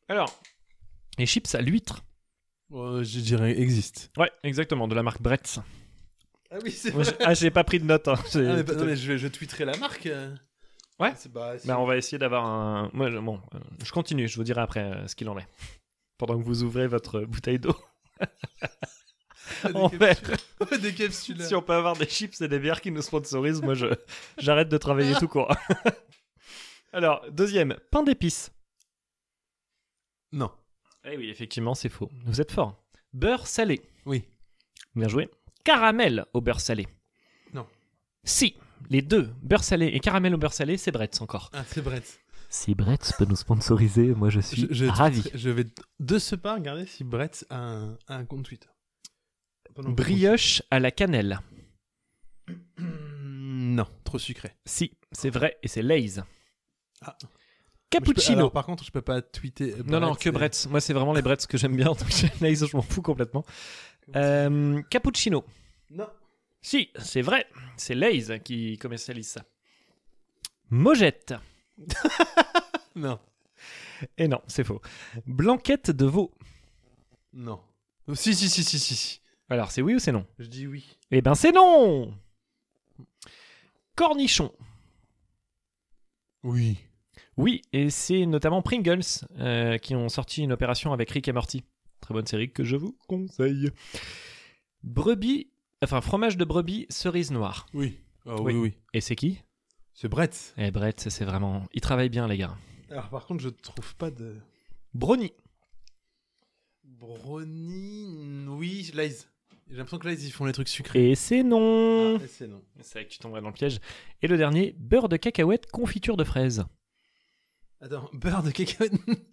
Speaker 5: Alors, les chips à l'huître.
Speaker 1: Oh, je dirais existe.
Speaker 5: Ouais, exactement, de la marque Bretz.
Speaker 1: Ah oui, c'est
Speaker 5: Moi, j'ai- ah, j'ai pas pris de notes. hein. J'ai-
Speaker 1: Ah, mais, bah, non, mais je, vais- je tweeterai la marque. euh.
Speaker 5: Ouais.
Speaker 1: C'est bah, c'est-
Speaker 5: Bah, on va essayer d'avoir un. Moi, je- bon, euh, je continue, je vous dirai après euh, ce qu'il en est. Pendant que vous ouvrez votre euh, bouteille d'eau, en
Speaker 1: des,
Speaker 5: verre.
Speaker 1: capsules- des capsules.
Speaker 5: si on peut avoir des chips et des bières qui nous sponsorisent, moi, je j'arrête de travailler tout court. Alors, deuxième, pain d'épices.
Speaker 1: Non.
Speaker 5: Eh oui, effectivement, c'est faux. Vous êtes fort. Beurre salé.
Speaker 1: Oui.
Speaker 5: Bien joué. Caramel au beurre salé.
Speaker 1: Non.
Speaker 5: Si, les deux, beurre salé et caramel au beurre salé, c'est Bretz encore.
Speaker 1: Ah, c'est Brett.
Speaker 5: Si Bretz peut nous sponsoriser, moi je suis ravi.
Speaker 1: Je vais de ce pas regarder si Brett a un, a un compte Twitter. Pendant que-
Speaker 5: Brioche à la cannelle.
Speaker 1: Hmm, Non, trop sucré.
Speaker 5: Si, c'est vrai, et c'est Lay's.
Speaker 1: Ah. Je peux-
Speaker 5: Cappuccino.
Speaker 1: alors, par contre, je peux pas tweeter. euh,
Speaker 5: ah Non, non,
Speaker 1: Brett,
Speaker 5: que
Speaker 1: et-
Speaker 5: Bretz. Moi, c'est vraiment les Bretz que j'aime bien. Donc, Lay's, je m'en fous complètement. Euh, cappuccino.
Speaker 1: Non.
Speaker 5: Si, c'est vrai. C'est Lay's qui commercialise ça. Mojette.
Speaker 1: Non.
Speaker 5: Et Eh non, c'est faux. Blanquette de veau.
Speaker 1: Non. Oh, Si, si, si, si, si. si.
Speaker 5: Alors, c'est oui ou c'est non
Speaker 1: Je dis oui.
Speaker 5: Eh ben, c'est non Cornichon.
Speaker 1: Oui.
Speaker 5: Oui, et c'est notamment Pringles euh, qui ont sorti une opération avec Rick et Morty. Très bonne série que je vous conseille. Brebis, enfin fromage de brebis, cerise noire.
Speaker 1: Oui. Ah oui,
Speaker 5: Oui.
Speaker 1: oui.
Speaker 5: Et c'est qui
Speaker 1: C'est Brett.
Speaker 5: Eh Brett, ça, c'est vraiment... Il travaille bien les gars.
Speaker 1: Alors, par contre, je trouve pas de.
Speaker 5: Brownie.
Speaker 1: Brownie. Oui, Lays. J'ai l'impression que Lays, ils font les trucs sucrés.
Speaker 5: Et c'est non
Speaker 1: Ah, c'est non.
Speaker 5: C'est vrai que tu tomberais dans le piège. Et le dernier, beurre de cacahuète, confiture de fraise.
Speaker 1: Attends, beurre de cacahuète.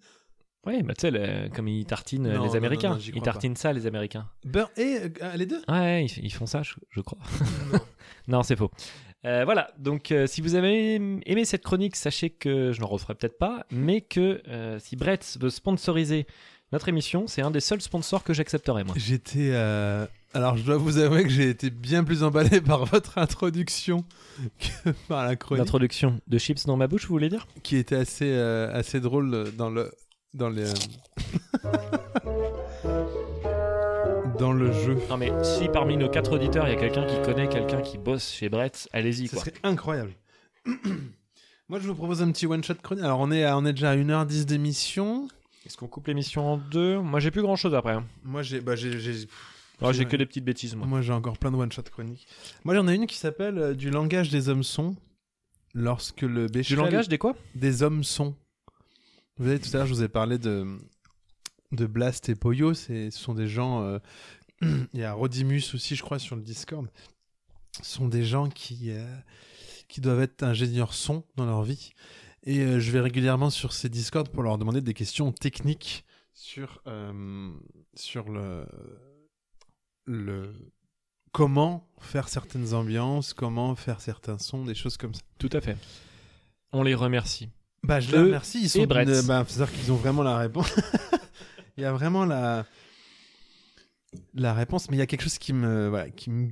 Speaker 5: Ouais, bah tu sais, le- comme ils tartinent euh,
Speaker 1: Non,
Speaker 5: les
Speaker 1: non,
Speaker 5: Américains.
Speaker 1: non, non, j'y
Speaker 5: ils
Speaker 1: crois pas.
Speaker 5: tartinent ça les Américains.
Speaker 1: beurre et euh, ah, les deux
Speaker 5: Ouais, ils, ils font ça, je, je crois. non, c'est faux. Euh, voilà, donc euh, si vous avez aimé cette chronique, sachez que je n'en referai peut-être pas, mais que euh, si Brett veut sponsoriser notre émission, c'est un des seuls sponsors que j'accepterai, moi.
Speaker 1: J'étais. euh, Alors, je dois vous avouer que j'ai été bien plus emballé par votre introduction que par la chronique,
Speaker 5: L'introduction de chips dans ma bouche, vous voulez dire
Speaker 1: qui était assez, euh, assez drôle dans le. dans les dans le jeu.
Speaker 5: Non mais si parmi nos quatre auditeurs, il y a quelqu'un qui connaît quelqu'un qui bosse chez Brett, allez-y
Speaker 1: Ce
Speaker 5: quoi.
Speaker 1: serait incroyable. Moi, je vous propose un petit one-shot chronique. Alors, on est, à- on est déjà à 1h10 d'émission.
Speaker 5: Est-ce qu'on coupe l'émission en deux Moi j'ai plus grand chose après. hein.
Speaker 1: Moi, j'ai bah, j'ai- j'ai-
Speaker 5: Moi, j'ai
Speaker 1: Ouais.
Speaker 5: que des petites bêtises moi.
Speaker 1: moi, j'ai encore plein de one-shot chroniques. Moi, j'en ai une qui s'appelle euh, Du langage des hommes sons. Lorsque le
Speaker 5: Du
Speaker 1: béchel
Speaker 5: langage des quoi
Speaker 1: des hommes sons. Vous savez, tout à l'heure, je vous ai parlé de, de Blast et Poyo. c'est- Ce sont des gens. euh, il y a Rodimus aussi, je crois, sur le Discord. Ce sont des gens qui, euh, qui doivent être ingénieurs son dans leur vie. Et euh, je vais régulièrement sur ces Discord pour leur demander des questions techniques sur, euh, sur le, le. Comment faire certaines ambiances, comment faire certains sons, des choses comme ça.
Speaker 5: Tout à fait. On les remercie.
Speaker 1: Bah, je
Speaker 5: Eux
Speaker 1: les remercie. Ils sont
Speaker 5: et Brett.
Speaker 1: d'une- bah, c'est-à-dire qu'ils ont vraiment la réponse. il y a vraiment la la réponse, mais il y a quelque chose qui me voilà, qui me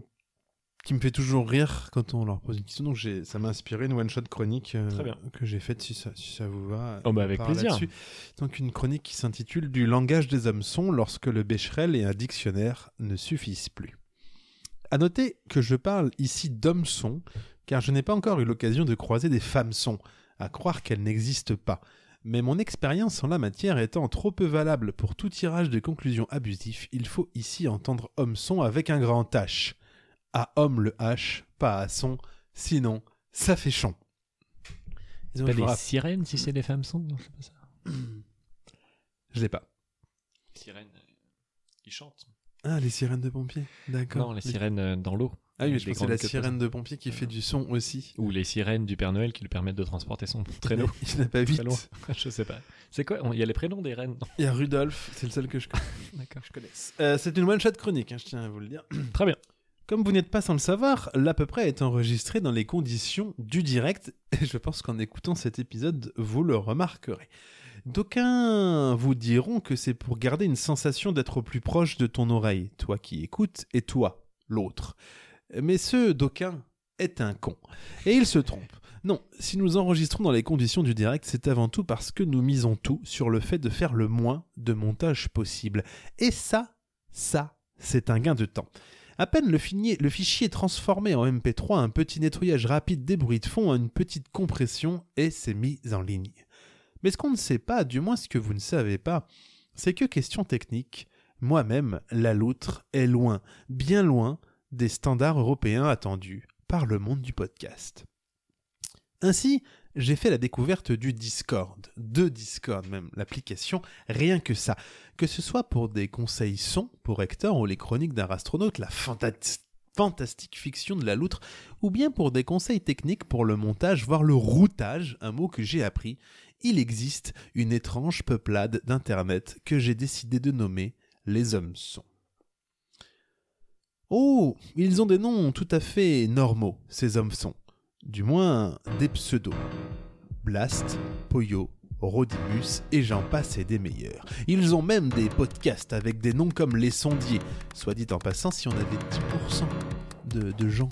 Speaker 1: qui me fait toujours rire quand on leur pose une question. Donc j'ai, ça m'a inspiré une one shot chronique euh,
Speaker 5: Très bien.
Speaker 1: que j'ai faite si ça si ça vous va.
Speaker 5: Oh bah
Speaker 1: on
Speaker 5: avec
Speaker 1: part
Speaker 5: plaisir.
Speaker 1: là-dessus. Donc une chronique qui s'intitule Du langage des hommes sons lorsque le bécherel et un dictionnaire ne suffisent plus. À noter que je parle ici d'hommes sons car je n'ai pas encore eu l'occasion de croiser des femmes sons à croire qu'elles n'existent pas. Mais mon expérience en la matière étant trop peu valable pour tout tirage de conclusions abusif, il faut ici entendre homme son avec un grand H. À homme le H, pas à son, sinon ça fait chon. Disons, je vous rapp-
Speaker 5: sirènes si c'est des femmes sont pas ça.
Speaker 1: je l'ai pas.
Speaker 5: Sirènes, euh, ils chantent.
Speaker 1: Ah, les sirènes de pompiers, d'accord.
Speaker 5: Non, les sirènes euh, dans l'eau.
Speaker 1: Ah oui, mais
Speaker 5: Des
Speaker 1: je pensais
Speaker 5: grandes Ah
Speaker 1: la
Speaker 5: queues
Speaker 1: sirène de pompiers qui fait du son aussi.
Speaker 5: Ou les sirènes du Père Noël qui lui permettent de transporter son traîneau.
Speaker 1: Il n'y en a pas
Speaker 5: Très loin.
Speaker 1: vite.
Speaker 5: Je sais pas. C'est quoi On- Il y a les prénoms des reines. non
Speaker 1: Il y a Rudolf, c'est le seul que je connais.
Speaker 5: D'accord.
Speaker 1: Je connais. Euh, c'est une one-shot chronique, hein, je tiens à vous le dire.
Speaker 5: Très bien.
Speaker 1: Comme vous n'êtes pas sans le savoir, l'à peu près est enregistré dans les conditions du direct, et je pense qu'en écoutant cet épisode, vous le remarquerez. D'aucuns vous diront que c'est pour garder une sensation d'être au plus proche de ton oreille, toi qui écoutes, et toi, l'autre. Mais ce d'aucuns est un con, et il se trompe. Non, si nous enregistrons dans les conditions du direct, c'est avant tout parce que nous misons tout sur le fait de faire le moins de montage possible. Et ça, ça, c'est un gain de temps. À peine le, fini- le fichier transformé en MP3, un petit nettoyage rapide des bruits de fond, une petite compression et c'est mis en ligne. Mais ce qu'on ne sait pas, du moins ce que vous ne savez pas, c'est que question technique, moi-même, la loutre est loin, bien loin des standards européens attendus par le monde du podcast. Ainsi, j'ai fait la découverte du Discord, de Discord même, l'application, rien que ça. Que ce soit pour des conseils sons pour Hector ou les chroniques d'un astronaute, la fantas- fantastique fiction de la loutre, ou bien pour des conseils techniques pour le montage, voire le routage, un mot que j'ai appris, il existe une étrange peuplade d'Internet que j'ai décidé de nommer les hommes sons. Oh, ils ont des noms tout à fait normaux, ces hommes sons. Du moins, des pseudos. Blast, Poyo, Rodimus et j'en passe et des meilleurs. Ils ont même des podcasts avec des noms comme Les Sondiers. Soit dit en passant, si on avait 10% de, de gens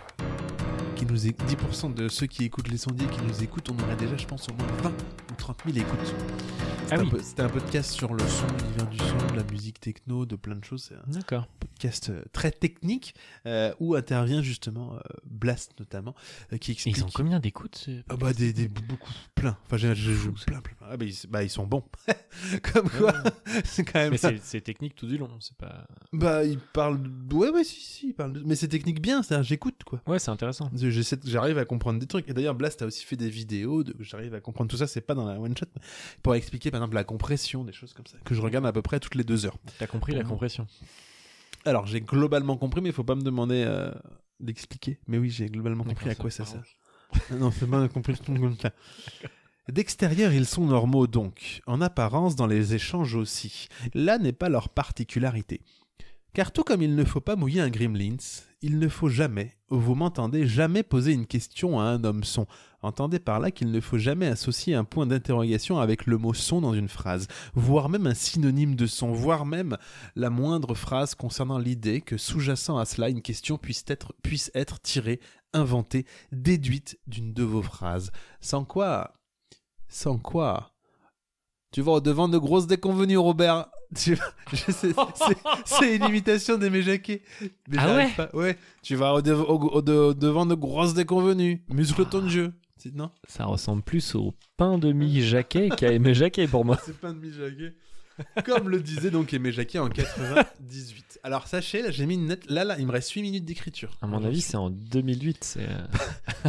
Speaker 1: qui nous éc- 10% de ceux qui écoutent Les Sondiers qui nous écoutent, on aurait déjà, je pense, au moins 20 ou 30 000 écoutes.
Speaker 5: Ah
Speaker 1: C'était un
Speaker 5: oui.
Speaker 1: peu- C'était un podcast sur le son, l'univers du son, de la musique techno, de plein de choses. C'est un-
Speaker 5: D'accord.
Speaker 1: podcast euh, très technique euh, où intervient justement euh, Blast notamment euh, qui explique
Speaker 5: Ils ont combien d'écoutes ce-
Speaker 1: Ah bah des, des- beaucoup plein enfin j'ai j'ai- j'ai- plein, plein, plein. Ah bah, ils, bah, ils sont bons comme quoi c'est quand même
Speaker 5: Ah Mais c'est c'est technique tout du long, c'est pas.
Speaker 1: bah ils parlent de- ouais ouais si si ils parlent de- mais c'est technique bien c'est j'écoute quoi
Speaker 5: Ouais, c'est intéressant.
Speaker 1: Je- j'essaie de- J'arrive à comprendre des trucs. Et d'ailleurs, Blast a aussi fait des vidéos. de- J'arrive à comprendre tout ça. C'est pas dans la one shot mais pour expliquer par exemple la compression, des choses comme ça que je regarde à peu près toutes les deux heures.
Speaker 5: T'as compris la compression.
Speaker 1: Alors, j'ai globalement compris, mais il faut pas me demander euh, d'expliquer. Mais oui, j'ai globalement compris à
Speaker 5: D'accord,
Speaker 1: quoi
Speaker 5: ça
Speaker 1: ça sert. non, c'est pas compris tout comme ça. D'extérieur, ils sont normaux donc, en apparence dans les échanges aussi. Là n'est pas leur particularité. Car tout comme il ne faut pas mouiller un gremlins, il ne faut jamais, vous m'entendez, jamais poser une question à un homme son. Entendez par là qu'il ne faut jamais associer un point d'interrogation avec le mot son dans une phrase, voire même un synonyme de son, voire même la moindre phrase concernant l'idée que sous-jacent à cela une question puisse être, puisse être tirée, inventée, déduite d'une de vos phrases. Sans quoi... Sans quoi... Tu vas devant de grosses déconvenues, Robert. Tu vas- je sais- c'est- C'est une imitation d'Aimé Jacquet. Mais
Speaker 5: Ah
Speaker 1: j'arrive pas. Ouais. Tu vas au, dev- au- au- de- devant de grosses déconvenues. Muscle ton jeu. C'est- Non
Speaker 5: Ça ressemble plus au pain de mie jaquet qu'à Aimé Jacquet pour moi.
Speaker 1: C'est pas de Mijagé. Comme le disait donc Aimé Jacquet en 98. Alors sachez, là j'ai mis une nette. Là, là, il me reste 8 minutes d'écriture.
Speaker 5: À mon avis, c'est en 2008, c'est euh,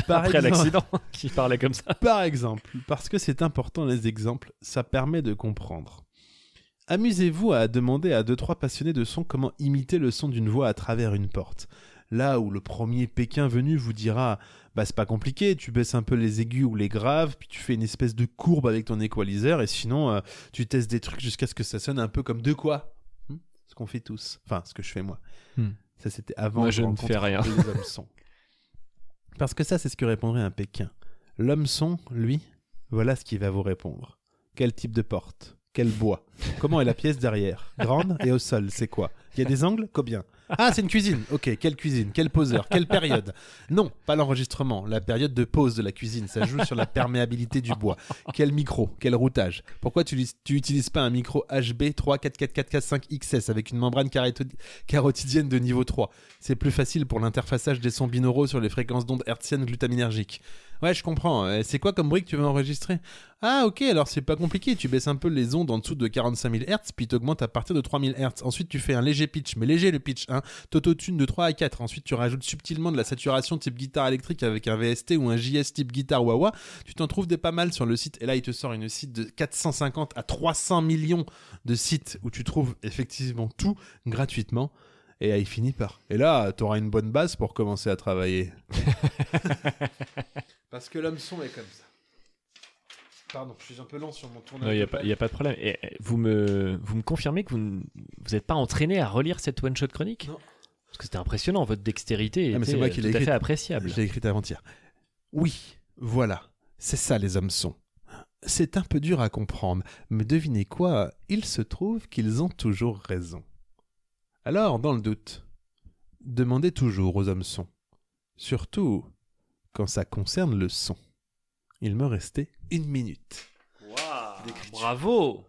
Speaker 1: Par
Speaker 5: après
Speaker 1: exemple-
Speaker 5: l'accident qui parlait comme ça.
Speaker 1: Par exemple, parce que c'est important les exemples, ça permet de comprendre. Amusez-vous à demander à deux trois passionnés de son comment imiter le son d'une voix à travers une porte. Là où le premier Pékin venu vous dira bah c'est pas compliqué, tu baisses un peu les aigus ou les graves, puis tu fais une espèce de courbe avec ton equalizer et sinon euh, tu testes des trucs jusqu'à ce que ça sonne un peu comme de quoi Hmm Ce qu'on fait tous, enfin ce que je fais moi.
Speaker 5: Hmm.
Speaker 1: Ça c'était avant
Speaker 5: Moi,
Speaker 1: que
Speaker 5: je ne
Speaker 1: rencontre
Speaker 5: fais rien.
Speaker 1: les hommes sons. Parce que ça c'est ce que répondrait un Pékin. L'homme son, lui, voilà ce qu'il va vous répondre. Quel type de porte Quel bois Comment est la pièce derrière Grande et au sol, c'est quoi Il y a des angles Combien Ah, c'est une cuisine Ok, quelle cuisine Quel poseur Quelle période Non, pas l'enregistrement, la période de pause de la cuisine, ça joue sur la perméabilité du bois. Quel micro Quel routage Pourquoi tu, lis- tu utilises pas un micro HB 34445XS avec une membrane caroto- carotidienne de niveau 3 C'est plus facile pour l'interfaçage des sons binauraux sur les fréquences d'ondes hertziennes glutaminergiques. Ouais, je comprends. Euh, C'est quoi comme bruit que tu veux enregistrer Ah, ok, alors c'est pas compliqué. Tu baisses un peu les ondes en dessous de 45 000 Hz, puis t'augmentes à partir de 3000 Hz. Ensuite, tu fais un léger pitch, mais léger le pitch, hein. T'autotunes de 3 à 4. Ensuite, tu rajoutes subtilement de la saturation type guitare électrique avec un VST ou un JS type guitare Wawa. Tu t'en trouves des pas mal sur le site. Et là, il te sort une site de 450 à 300 millions de sites où tu trouves effectivement tout gratuitement. Et là, il finit par. Et là, t'auras une bonne base pour commencer à travailler. Parce que l'homme son est comme ça. Pardon, je suis un peu lent sur mon tournage.
Speaker 5: Il n'y a, pas- y a pas de problème. Et, et, vous, me, vous me confirmez que vous n'êtes pas entraîné à relire cette one-shot chronique
Speaker 1: Non.
Speaker 5: Parce que c'était impressionnant, votre dextérité
Speaker 1: Ah, mais c'est
Speaker 5: était
Speaker 1: moi
Speaker 5: euh,
Speaker 1: qui
Speaker 5: tout
Speaker 1: l'ai
Speaker 5: à
Speaker 1: écrite.
Speaker 5: fait appréciable.
Speaker 1: Je l'ai écrit avant-hier. Oui, voilà. C'est ça les hommes sont. C'est un peu dur à comprendre, mais devinez quoi, il se trouve qu'ils ont toujours raison. Alors, dans le doute, demandez toujours aux hommes sons. Surtout quand ça concerne le son. Il me restait une minute.
Speaker 5: Ah, Bravo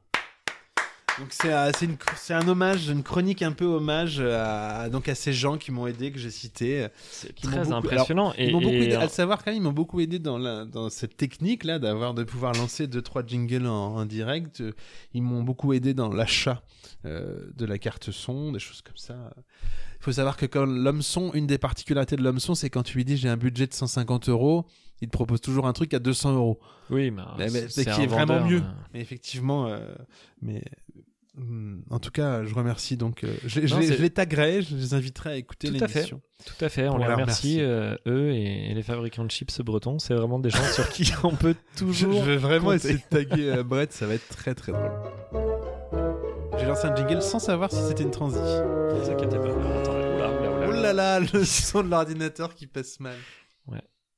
Speaker 1: Donc c'est euh, c'est une- c'est un hommage, une chronique un peu hommage à, donc à ces gens qui m'ont aidé, que j'ai cités.
Speaker 5: C'est
Speaker 1: Ils m'ont
Speaker 5: très
Speaker 1: beaucoup-
Speaker 5: impressionnant. et,
Speaker 1: Ils m'ont beaucoup
Speaker 5: et- euh,
Speaker 1: aidé, à le savoir quand même, ils m'ont beaucoup aidé dans, la, dans cette technique là d'avoir de pouvoir lancer deux trois jingles en, en direct. Euh, Ils m'ont beaucoup aidé dans l'achat euh, de la carte son, des choses comme ça. Il faut savoir que quand l'homme son, une des particularités de l'homme son, c'est quand tu lui dis j'ai un budget de 150 euros, il te propose toujours un truc à 200 euros.
Speaker 5: Oui, mais,
Speaker 1: Mais- mais-
Speaker 5: c'est
Speaker 1: qui
Speaker 5: un
Speaker 1: est vraiment
Speaker 5: vendeur,
Speaker 1: mieux.
Speaker 5: euh.
Speaker 1: Mais effectivement, euh, mais hum, en tout cas, je remercie donc. euh, je, je
Speaker 5: Non,
Speaker 1: les-
Speaker 5: c'est-
Speaker 1: je les taguerai, je les inviterai à écouter
Speaker 5: Tout à fait.
Speaker 1: l'émission.
Speaker 5: Tout à fait, on
Speaker 1: Pour
Speaker 5: les
Speaker 1: leur
Speaker 5: remercie,
Speaker 1: merci.
Speaker 5: euh, eux et, et les fabricants de chips bretons. C'est vraiment des gens sur qui on peut
Speaker 1: Je,
Speaker 5: toujours.
Speaker 1: je vais vraiment
Speaker 5: compter.
Speaker 1: essayer de taguer euh, Brett, ça va être très très drôle. J'ai lancé un jingle sans savoir si c'était une transi.
Speaker 5: Ne vous inquiétez pas. Attendez, oula, oula, oula.
Speaker 1: Oh là là, le son de l'ordinateur qui passe mal.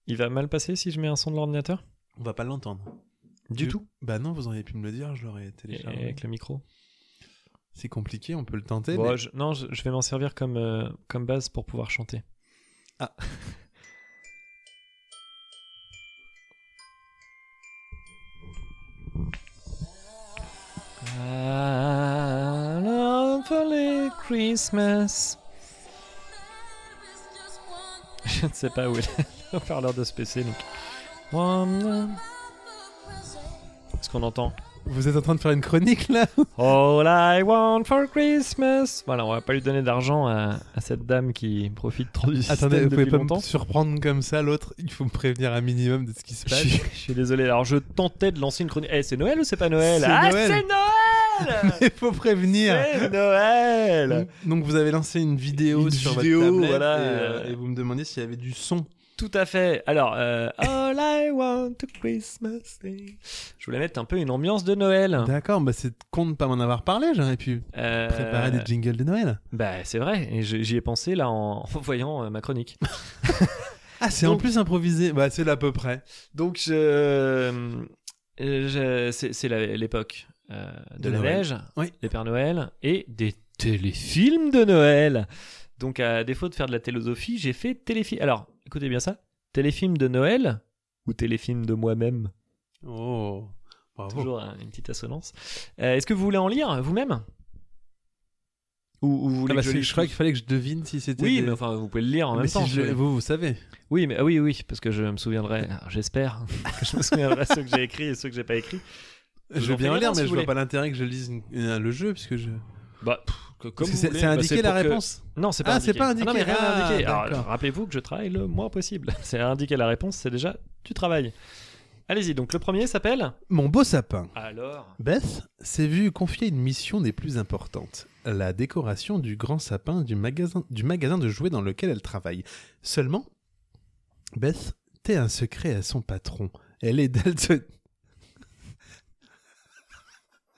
Speaker 5: Il va mal passer si je mets un son de l'ordinateur
Speaker 1: On va pas l'entendre.
Speaker 5: Du
Speaker 1: Je-
Speaker 5: tout.
Speaker 1: Bah non, vous auriez pu me le dire, je l'aurais
Speaker 5: Et-
Speaker 1: téléchargé.
Speaker 5: Avec le micro.
Speaker 1: C'est compliqué, on peut le tenter.
Speaker 5: Bon,
Speaker 1: mais-
Speaker 5: je- non, je, je vais m'en servir comme, euh, comme base pour pouvoir chanter.
Speaker 1: Ah.
Speaker 5: Ah, lovely Christmas. Je ne sais pas où est le haut-parleur de ce PC. Donc. Est-ce qu'on entend
Speaker 1: Vous êtes en train de faire une chronique là
Speaker 5: All I want for Christmas. Voilà, on va pas lui donner d'argent à, à cette dame qui profite trop du système
Speaker 1: Attendez, vous
Speaker 5: depuis
Speaker 1: pouvez pas
Speaker 5: longtemps.
Speaker 1: me surprendre comme ça, l'autre, il faut me prévenir un minimum de ce qui se
Speaker 5: Je
Speaker 1: passe.
Speaker 5: suis, je suis désolé. Alors, je tentais de lancer une chronique. Eh, c'est Noël ou c'est pas Noël
Speaker 1: C'est
Speaker 5: Ah,
Speaker 1: Noël.
Speaker 5: c'est Noël
Speaker 1: Il faut prévenir.
Speaker 5: C'est Noël
Speaker 1: Donc vous avez lancé une vidéo
Speaker 5: Une
Speaker 1: sur
Speaker 5: vidéo,
Speaker 1: votre tablette
Speaker 5: voilà.
Speaker 1: et, euh, et vous me demandez s'il y avait du son.
Speaker 5: Tout à fait. Alors, euh, All I want to Christmas day. Je voulais mettre un peu une ambiance de Noël.
Speaker 1: D'accord, bah c'est con de ne pas m'en avoir parlé, j'aurais pu
Speaker 5: Euh,
Speaker 1: préparer des jingles de Noël.
Speaker 5: Bah, c'est vrai. Et je- j'y ai pensé là en, en voyant euh, ma chronique.
Speaker 1: Ah, c'est en
Speaker 5: donc-
Speaker 1: plus improvisé. Bah c'est là à peu près.
Speaker 5: Donc, je. je- c'est c'est la- l'époque euh, de,
Speaker 1: De
Speaker 5: la
Speaker 1: Noël.
Speaker 5: neige,
Speaker 1: Oui.
Speaker 5: les Pères Noël et des téléfilms de Noël. Donc, à défaut de faire de la télésophie, j'ai fait téléfilm. Alors, écoutez bien ça téléfilm de Noël ou téléfilm de moi-même
Speaker 1: Oh. Bravo.
Speaker 5: Toujours euh, une petite assonance. Euh, Est-ce que vous voulez en lire vous-même ou, ou vous voulez
Speaker 1: Ah bah,
Speaker 5: que je
Speaker 1: c'est-
Speaker 5: lise
Speaker 1: je croyais qu'il fallait que je devine si c'était.
Speaker 5: Oui,
Speaker 1: des-
Speaker 5: mais enfin, vous pouvez le lire en
Speaker 1: Mais
Speaker 5: même
Speaker 1: si
Speaker 5: temps.
Speaker 1: je le- vous, vous savez.
Speaker 5: Oui, mais ah oui, oui, parce que je me souviendrai. alors, J'espère que je me souviendrai ceux que j'ai écrits et ceux que j'ai pas écrits. Vous
Speaker 1: Je veux
Speaker 5: en
Speaker 1: bien
Speaker 5: faites
Speaker 1: le lire,
Speaker 5: un, si
Speaker 1: mais
Speaker 5: vous
Speaker 1: je vois
Speaker 5: voulez.
Speaker 1: pas l'intérêt que je lise une- euh, le jeu, puisque je.
Speaker 5: Bah, pff, que- comme
Speaker 1: Parce que
Speaker 5: vous
Speaker 1: c'est
Speaker 5: voulez.
Speaker 1: c'est
Speaker 5: Bah,
Speaker 1: indiqué
Speaker 5: c'est
Speaker 1: la
Speaker 5: pour que-
Speaker 1: réponse.
Speaker 5: Non, c'est pas
Speaker 1: Ah,
Speaker 5: indiqué.
Speaker 1: c'est pas indiqué.
Speaker 5: non, mais rien
Speaker 1: Ah,
Speaker 5: indiqué. Alors,
Speaker 1: d'accord.
Speaker 5: Rappelez-vous que je travaille le moins possible. C'est indiquer la réponse, c'est déjà tu travailles. Allez-y, donc le premier s'appelle.
Speaker 1: Mon beau sapin.
Speaker 5: Alors.
Speaker 1: Beth s'est vue confier une mission des plus importantes, la décoration du grand sapin du magasin, du magasin de jouets dans lequel elle travaille. Seulement, Beth tait un secret à son patron. Elle est, dalto-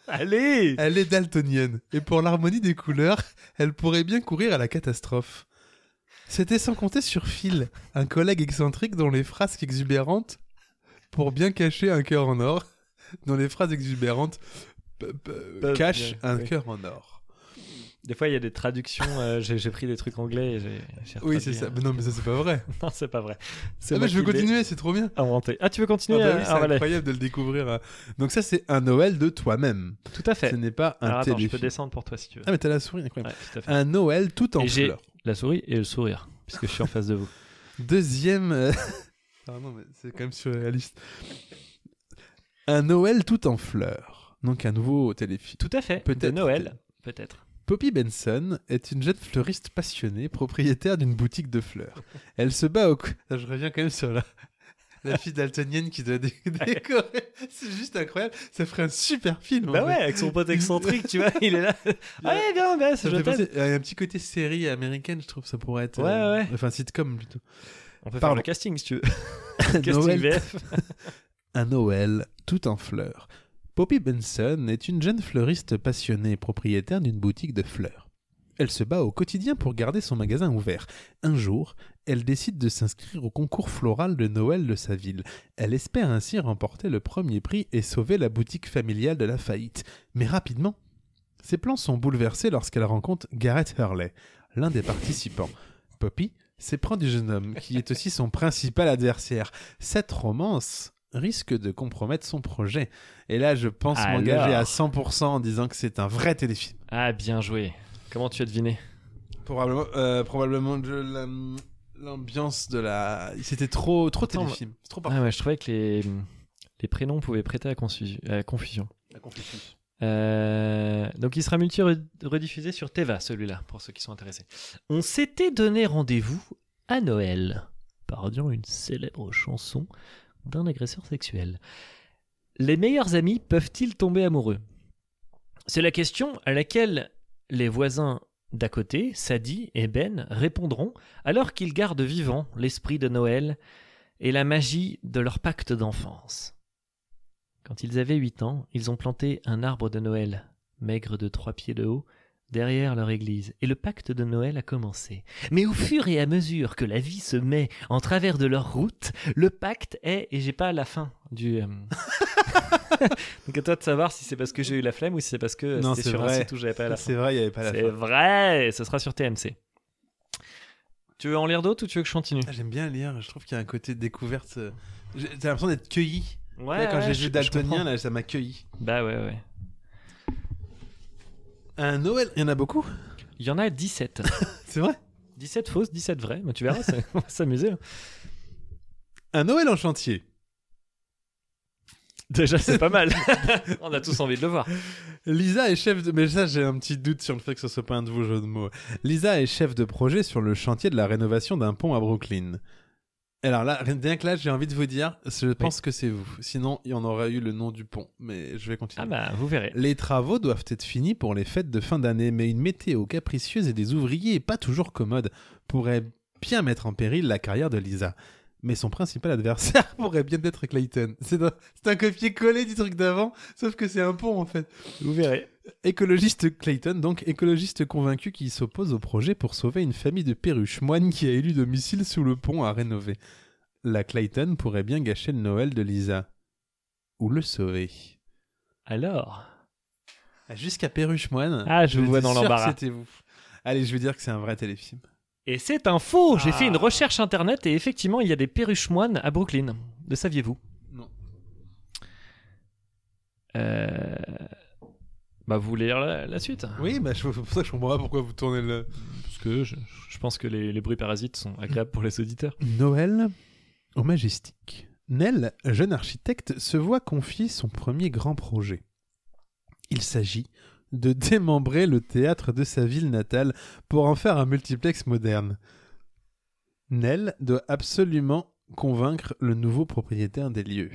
Speaker 5: Allez
Speaker 1: elle est daltonienne, et pour l'harmonie des couleurs, elle pourrait bien courir à la catastrophe. C'était sans compter sur Phil, un collègue excentrique dont les frasques exubérantes, pour bien cacher un cœur en or, dont les phrases exubérantes p- p- cachent
Speaker 5: bien,
Speaker 1: un
Speaker 5: oui.
Speaker 1: cœur en or.
Speaker 5: Des fois, il y a des traductions. euh, j'ai j'ai pris des trucs anglais et j'ai. j'ai
Speaker 1: Oui,
Speaker 5: retraduit,
Speaker 1: c'est ça.
Speaker 5: hein.
Speaker 1: Mais non, mais ça, c'est pas vrai.
Speaker 5: Non, c'est pas vrai. C'est
Speaker 1: Ah,
Speaker 5: moi
Speaker 1: mais je veux
Speaker 5: qui l'ai
Speaker 1: continuer, c'est trop bien.
Speaker 5: Inventé. Ah, tu veux
Speaker 1: Ah
Speaker 5: continuer
Speaker 1: bah oui,
Speaker 5: euh,
Speaker 1: c'est
Speaker 5: Arvalet
Speaker 1: incroyable de le découvrir. hein. Donc, ça, c'est un Noël de toi-même.
Speaker 5: Tout à fait.
Speaker 1: Ce n'est pas un
Speaker 5: Alors attends, je
Speaker 1: téléfilm.
Speaker 5: peux descendre pour toi si tu veux.
Speaker 1: Ah, mais t'as la souris, incroyable.
Speaker 5: Ouais, tout à fait.
Speaker 1: Un Noël tout en
Speaker 5: Et j'ai
Speaker 1: fleurs.
Speaker 5: la souris et le sourire, puisque je suis en face de vous.
Speaker 1: Deuxième. euh, Ah non, mais c'est quand même surréaliste. Un Noël tout en fleurs. Donc, un nouveau téléfilm.
Speaker 5: Tout à fait.
Speaker 1: Peut-être.
Speaker 5: De Noël, peut-être.
Speaker 1: Poppy Benson est une jeune fleuriste passionnée, propriétaire d'une boutique de fleurs. Elle se bat au... cou- Ah, Je reviens quand même sur la, la fille daltonienne qui doit dé- décorer. C'est juste incroyable. Ça ferait un super film. en fait.
Speaker 5: avec son pote excentrique, tu vois, il est là. Allez, viens, baisse,
Speaker 1: Ça me fait penser euh, à un petit côté série américaine, je trouve ça pourrait être.
Speaker 5: Ouais,
Speaker 1: euh,
Speaker 5: ouais.
Speaker 1: Enfin, sitcom plutôt.
Speaker 5: On peut faire
Speaker 1: Pardon.
Speaker 5: le casting si tu veux. casting
Speaker 1: Noël
Speaker 5: VF.
Speaker 1: un Noël tout en fleurs. Poppy Benson est une jeune fleuriste passionnée, propriétaire d'une boutique de fleurs. Elle se bat au quotidien pour garder son magasin ouvert. Un jour, elle décide de s'inscrire au concours floral de Noël de sa ville. Elle espère ainsi remporter le premier prix et sauver la boutique familiale de la faillite. Mais rapidement, ses plans sont bouleversés lorsqu'elle rencontre Garrett Hurley, l'un des participants. Poppy s'éprend du jeune homme, qui est aussi son principal adversaire. Cette romance risque de compromettre son projet. Et là, je pense
Speaker 5: Alors.
Speaker 1: m'engager à 100% en disant que c'est un vrai téléfilm.
Speaker 5: Ah, bien joué. Comment tu as deviné
Speaker 1: Probablement, euh, probablement je- la- l'ambiance de la... C'était trop, trop
Speaker 5: Attends,
Speaker 1: téléfilm. C'est trop parfait.
Speaker 5: Ah ouais, je trouvais que les, les prénoms pouvaient prêter à, confusion- à confusion. Euh, donc il sera multi-rediffusé sur Teva, celui-là, pour ceux qui sont intéressés. On s'était donné rendez-vous à Noël, parodiant une célèbre chanson d'un agresseur sexuel. Les meilleurs amis peuvent-ils tomber amoureux C'est la question à laquelle les voisins d'à côté, Sadi et Ben, répondront alors qu'ils gardent vivant l'esprit de Noël et la magie de leur pacte d'enfance. Quand ils avaient huit ans, ils ont planté un arbre de Noël, maigre de trois pieds de haut, derrière leur église, et le pacte de Noël a commencé. Mais au fur et à mesure que la vie se met en travers de leur route, le pacte est, et j'ai pas la fin du... euh, Donc à toi de savoir si c'est parce que j'ai eu la flemme ou si c'est parce que euh,
Speaker 1: Non,
Speaker 5: c'était
Speaker 1: c'est
Speaker 5: sur un
Speaker 1: vrai.
Speaker 5: site où j'avais pas la fin.
Speaker 1: C'est vrai, il n'y avait pas la
Speaker 5: C'est
Speaker 1: fin.
Speaker 5: vrai, ce sera sur TMC. Tu veux en lire d'autres ou tu veux que je continue
Speaker 1: Ah, J'aime bien lire, je trouve qu'il y a un côté découverte. euh, j'ai- T'as l'impression d'être cueilli.
Speaker 5: Ouais,
Speaker 1: Là, quand j'ai vu Daltonien,
Speaker 5: Daltonien
Speaker 1: là, ça m'a cueilli.
Speaker 5: Bah ouais, ouais.
Speaker 1: Un Noël, il y en a beaucoup
Speaker 5: Il y en a 17.
Speaker 1: C'est vrai
Speaker 5: 17 fausses, 17 vraies. Mais tu verras, ça- on va s'amuser. hein.
Speaker 1: Un Noël en chantier.
Speaker 5: Déjà, c'est pas mal. on a tous envie de le voir.
Speaker 1: Lisa est chef de... Mais ça, j'ai un petit doute sur le fait que ce soit pas un de vos jeux de mots. Lisa est chef de projet sur le chantier de la rénovation d'un pont à Brooklyn. Alors là, rien que là, j'ai envie de vous dire, je pense que c'est vous. Sinon, il y en aurait eu le nom du pont. Mais je vais continuer.
Speaker 5: Ah bah, vous verrez.
Speaker 1: Les travaux doivent être finis pour les fêtes de fin d'année, mais une météo capricieuse et des ouvriers pas toujours commodes pourraient bien mettre en péril la carrière de Lisa. Mais son principal adversaire pourrait bien être Clayton. C'est un, c'est un copier-coller du truc d'avant, sauf que c'est un pont en fait.
Speaker 5: Vous verrez.
Speaker 1: Écologiste Clayton, donc écologiste convaincu qui s'oppose au projet pour sauver une famille de perruches moines qui a élu domicile sous le pont à rénover. La Clayton pourrait bien gâcher le Noël de Lisa. Ou le sauver.
Speaker 5: Alors,
Speaker 1: Ah, Jusqu'à Perruche Moine.
Speaker 5: Ah, je vous vois
Speaker 1: étais
Speaker 5: dans
Speaker 1: sûr que
Speaker 5: l'embarras.
Speaker 1: C'était vous. Allez, je vais dire que c'est un vrai téléfilm.
Speaker 5: et c'est un faux. J'ai fait une recherche internet et effectivement, il y a des perruches moines à Brooklyn. Le saviez-vous
Speaker 1: Non.
Speaker 5: Euh, Bah, vous voulez lire la, la suite
Speaker 1: Oui, bah, je- c'est pour ça que je comprends pas pourquoi vous tournez le.
Speaker 5: Parce que je, je pense que les, les bruits parasites sont agréables pour les auditeurs.
Speaker 1: Noël au Majestic. Nell, jeune architecte, se voit confier son premier grand projet. Il s'agit de démembrer le théâtre de sa ville natale pour en faire un multiplex moderne. Nell doit absolument convaincre le nouveau propriétaire des lieux.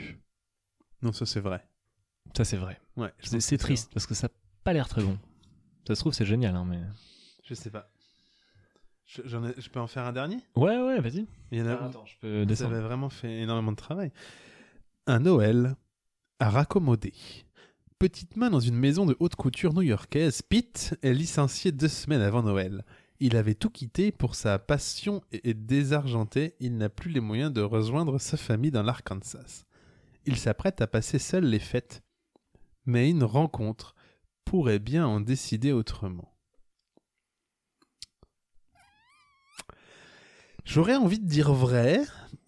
Speaker 1: Non, ça c'est vrai.
Speaker 5: Ça, c'est vrai.
Speaker 1: Ouais, je pense
Speaker 5: C'est
Speaker 1: que
Speaker 5: c'est triste parce que ça a pas l'air très bon. Ça se trouve, c'est génial, hein, mais.
Speaker 1: vrai. Je sais pas. Je, j'en ai- je peux en faire un dernier
Speaker 5: Ouais, ouais, vas-y.
Speaker 1: Il y en a-
Speaker 5: Ah, attends, je peux
Speaker 1: Ça
Speaker 5: descendre.
Speaker 1: avait vraiment fait énormément de travail. Un Noël à raccommoder. Petite main dans une maison de haute couture new-yorkaise, Pete est licencié deux semaines avant Noël. Il avait tout quitté pour sa passion et est désargenté. Il n'a plus les moyens de rejoindre sa famille dans l'Arkansas. Il s'apprête à passer seul les fêtes. Mais une rencontre pourrait bien en décider autrement. J'aurais envie de dire vrai,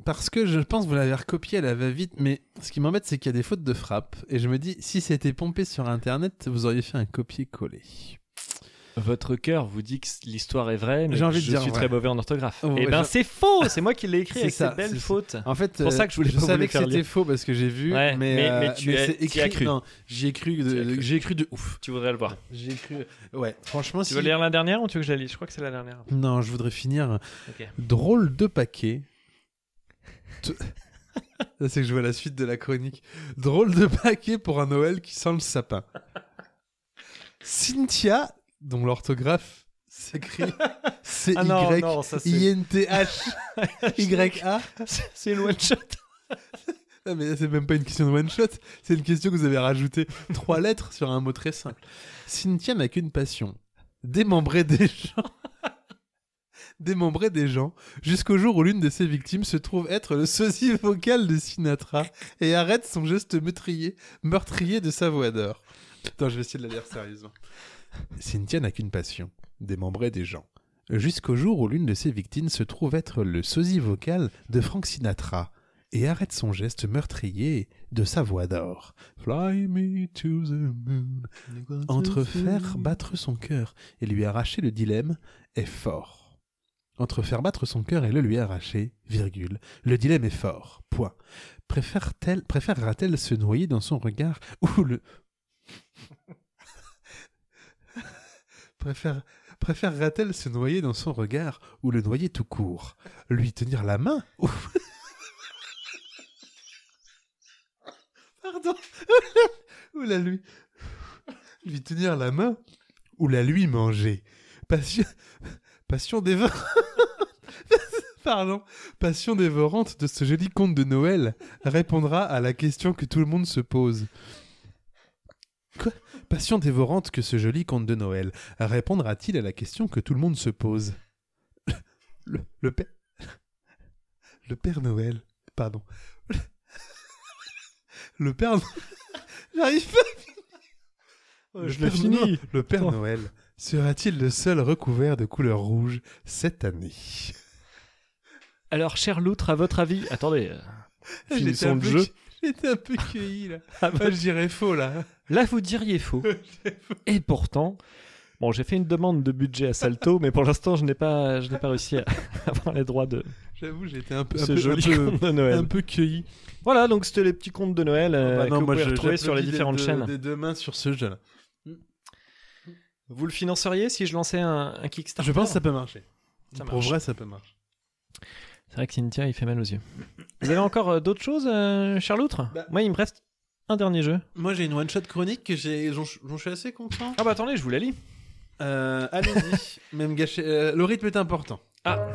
Speaker 1: parce que je pense que vous l'avez recopié à la va-vite, mais ce qui m'embête, c'est qu'il y a des fautes de frappe. Et je me dis, si c'était pompé sur Internet, vous auriez fait un copier-coller.
Speaker 5: Votre cœur vous dit que l'histoire est vraie, mais
Speaker 1: J'ai envie de
Speaker 5: je
Speaker 1: dire
Speaker 5: suis
Speaker 1: vrai.
Speaker 5: très mauvais en orthographe.
Speaker 1: Ouais,
Speaker 5: Eh ben,
Speaker 1: je-
Speaker 5: c'est faux C'est moi qui l'ai écrit
Speaker 1: C'est
Speaker 5: avec
Speaker 1: ça,
Speaker 5: cette belle
Speaker 1: c'est ça.
Speaker 5: faute.
Speaker 1: En fait, euh,
Speaker 5: pour ça que je voulais pas vous
Speaker 1: savais
Speaker 5: les
Speaker 1: que
Speaker 5: faire
Speaker 1: c'était
Speaker 5: lire.
Speaker 1: faux parce que j'ai vu,
Speaker 5: Ouais,
Speaker 1: mais,
Speaker 5: mais- mais
Speaker 1: euh,
Speaker 5: tu as-
Speaker 1: c'est
Speaker 5: t'y as
Speaker 1: écrit.
Speaker 5: cru.
Speaker 1: Non, j'y ai cru,
Speaker 5: T'y as
Speaker 1: de,
Speaker 5: cru.
Speaker 1: j'ai cru de ouf.
Speaker 5: Tu voudrais le voir.
Speaker 1: J'ai cru. Ouais, franchement,
Speaker 5: Tu
Speaker 1: si.
Speaker 5: veux lire la dernière ou tu veux que je la lise Je crois que c'est la dernière.
Speaker 1: Non, je voudrais finir.
Speaker 5: Ok.
Speaker 1: Drôle de paquet. Te- Ça, c'est que je vois la suite de la chronique. Drôle de paquet pour un Noël qui sent le sapin. Cynthia, dont l'orthographe s'écrit
Speaker 5: Ah non, non, ça, c'est-
Speaker 1: C-Y-I-N-T-H-Y-A.
Speaker 5: c'est le one shot.
Speaker 1: Non, Ah, mais c'est même pas une question de one shot, c'est une question que vous avez rajouté trois lettres sur un mot très simple. Cynthia n'a qu'une passion démembrer des gens. démembrer des gens jusqu'au jour où l'une de ses victimes se trouve être le sosie vocal de Sinatra et arrête son geste meurtrier, meurtrier de sa voix d'or. Attends, je vais essayer de la lire sérieusement. Cynthia n'a qu'une passion démembrer des gens. Jusqu'au jour où l'une de ses victimes se trouve être le sosie vocal de Frank Sinatra et arrête son geste meurtrier de sa voix d'or. Fly me to the moon. Entre faire battre son cœur et lui arracher le dilemme est fort. Entre faire battre son cœur et le lui arracher, virgule, le dilemme est fort, point. Préfère-t-elle- Préférera-t-elle se noyer dans son regard ou le... Préfère- Préférera-t-elle se noyer dans son regard ou le noyer tout court Lui tenir la main ou Pardon. ou la lui. Lui tenir la main. Ou la lui manger. Passion. Passion dévorante. Pardon. Passion dévorante de ce joli conte de Noël répondra à la question que tout le monde se pose. Quoi Passion dévorante que ce joli conte de Noël répondra-t-il à la question que tout le monde se pose Le, le père. Le père Noël. Pardon. Le Père Noël. J'arrive pas à finir.
Speaker 5: Oh, je l'ai
Speaker 1: Père
Speaker 5: fini.
Speaker 1: Noël- Le Père
Speaker 5: Attends.
Speaker 1: Noël sera-t-il le seul recouvert de couleur rouge cette année
Speaker 5: Alors, cher Loutre, à votre avis. Attendez. euh,
Speaker 1: J'étais
Speaker 5: Finissons
Speaker 1: un
Speaker 5: le
Speaker 1: peu
Speaker 5: jeu.
Speaker 1: cu- J'étais un peu cueilli là.
Speaker 5: À votre-
Speaker 1: Ah, je dirais faux là.
Speaker 5: Là, vous diriez faux. Et pourtant, bon, j'ai fait une demande de budget à Salto, mais pour l'instant, je n'ai pas, je n'ai pas réussi à avoir les droits de
Speaker 1: J'avoue, j'étais un peu, un
Speaker 5: ce
Speaker 1: peu,
Speaker 5: joli
Speaker 1: un peu,
Speaker 5: conte de
Speaker 1: un
Speaker 5: Noël.
Speaker 1: peu cueilli.
Speaker 5: Voilà, donc c'était les petits contes de Noël euh,
Speaker 1: Bah
Speaker 5: que vous pouvez
Speaker 1: je-
Speaker 5: retrouver sur les
Speaker 1: j'applaudis des
Speaker 5: différentes
Speaker 1: deux-
Speaker 5: chaînes.
Speaker 1: Des deux mains sur ce jeu là.
Speaker 5: Vous le financeriez si je lançais un, un Kickstarter
Speaker 1: Je pense que ça peut marcher.
Speaker 5: Ça
Speaker 1: Pour
Speaker 5: marche.
Speaker 1: vrai, Ah, ça peut marcher.
Speaker 5: C'est vrai que Cynthia, il fait mal aux yeux. Vous avez encore euh, d'autres choses, euh, cher Loutre
Speaker 1: Bah-
Speaker 5: Moi, il me reste un dernier jeu.
Speaker 1: Moi, j'ai une one shot chronique que j'ai, dont je dont je suis assez content.
Speaker 5: Ah bah attendez, je vous la lis.
Speaker 1: Euh, Allez-y, même gâcher. euh, le rythme est important.
Speaker 5: Ah.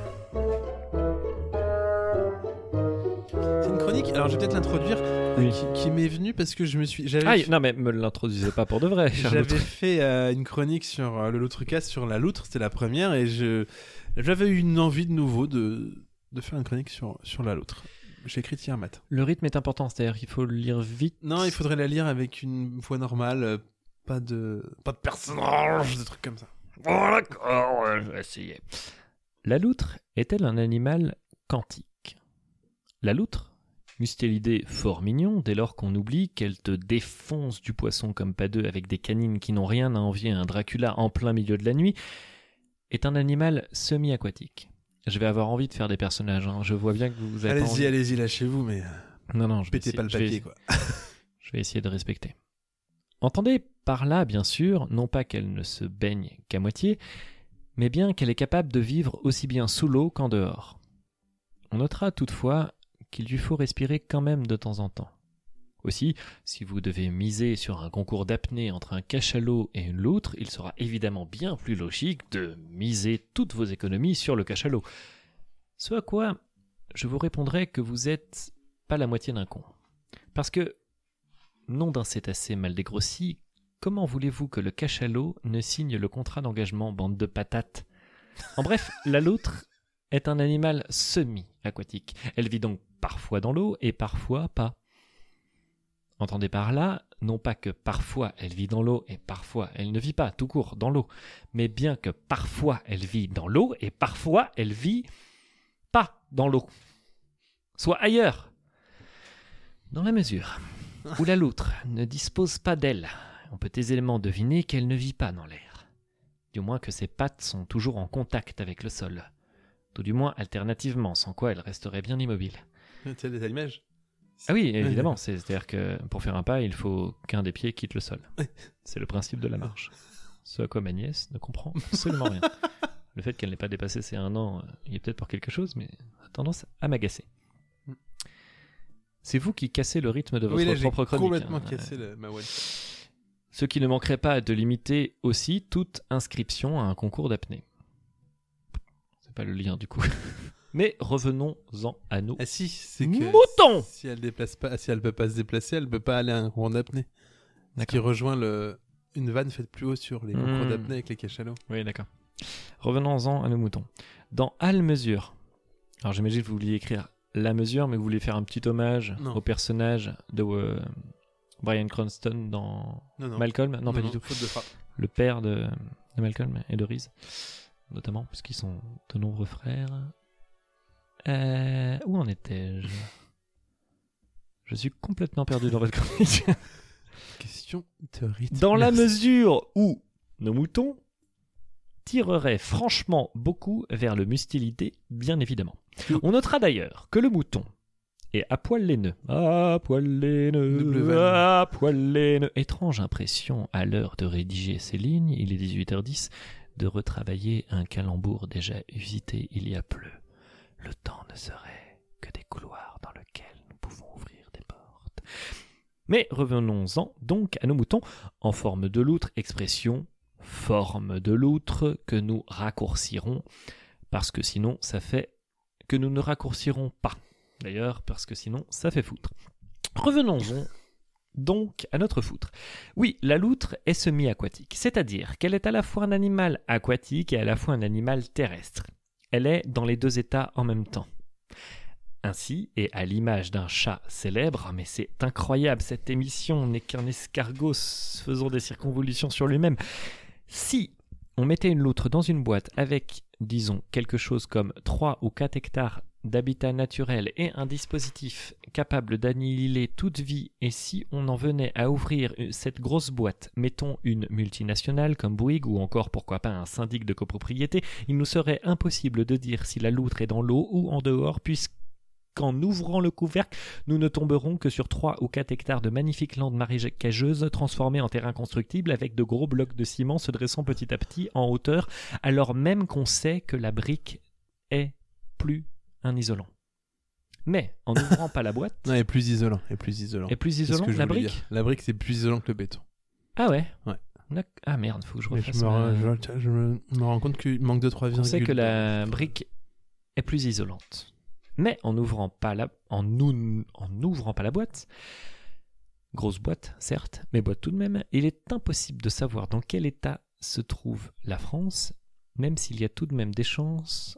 Speaker 1: C'est une chronique. Alors, je vais peut-être l'introduire.
Speaker 5: Oui.
Speaker 1: Qui, qui m'est venue parce que je me suis. J'avais
Speaker 5: Aïe, Ah, non mais me l'introduisez pas pour de vrai, cher
Speaker 1: J'avais
Speaker 5: Loutre.
Speaker 1: fait euh, une chronique sur euh, le Loutrecast sur la loutre, c'était la première, et je j'avais eu une envie de nouveau de, de faire une chronique sur, sur la loutre. J'ai écrit hier matin.
Speaker 5: Le rythme est important, c'est-à-dire qu'il faut le lire vite.
Speaker 1: Non, il faudrait la lire avec une voix normale, euh, pas de pas de personnage, des trucs comme ça.
Speaker 5: La loutre est-elle un animal quantique La loutre Mais c'était l'idée fort mignon, dès lors qu'on oublie qu'elle te défonce du poisson comme pas deux avec des canines qui n'ont rien à envier à un Dracula en plein milieu de la nuit, est un animal semi-aquatique. Je vais avoir envie de faire des personnages, hein. je vois bien que vous avez pas
Speaker 1: Allez-y,
Speaker 5: envie.
Speaker 1: allez-y, lâchez-vous, mais euh,
Speaker 5: Non, non, je vais
Speaker 1: pétez
Speaker 5: essayer-
Speaker 1: pas le
Speaker 5: je vais-
Speaker 1: papier, quoi.
Speaker 5: je vais essayer de respecter. Entendez par là, bien sûr, non pas qu'elle ne se baigne qu'à moitié, mais bien qu'elle est capable de vivre aussi bien sous l'eau qu'en dehors. On notera toutefois qu'il lui faut respirer quand même de temps en temps. Aussi, si vous devez miser sur un concours d'apnée entre un cachalot et une loutre, il sera évidemment bien plus logique de miser toutes vos économies sur le cachalot. Ce à quoi je vous répondrai que vous êtes pas la moitié d'un con. Parce que nom d'un cétacé mal dégrossi, comment voulez-vous que le cachalot ne signe le contrat d'engagement, bande de patates En bref, la loutre est un animal semi-aquatique. Elle vit donc parfois dans l'eau et parfois pas. Entendez par là, non pas que parfois elle vit dans l'eau et parfois elle ne vit pas tout court dans l'eau, mais bien que parfois elle vit dans l'eau et parfois elle vit pas dans l'eau, soit ailleurs. Dans la mesure où la loutre ne dispose pas d'elle, on peut aisément deviner qu'elle ne vit pas dans l'air. Du moins que ses pattes sont toujours en contact avec le sol. Tout du moins alternativement, sans quoi elle resterait bien immobile.
Speaker 1: T'as des images
Speaker 5: Ah oui, évidemment, c'est- c'est-à-dire que pour faire un pas, il faut qu'un des pieds quitte le sol. C'est le principe de la marche. Ce à quoi ma nièce ne comprend absolument rien. Le fait qu'elle n'ait pas dépassé ses un an, euh, il est peut-être pour quelque chose, mais a tendance à m'agacer. C'est vous qui cassez le rythme de votre
Speaker 1: Mm. Oui, là, j'ai
Speaker 5: propre chronique.
Speaker 1: complètement
Speaker 5: hein.
Speaker 1: cassé le- ma one.
Speaker 5: Ce qui ne manquerait pas de limiter aussi toute inscription à un concours d'apnée. C'est pas le lien du coup. Mais revenons-en à nous.
Speaker 1: Ah si, c'est que
Speaker 5: Mouton
Speaker 1: si elle déplace pas, si elle peut pas se déplacer, elle peut pas aller à un cours d'apnée. Ce qui rejoint le une vanne faite plus haut sur les concours
Speaker 5: Hmm.
Speaker 1: d'apnée avec les cachalots.
Speaker 5: Oui, d'accord. Revenons-en à nos moutons. Dans Al mesure. Alors j'imagine que vous vouliez écrire la mesure, mais que vous vouliez faire un petit hommage
Speaker 1: Non.
Speaker 5: au personnage de euh, Brian Cranston dans
Speaker 1: Non non.
Speaker 5: Malcolm. Non, pas du tout.
Speaker 1: Faute de frappe.
Speaker 5: le père de, de Malcolm et de Reese, notamment, puisqu'ils sont de nombreux frères. Euh, où en étais-je Je suis complètement perdu dans votre chronique.
Speaker 1: Question de rythme.
Speaker 5: Dans la
Speaker 1: Merci.
Speaker 5: mesure où nos moutons tireraient franchement beaucoup vers le mustilité, bien évidemment. On notera d'ailleurs que le mouton est à poil les nœuds. À poil les
Speaker 1: Double
Speaker 5: nœuds.
Speaker 1: vanne.
Speaker 5: À poil les nœuds. Étrange impression à l'heure de rédiger ces lignes, il est 18h10, de retravailler un calembour déjà usité il y a peu. Le temps ne serait que des couloirs dans lesquels nous pouvons ouvrir des portes. Mais revenons-en donc à nos moutons en forme de loutre, expression forme de loutre que nous raccourcirons parce que sinon ça fait que nous ne raccourcirons pas. D'ailleurs, parce que sinon ça fait foutre. Revenons-en donc à notre foutre. Oui, la loutre est semi-aquatique, c'est-à-dire qu'elle est à la fois un animal aquatique et à la fois un animal terrestre. Elle est dans les deux états en même temps. Ainsi, et à l'image d'un chat célèbre, ah, mais c'est incroyable, cette émission n'est qu'un escargot s- faisant des circonvolutions sur lui-même. Si on mettait une loutre dans une boîte avec, disons, quelque chose comme 3 ou 4 hectares d'habitat naturel et un dispositif capable d'annihiler toute vie, et si on en venait à ouvrir euh, cette grosse boîte, mettons une multinationale comme Bouygues ou encore pourquoi pas un syndic de copropriété, il nous serait impossible de dire si la loutre est dans l'eau ou en dehors, puisqu'en ouvrant le couvercle, nous ne tomberons que sur 3 ou 4 hectares de magnifiques landes marécageuses transformées en terrain constructible avec de gros blocs de ciment se dressant petit à petit en hauteur, alors même qu'on sait que la brique est plus un isolant. Mais en n'ouvrant pas la boîte,
Speaker 1: Non, et plus isolant, et plus isolant.
Speaker 5: est plus
Speaker 1: C'est ce
Speaker 5: isolant
Speaker 1: que
Speaker 5: que
Speaker 1: je
Speaker 5: la
Speaker 1: voulais
Speaker 5: brique
Speaker 1: dire. La brique c'est plus isolant que le béton.
Speaker 5: Ah ouais
Speaker 1: Ouais.
Speaker 5: D'ac- Ah merde, faut que je
Speaker 1: Mais Je
Speaker 5: refasse.
Speaker 1: me,
Speaker 5: ma-
Speaker 1: re- je- tiens, je me- me rends compte qu'il manque de 3
Speaker 5: On sait que la brique est plus isolante. Mais en n'ouvrant pas la, en nou- en n'ouvrant pas la boîte, grosse boîte certes, mais boîte tout de même, il est impossible de savoir dans quel état se trouve la France, même s'il y a tout de même des chances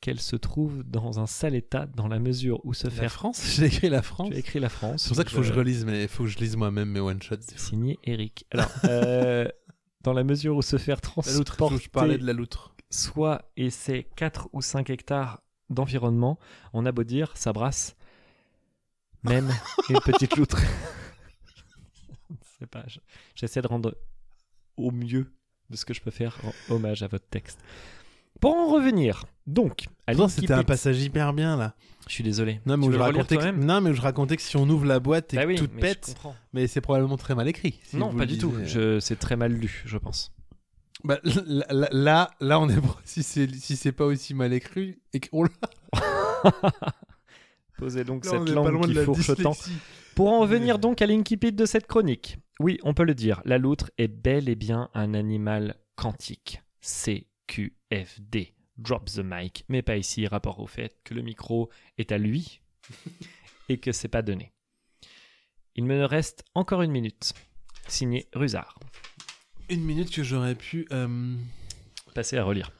Speaker 5: qu'elle se trouve dans un sale état, dans la mesure où se
Speaker 1: La
Speaker 5: faire.
Speaker 1: France, j'ai écrit la France.
Speaker 5: Tu as écrit la France.
Speaker 1: C'est pour ça qu'il faut que je
Speaker 5: Euh,
Speaker 1: relise, mais faut que je lise moi-même mes one shots.
Speaker 5: Signé Eric. Alors, euh, dans la mesure où se faire
Speaker 1: La loutre, faut que je
Speaker 5: transporter
Speaker 1: parlais de la loutre.
Speaker 5: soit et c'est 4 ou 5 hectares d'environnement, on a beau dire, ça brasse. même une petite loutre. Je sais pas, je- j'essaie de rendre au mieux de ce que je peux faire en hommage à votre texte. Pour en revenir, donc,
Speaker 1: Putain,
Speaker 5: à Link
Speaker 1: c'était un
Speaker 5: Keep It.
Speaker 1: passage hyper bien là.
Speaker 5: Je suis désolé.
Speaker 1: Non mais,
Speaker 5: Tu
Speaker 1: où
Speaker 5: veux
Speaker 1: je
Speaker 5: le relire
Speaker 1: racontais que...
Speaker 5: toi-même
Speaker 1: non, mais où je racontais que si on ouvre la boîte et
Speaker 5: Bah
Speaker 1: que
Speaker 5: oui,
Speaker 1: tout
Speaker 5: mais je
Speaker 1: pète,
Speaker 5: comprends.
Speaker 1: mais c'est probablement très mal écrit. si
Speaker 5: non,
Speaker 1: vous
Speaker 5: pas
Speaker 1: le
Speaker 5: du tout.
Speaker 1: lisez.
Speaker 5: Je... C'est très mal lu, je pense.
Speaker 1: Bah, là, là- là, là, on est. Si c'est si c'est pas aussi mal écrit et qu'on l'a,
Speaker 5: Posez donc
Speaker 1: là, on
Speaker 5: cette
Speaker 1: est pas
Speaker 5: langue
Speaker 1: loin
Speaker 5: qui
Speaker 1: de la
Speaker 5: fourche tant.
Speaker 1: dyslexie.
Speaker 5: Pour en venir donc à l'incipit de cette chronique, oui, on peut le dire, la loutre est bel et bien un animal quantique. CQFD. Drop the mic, mais pas ici, rapport au fait que le micro est à lui et que c'est pas donné. Il me reste encore une minute. Signé Rusard.
Speaker 1: Une minute que j'aurais pu. euh,
Speaker 5: Passez à relire.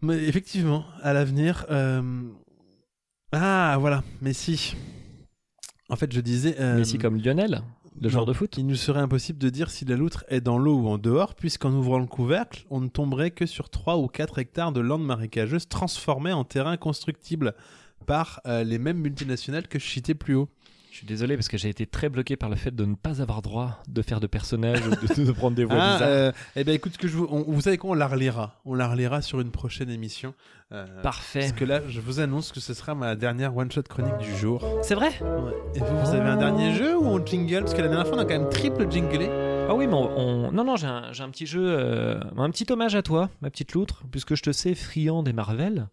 Speaker 1: Mais effectivement, à l'avenir. euh, Ah voilà, Messi. En fait, je disais. euh,
Speaker 5: Mais si comme Lionel, le
Speaker 1: non.
Speaker 5: joueur de foot.
Speaker 1: Il nous serait impossible de dire si la loutre est dans l'eau ou en dehors, puisqu'en ouvrant le couvercle, on ne tomberait que sur 3 ou 4 hectares de landes marécageuses transformées en terrain constructible par euh, les mêmes multinationales que je citais plus haut.
Speaker 5: Je suis désolé parce que j'ai été très bloqué par le fait de ne pas avoir droit de faire de personnages ou de, de prendre des voix
Speaker 1: Ah,
Speaker 5: bizarres.
Speaker 1: euh, eh ben écoute, ce que je vous, on- vous savez quoi, on la relira. On la relira sur une prochaine émission. euh,
Speaker 5: Parfait.
Speaker 1: parce que là, je vous annonce que ce sera ma dernière one-shot chronique du jour.
Speaker 5: C'est vrai
Speaker 1: Ouais. Et vous, vous
Speaker 5: Oh.
Speaker 1: avez un dernier jeu ou on jingle Parce que la dernière fois, on a quand même triple jinglé.
Speaker 5: Ah oui, mais on... on- Non, non, j'ai un, j'ai un petit jeu, euh, un petit hommage à toi, ma petite loutre, puisque je te sais friand des Marvel,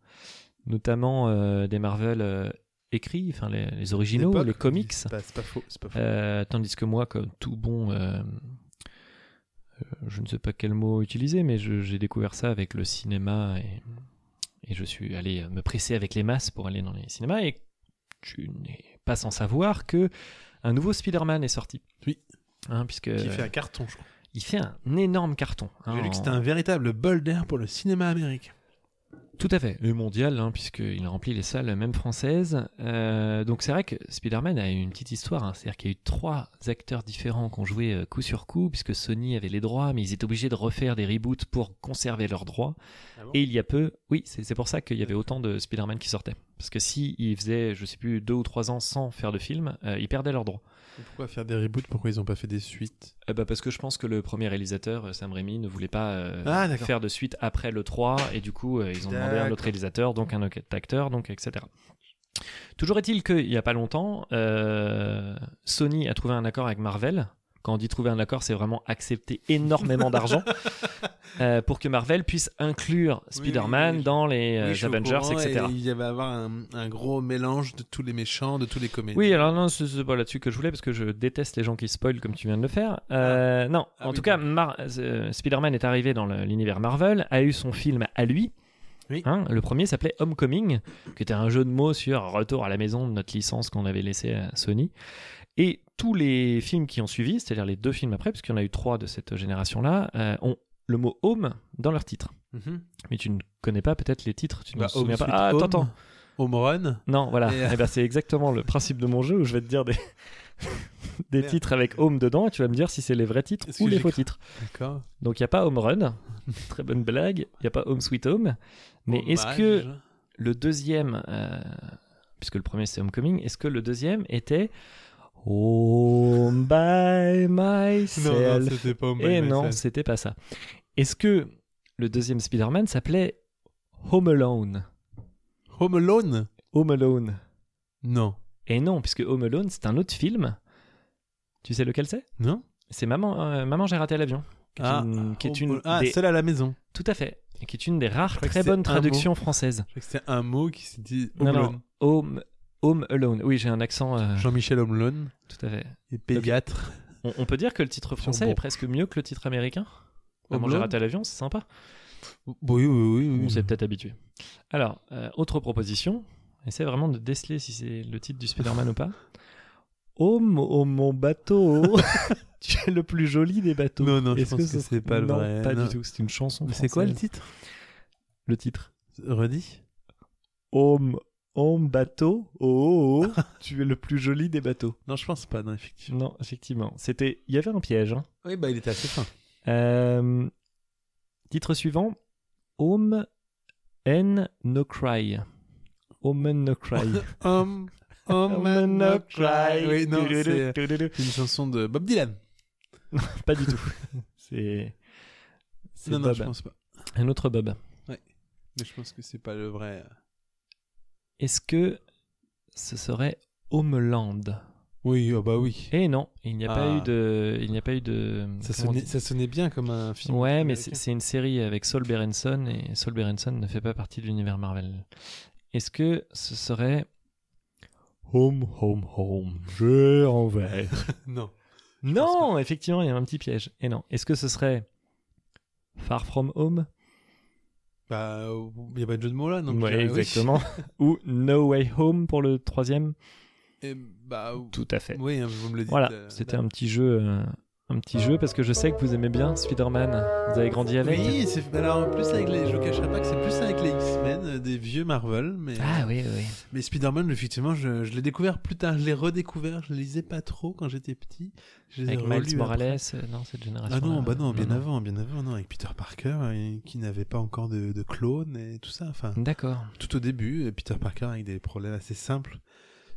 Speaker 5: notamment euh, des Marvel euh, écrits, enfin les, les originaux,
Speaker 1: D'époque.
Speaker 5: les comics,
Speaker 1: C'est pas, c'est pas faux, c'est pas faux.
Speaker 5: Euh, tandis que moi, comme tout bon... euh, euh, Je ne sais pas quel mot utiliser, mais je- j'ai découvert ça avec le cinéma et, et je suis allé me presser avec les masses pour aller dans les cinémas. Et tu n'es pas sans savoir que un nouveau Spider-Man est sorti.
Speaker 1: Oui.
Speaker 5: Hein, puisque
Speaker 1: Qui fait un carton, je crois.
Speaker 5: il fait un énorme carton. hein,
Speaker 1: J'ai lu que
Speaker 5: en-
Speaker 1: c'était un véritable bol d'air pour le cinéma américain.
Speaker 5: Tout à fait. Et mondial, hein, puisqu'il a rempli les salles, même françaises. Euh, donc c'est vrai que Spider-Man a eu une petite histoire. hein. C'est-à-dire qu'il y a eu trois acteurs différents qui ont joué euh, coup sur coup, puisque Sony avait les droits, mais ils étaient obligés de refaire des reboots pour conserver leurs droits. Et il y a peu, oui, c'est c'est pour ça qu'il y avait autant de Spider-Man qui sortaient. Parce que si ils faisaient, je sais plus, deux ou trois ans sans faire de film, euh, ils perdaient leurs droits.
Speaker 1: Pourquoi faire des reboots Pourquoi ils ont pas fait des suites
Speaker 5: Eh ben, parce que je pense que le premier réalisateur, euh, Sam Raimi, ne voulait pas euh,
Speaker 1: Ah, d'accord.
Speaker 5: faire de suite après le 3, et du coup, euh, ils ont demandé à un autre
Speaker 1: D'accord.
Speaker 5: réalisateur, donc un autre acteur, donc etc. Toujours est-il qu'il n'y a pas longtemps, euh, Sony a trouvé un accord avec Marvel. Quand on dit trouver un accord, c'est vraiment accepter énormément d'argent euh, pour que Marvel puisse inclure
Speaker 1: oui,
Speaker 5: Spider-Man
Speaker 1: oui.
Speaker 5: dans les euh,
Speaker 1: Oui, je suis au
Speaker 5: Avengers,
Speaker 1: courant,
Speaker 5: etc.
Speaker 1: et il y avait avoir un, un gros mélange de tous les méchants, de tous les comédiens.
Speaker 5: Oui, alors non, c'est c'est pas là-dessus que je voulais parce que je déteste les gens qui spoilent comme tu viens de le faire. Euh, Non,
Speaker 1: Ah
Speaker 5: en
Speaker 1: oui,
Speaker 5: tout cas,
Speaker 1: donc.
Speaker 5: Mar- euh, Spider-Man est arrivé dans le- l'univers Marvel, a eu son film à lui.
Speaker 1: Oui.
Speaker 5: Hein, le premier s'appelait Homecoming, qui était un jeu de mots sur retour à la maison de notre licence qu'on avait laissée à Sony. Et tous les films qui ont suivi, c'est-à-dire les deux films après, parce qu'il y en a eu trois de cette génération-là, euh, ont le mot home dans leur titre.
Speaker 1: Mhm.
Speaker 5: Mais tu ne connais pas peut-être les titres, tu ne
Speaker 1: Bah,
Speaker 5: te souviens
Speaker 1: Home
Speaker 5: pas.
Speaker 1: Sweet
Speaker 5: Ah,
Speaker 1: Home,
Speaker 5: attends, attends.
Speaker 1: Home Run.
Speaker 5: Non, voilà.
Speaker 1: Et, euh,
Speaker 5: Eh ben, c'est exactement le principe de mon jeu où je vais te dire des, des
Speaker 1: Merde.
Speaker 5: titres avec home dedans et tu vas me dire si c'est les vrais titres
Speaker 1: Est-ce
Speaker 5: ou
Speaker 1: que
Speaker 5: les
Speaker 1: j'ai
Speaker 5: faux
Speaker 1: cru-
Speaker 5: titres.
Speaker 1: D'accord.
Speaker 5: Donc il n'y a pas home run, très bonne blague, il n'y a pas home sweet home. Mais est-ce que
Speaker 1: Hommage.
Speaker 5: le deuxième, euh, puisque le premier c'est homecoming, est-ce que le deuxième était home by myself
Speaker 1: Non, non, c'était pas Home by
Speaker 5: et Eh, non,
Speaker 1: Myself.
Speaker 5: c'était pas ça. Est-ce que le deuxième Spider-Man s'appelait Home Alone
Speaker 1: Home Alone
Speaker 5: Home Alone.
Speaker 1: Non.
Speaker 5: Et non, puisque Home Alone, c'est un autre film. Tu sais lequel c'est
Speaker 1: Non
Speaker 5: C'est Maman, euh, Maman j'ai raté l'avion. Qui est une, qui est
Speaker 1: Home-
Speaker 5: une
Speaker 1: ah,
Speaker 5: des-
Speaker 1: celle à la maison.
Speaker 5: Tout à fait. Et qui est une des rares
Speaker 1: crois que
Speaker 5: très
Speaker 1: c'est un
Speaker 5: bonnes traductions françaises.
Speaker 1: Je crois que C'était un mot qui s'est dit Home
Speaker 5: Non, non,
Speaker 1: Alone.
Speaker 5: Home, Home Alone. Oui, j'ai un accent. euh,
Speaker 1: Jean-Michel Home Alone
Speaker 5: tout à fait.
Speaker 1: et pédiatre.
Speaker 5: On, on peut dire que le titre français
Speaker 1: bon.
Speaker 5: est presque mieux que le titre américain Maman
Speaker 1: Home
Speaker 5: j'ai
Speaker 1: Alone
Speaker 5: raté l'avion, c'est sympa.
Speaker 1: Oui, oui, oui. oui.
Speaker 5: On s'est peut-être habitué. Alors, euh, autre proposition. Essaie vraiment de déceler si c'est le titre du Spider-Man ou pas. Home, oh mon bateau Tu es le plus joli des bateaux.
Speaker 1: Non, non, je
Speaker 5: Est-ce
Speaker 1: pense que
Speaker 5: ce-
Speaker 1: c'est pas le
Speaker 5: Non,
Speaker 1: vrai.
Speaker 5: Pas
Speaker 1: Non.
Speaker 5: du tout, c'est une chanson.
Speaker 1: Mais c'est quoi le
Speaker 5: française.
Speaker 1: titre
Speaker 5: le titre Oh,
Speaker 1: Redis
Speaker 5: Homme, homme bateau, oh, oh, oh, tu es le plus joli des bateaux.
Speaker 1: Non, je pense pas, non, effectivement.
Speaker 5: Non, effectivement, c'était, il y avait un piège. hein.
Speaker 1: Oui, bah il était assez fin.
Speaker 5: Euh, Titre suivant, Home and No Cry. Home and No Cry.
Speaker 1: Home Home and
Speaker 5: No
Speaker 1: not hum, cry. Oui, non, c'est une chanson de Bob Dylan.
Speaker 5: Pas du tout. C'est. C'est
Speaker 1: Non, non,
Speaker 5: Bob.
Speaker 1: je pense pas.
Speaker 5: Un autre Bob.
Speaker 1: Mais je pense que c'est pas le vrai.
Speaker 5: Est-ce que ce serait Homeland
Speaker 1: Oui, bah oui.
Speaker 5: Eh non, il n'y a pas
Speaker 1: Ah.
Speaker 5: eu de. Il n'y a pas eu de.
Speaker 1: Ça
Speaker 5: comment on
Speaker 1: sonnait,
Speaker 5: dit
Speaker 1: ça sonnait bien comme un film.
Speaker 5: Ouais, mais
Speaker 1: américain.
Speaker 5: c'est c'est une série avec Saul Berenson et Saul Berenson ne fait pas partie de l'univers Marvel. Est-ce que ce serait Home, Home, Home, je envers
Speaker 1: Non.
Speaker 5: Non, effectivement, il y a un petit piège. Et non, est-ce que ce serait Far From Home
Speaker 1: Bah, il n'y a pas de jeu de mots là, donc.
Speaker 5: Ouais,
Speaker 1: je dirais oui.
Speaker 5: exactement. Ou No Way Home pour le troisième
Speaker 1: Et bah,
Speaker 5: Tout à fait.
Speaker 1: oui, hein, vous me le dites.
Speaker 5: Voilà,
Speaker 1: euh,
Speaker 5: c'était un petit jeu, euh, un petit jeu parce que je sais que vous aimez bien Spider-Man. Vous avez grandi avec.
Speaker 1: Oui, c'est- alors en plus avec les, je cacherai pas que c'est plus avec les X-Men, euh, des vieux Marvel, mais
Speaker 5: Ah oui, oui.
Speaker 1: mais Spider-Man effectivement, je, je l'ai découvert plus tard, je l'ai redécouvert, je les lisais pas trop quand j'étais petit. Je les ai
Speaker 5: Avec
Speaker 1: relus
Speaker 5: Miles
Speaker 1: après.
Speaker 5: Morales, euh, non, cette génération.
Speaker 1: Ah non, bah non, bien avant, bien avant, non, avec Peter Parker euh, qui n'avait pas encore de, de clone et tout ça. Enfin,
Speaker 5: D'accord.
Speaker 1: tout au début, euh, Peter Parker avec des problèmes assez simples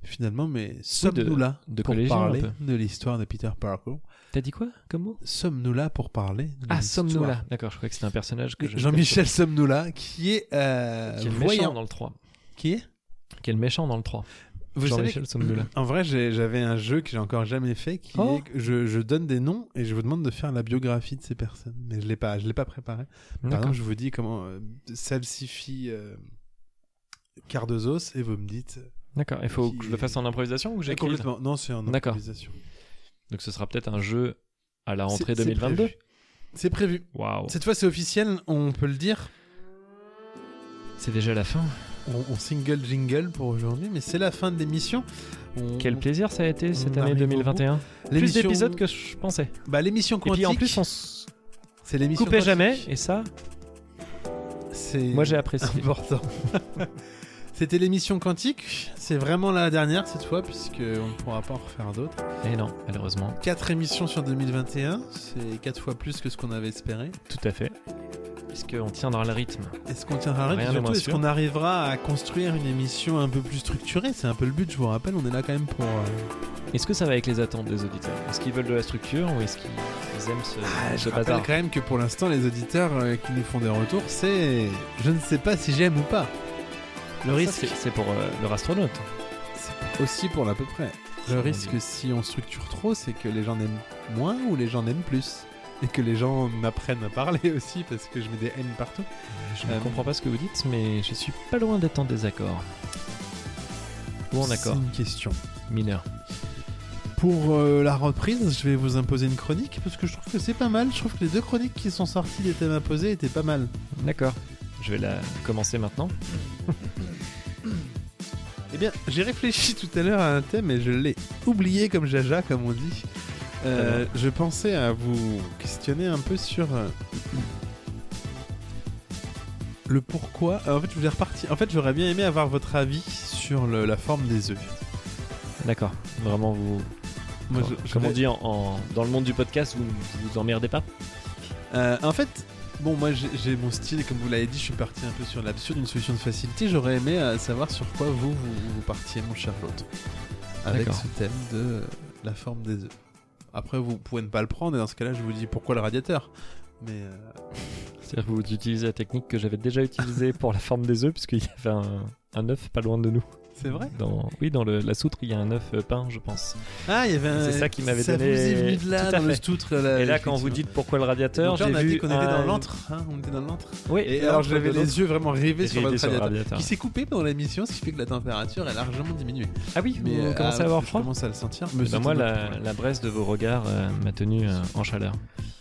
Speaker 1: finalement, mais sommes-nous là
Speaker 5: de
Speaker 1: pour
Speaker 5: collégien, un
Speaker 1: parler
Speaker 5: peu.
Speaker 1: de l'histoire de Peter Parker
Speaker 5: T'as dit quoi comme mot
Speaker 1: Sommes-nous là pour parler de
Speaker 5: Ah,
Speaker 1: l'histoire
Speaker 5: sommes-nous là D'accord, je croyais que c'était un personnage que je.
Speaker 1: Jean-Michel Somnola, qui est, euh,
Speaker 5: Qui est le méchant
Speaker 1: voyant.
Speaker 5: dans le 3.
Speaker 1: Qui est
Speaker 5: Qui est le méchant dans le 3.
Speaker 1: Vous savez
Speaker 5: Jean-Michel Somnola.
Speaker 1: que- En vrai, j'ai- j'avais un jeu que j'ai encore jamais fait, qui
Speaker 5: Oh.
Speaker 1: est que je, je donne des noms et je vous demande de faire la biographie de ces personnes. Mais je l'ai pas, je l'ai pas préparé. Par
Speaker 5: D'accord.
Speaker 1: exemple, je vous dis comment euh, salsifie euh, Cardozos et vous me dites euh,
Speaker 5: D'accord. Il faut
Speaker 1: Qui
Speaker 5: que je le fasse en improvisation ou que j'écris
Speaker 1: complètement. Non, c'est en
Speaker 5: D'accord.
Speaker 1: improvisation.
Speaker 5: Donc ce sera peut-être un jeu à la rentrée
Speaker 1: C'est- c'est
Speaker 5: 2022.
Speaker 1: prévu. C'est prévu.
Speaker 5: Waouh.
Speaker 1: Cette fois, c'est officiel. On peut le dire.
Speaker 5: C'est déjà la fin.
Speaker 1: On, on single jingle pour aujourd'hui, mais c'est la fin de l'émission. On-
Speaker 5: Quel plaisir ça a été cette
Speaker 1: On
Speaker 5: année
Speaker 1: arrive au bout.
Speaker 5: 2021. Plus
Speaker 1: l'émission-
Speaker 5: d'épisodes que je pensais.
Speaker 1: Bah, l'émission
Speaker 5: Et
Speaker 1: quantique.
Speaker 5: puis en plus, on s-
Speaker 1: c'est l'émission
Speaker 5: coupait
Speaker 1: quantique.
Speaker 5: jamais. Et ça,
Speaker 1: C'est
Speaker 5: moi j'ai apprécié.
Speaker 1: important. C'était l'émission quantique. C'est vraiment la dernière cette fois puisque on ne pourra pas en refaire d'autres.
Speaker 5: Et non, malheureusement.
Speaker 1: Quatre émissions sur 2021, c'est quatre fois plus que ce qu'on avait espéré.
Speaker 5: Tout à fait. Puisqu'on tiendra le rythme.
Speaker 1: Est-ce qu'on tiendra
Speaker 5: Rien
Speaker 1: rythme
Speaker 5: n'est
Speaker 1: Surtout,
Speaker 5: moins
Speaker 1: est-ce
Speaker 5: sûr.
Speaker 1: qu'on arrivera à construire une émission un peu plus structurée C'est un peu le but, je vous rappelle. On est là quand même pour. euh,
Speaker 5: Est-ce que ça va avec les attentes des auditeurs Est-ce qu'ils veulent de la structure ou est-ce qu'ils ils aiment ce, ce
Speaker 1: Ah, Je rappelle
Speaker 5: bazar
Speaker 1: quand même que pour l'instant, les auditeurs euh, qui nous font des retours, c'est je ne sais pas si j'aime ou pas. Le
Speaker 5: Ça,
Speaker 1: risque.
Speaker 5: c'est- C'est pour euh, leur astronaute.
Speaker 1: Aussi pour l'à peu près. Le risque, si on structure trop, c'est que les gens n'aiment moins ou les gens n'aiment plus. Et que les gens m'apprennent à parler aussi parce que je mets des haines partout.
Speaker 5: Je ne
Speaker 1: Euh,
Speaker 5: comprends pas ce que vous dites, mais je suis pas loin d'être en désaccord. Ou en accord,
Speaker 1: C'est une question.
Speaker 5: mineur.
Speaker 1: Pour euh, la reprise, je vais vous imposer une chronique parce que je trouve que c'est pas mal. Je trouve que les deux chroniques qui sont sorties des thèmes imposés étaient pas mal.
Speaker 5: D'accord. Je vais la commencer maintenant.
Speaker 1: Eh bien, j'ai réfléchi tout à l'heure à un thème et je l'ai oublié comme jaja, comme on dit. Euh, je pensais à vous questionner un peu sur euh, le pourquoi. euh, En fait, je voulais repartir. En fait, j'aurais bien aimé avoir votre avis sur le- la forme des œufs.
Speaker 5: D'accord. Vraiment, vous.
Speaker 1: Moi,
Speaker 5: com-
Speaker 1: je- je
Speaker 5: comme on
Speaker 1: vais-
Speaker 5: dit en, en- dans le monde du podcast, vous vous emmerdez pas.
Speaker 1: Euh, en fait, bon, moi j'ai- j'ai mon style, et comme vous l'avez dit, je suis parti un peu sur l'absurde, une solution de facilité. J'aurais aimé euh, savoir sur quoi vous, vous, vous partiez, mon cher l'autre, avec
Speaker 5: D'accord.
Speaker 1: ce thème de euh, la forme des œufs. Après, vous pouvez ne pas le prendre, et dans ce cas-là, je vous dis pourquoi le radiateur. Mais euh,
Speaker 5: C'est-à-dire que vous utilisez la technique que j'avais déjà utilisée pour la forme des œufs, puisqu'il y avait un, un œuf pas loin de nous.
Speaker 1: c'est vrai.
Speaker 5: Dans, oui, dans le- la soutre, il y a un œuf euh, peint, je pense.
Speaker 1: Ah, il y avait un.
Speaker 5: C'est ça qui m'avait
Speaker 1: Ça
Speaker 5: donné-
Speaker 1: vous est venu de là,
Speaker 5: Tout à
Speaker 1: dans le
Speaker 5: fait.
Speaker 1: stoutre.
Speaker 5: Et là, quand vous dites pourquoi le radiateur,
Speaker 1: Euh, Donc là,
Speaker 5: j'ai
Speaker 1: on a
Speaker 5: vu
Speaker 1: dit qu'on était
Speaker 5: un-
Speaker 1: dans l'antre. hein, on était dans l'antre.
Speaker 5: Oui.
Speaker 1: Et
Speaker 5: l'antre
Speaker 1: alors,
Speaker 5: de
Speaker 1: j'avais
Speaker 5: l'autre
Speaker 1: les yeux vraiment rivés
Speaker 5: qui
Speaker 1: sur
Speaker 5: était
Speaker 1: votre
Speaker 5: sur le
Speaker 1: radiateur.
Speaker 5: radiateur.
Speaker 1: Qui s'est coupé pendant l'émission, ce qui fait que la température est largement diminuée.
Speaker 5: Ah oui,
Speaker 1: Mais
Speaker 5: vous
Speaker 1: euh,
Speaker 5: commencez
Speaker 1: ah,
Speaker 5: à avoir
Speaker 1: je
Speaker 5: froid.
Speaker 1: commence à le sentir.
Speaker 5: Eh
Speaker 1: Mais
Speaker 5: ben, moi, la, la braise de vos regards euh, m'a tenu euh, en chaleur.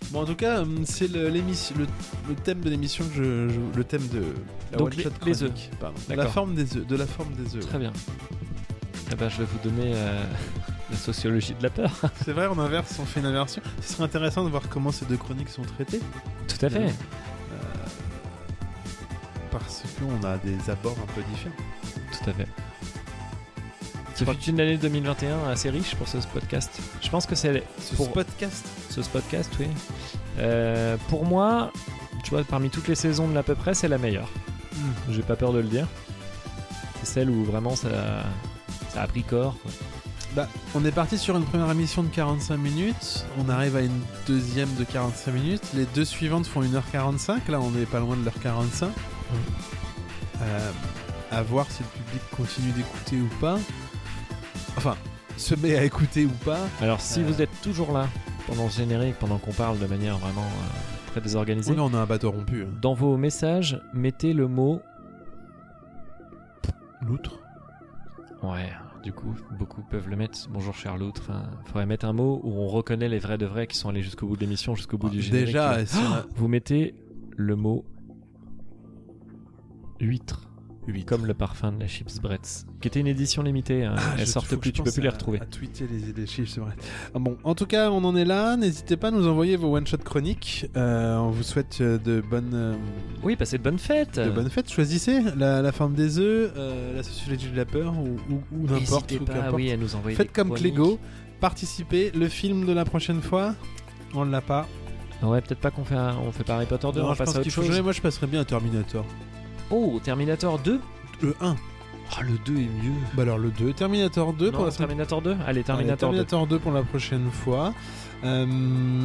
Speaker 1: Bon, en tout cas, hum, c'est le, l'émission- le, le thème de l'émission, que je, je- le thème de la
Speaker 5: Donc,
Speaker 1: one shot
Speaker 5: les- les
Speaker 1: chronique, pardon.
Speaker 5: D'accord.
Speaker 1: La forme des œufs, de la forme des œufs.
Speaker 5: Très bien. Ah bah, je vais vous donner euh, la sociologie de la peur.
Speaker 1: C'est vrai, on inverse, on fait une inversion. Ce serait intéressant de voir comment ces deux chroniques sont traitées,
Speaker 5: Tout à fait.
Speaker 1: parce qu'on a des abords un peu différents.
Speaker 5: Tout à fait. Ce fut une année 2021 assez riche pour ce podcast. Je pense que c'est
Speaker 1: Ce
Speaker 5: Pour-
Speaker 1: podcast,
Speaker 5: ce podcast, oui. Euh, pour moi, tu vois, parmi toutes les saisons de l'à peu
Speaker 1: Hum.
Speaker 5: près, c'est la meilleure. J'ai pas peur de le dire. C'est celle où vraiment ça, ça a pris corps. quoi.
Speaker 1: Bah, on est parti sur une première émission de 45 minutes, on arrive à une deuxième de 45 minutes, les deux suivantes font 1h45, là on est pas loin de l'heure 45. Euh, à voir si le public continue d'écouter ou pas. Enfin, se met à écouter ou pas.
Speaker 5: Alors si
Speaker 1: Euh.
Speaker 5: vous êtes toujours là pendant ce générique, pendant qu'on parle de manière vraiment euh, très désorganisée,
Speaker 1: Oui, mais on a un bateau rompu. hein.
Speaker 5: dans vos messages, mettez le mot...
Speaker 1: L'outre
Speaker 5: Ouais, du coup, beaucoup peuvent le mettre. Bonjour cher l'autre. Enfin, faudrait mettre un mot où on reconnaît les vrais de vrais qui sont allés jusqu'au bout de l'émission, jusqu'au bout du générique.
Speaker 1: Ah, Déjà, si on a-
Speaker 5: Vous mettez le mot huître. Comme le parfum de la chips Bretz, qui était une édition limitée. hein.
Speaker 1: Ah,
Speaker 5: Elles
Speaker 1: je-
Speaker 5: sortent
Speaker 1: faut que
Speaker 5: plus,
Speaker 1: je
Speaker 5: tu peux
Speaker 1: pense
Speaker 5: plus les
Speaker 1: à-
Speaker 5: retrouver.
Speaker 1: À tweeter les, les chiffres, c'est vrai. Ah Bon, en tout cas, on en est là. N'hésitez pas à nous envoyer vos one-shot chroniques. Euh, on vous souhaite euh, de bonnes, euh,
Speaker 5: Oui, passez de bonnes fêtes.
Speaker 1: de bonnes fêtes. Choisissez la, la forme des œufs, euh, la sociologie de la peur ou, ou- ou n'importe.
Speaker 5: N'hésitez
Speaker 1: ou
Speaker 5: pas,
Speaker 1: qu'importe.
Speaker 5: oui, à nous envoyer.
Speaker 1: Faites
Speaker 5: des
Speaker 1: comme
Speaker 5: chroniques.
Speaker 1: Clégo, participez. Le film de la prochaine fois, on l'a pas.
Speaker 5: Ouais, peut-être pas qu'on fait, un- on fait pas Harry Potter 2,
Speaker 1: Non,
Speaker 5: on
Speaker 1: je pense
Speaker 5: passe à autre
Speaker 1: qu'il faut
Speaker 5: chose.
Speaker 1: jouer. Moi, je passerais bien à Terminator.
Speaker 5: Oh, Terminator 2
Speaker 1: Le 1.
Speaker 5: Oh, le 2 est mieux.
Speaker 1: Bah alors le 2. Terminator 2 pour
Speaker 5: Non,
Speaker 1: la semaine
Speaker 5: Terminator 2 Allez, Terminator,
Speaker 1: Allez, 2 pour la prochaine fois. Euh,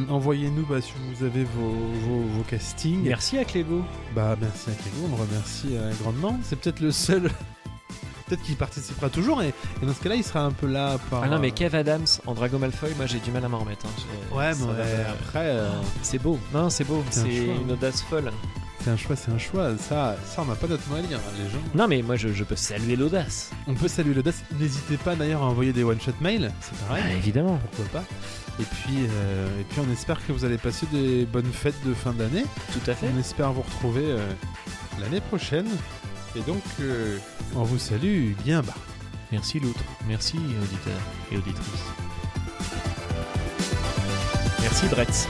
Speaker 1: Envoyez-nous bah, si vous avez vos, vos, vos
Speaker 5: 2.
Speaker 1: castings.
Speaker 5: Merci à Clégo.
Speaker 1: Bah, merci à Kego, on le remercie euh, grandement. C'est peut-être le seul. peut-être qu'il participera toujours et, et dans ce cas-là, il sera un peu là par.
Speaker 5: Ah non, mais
Speaker 1: euh,
Speaker 5: Kev Adams en Drago Malfoy, moi j'ai du mal à m'en remettre. hein. J'ai-
Speaker 1: Ouais, mais
Speaker 5: ça va
Speaker 1: ouais,
Speaker 5: faire-
Speaker 1: après, euh,
Speaker 5: C'est beau, non, c'est beau,
Speaker 1: C'est un
Speaker 5: c'est
Speaker 1: choix, hein.
Speaker 5: une audace folle.
Speaker 1: c'est un choix, c'est un choix. Ça, ça on n'a pas d'autre mot à dire. hein, Les gens.
Speaker 5: Non, mais moi je, je peux saluer l'audace.
Speaker 1: On peut saluer l'audace. N'hésitez pas d'ailleurs à envoyer des one-shot mail. C'est pareil.
Speaker 5: Ah, évidemment.
Speaker 1: Pourquoi pas et puis, euh, et puis on espère que vous allez passer des bonnes fêtes de fin d'année.
Speaker 5: Tout à fait.
Speaker 1: On espère vous retrouver euh, l'année prochaine. Et donc, euh, on vous salue bien bas.
Speaker 5: Merci l'autre. Merci auditeurs et auditrices. Merci Dretz.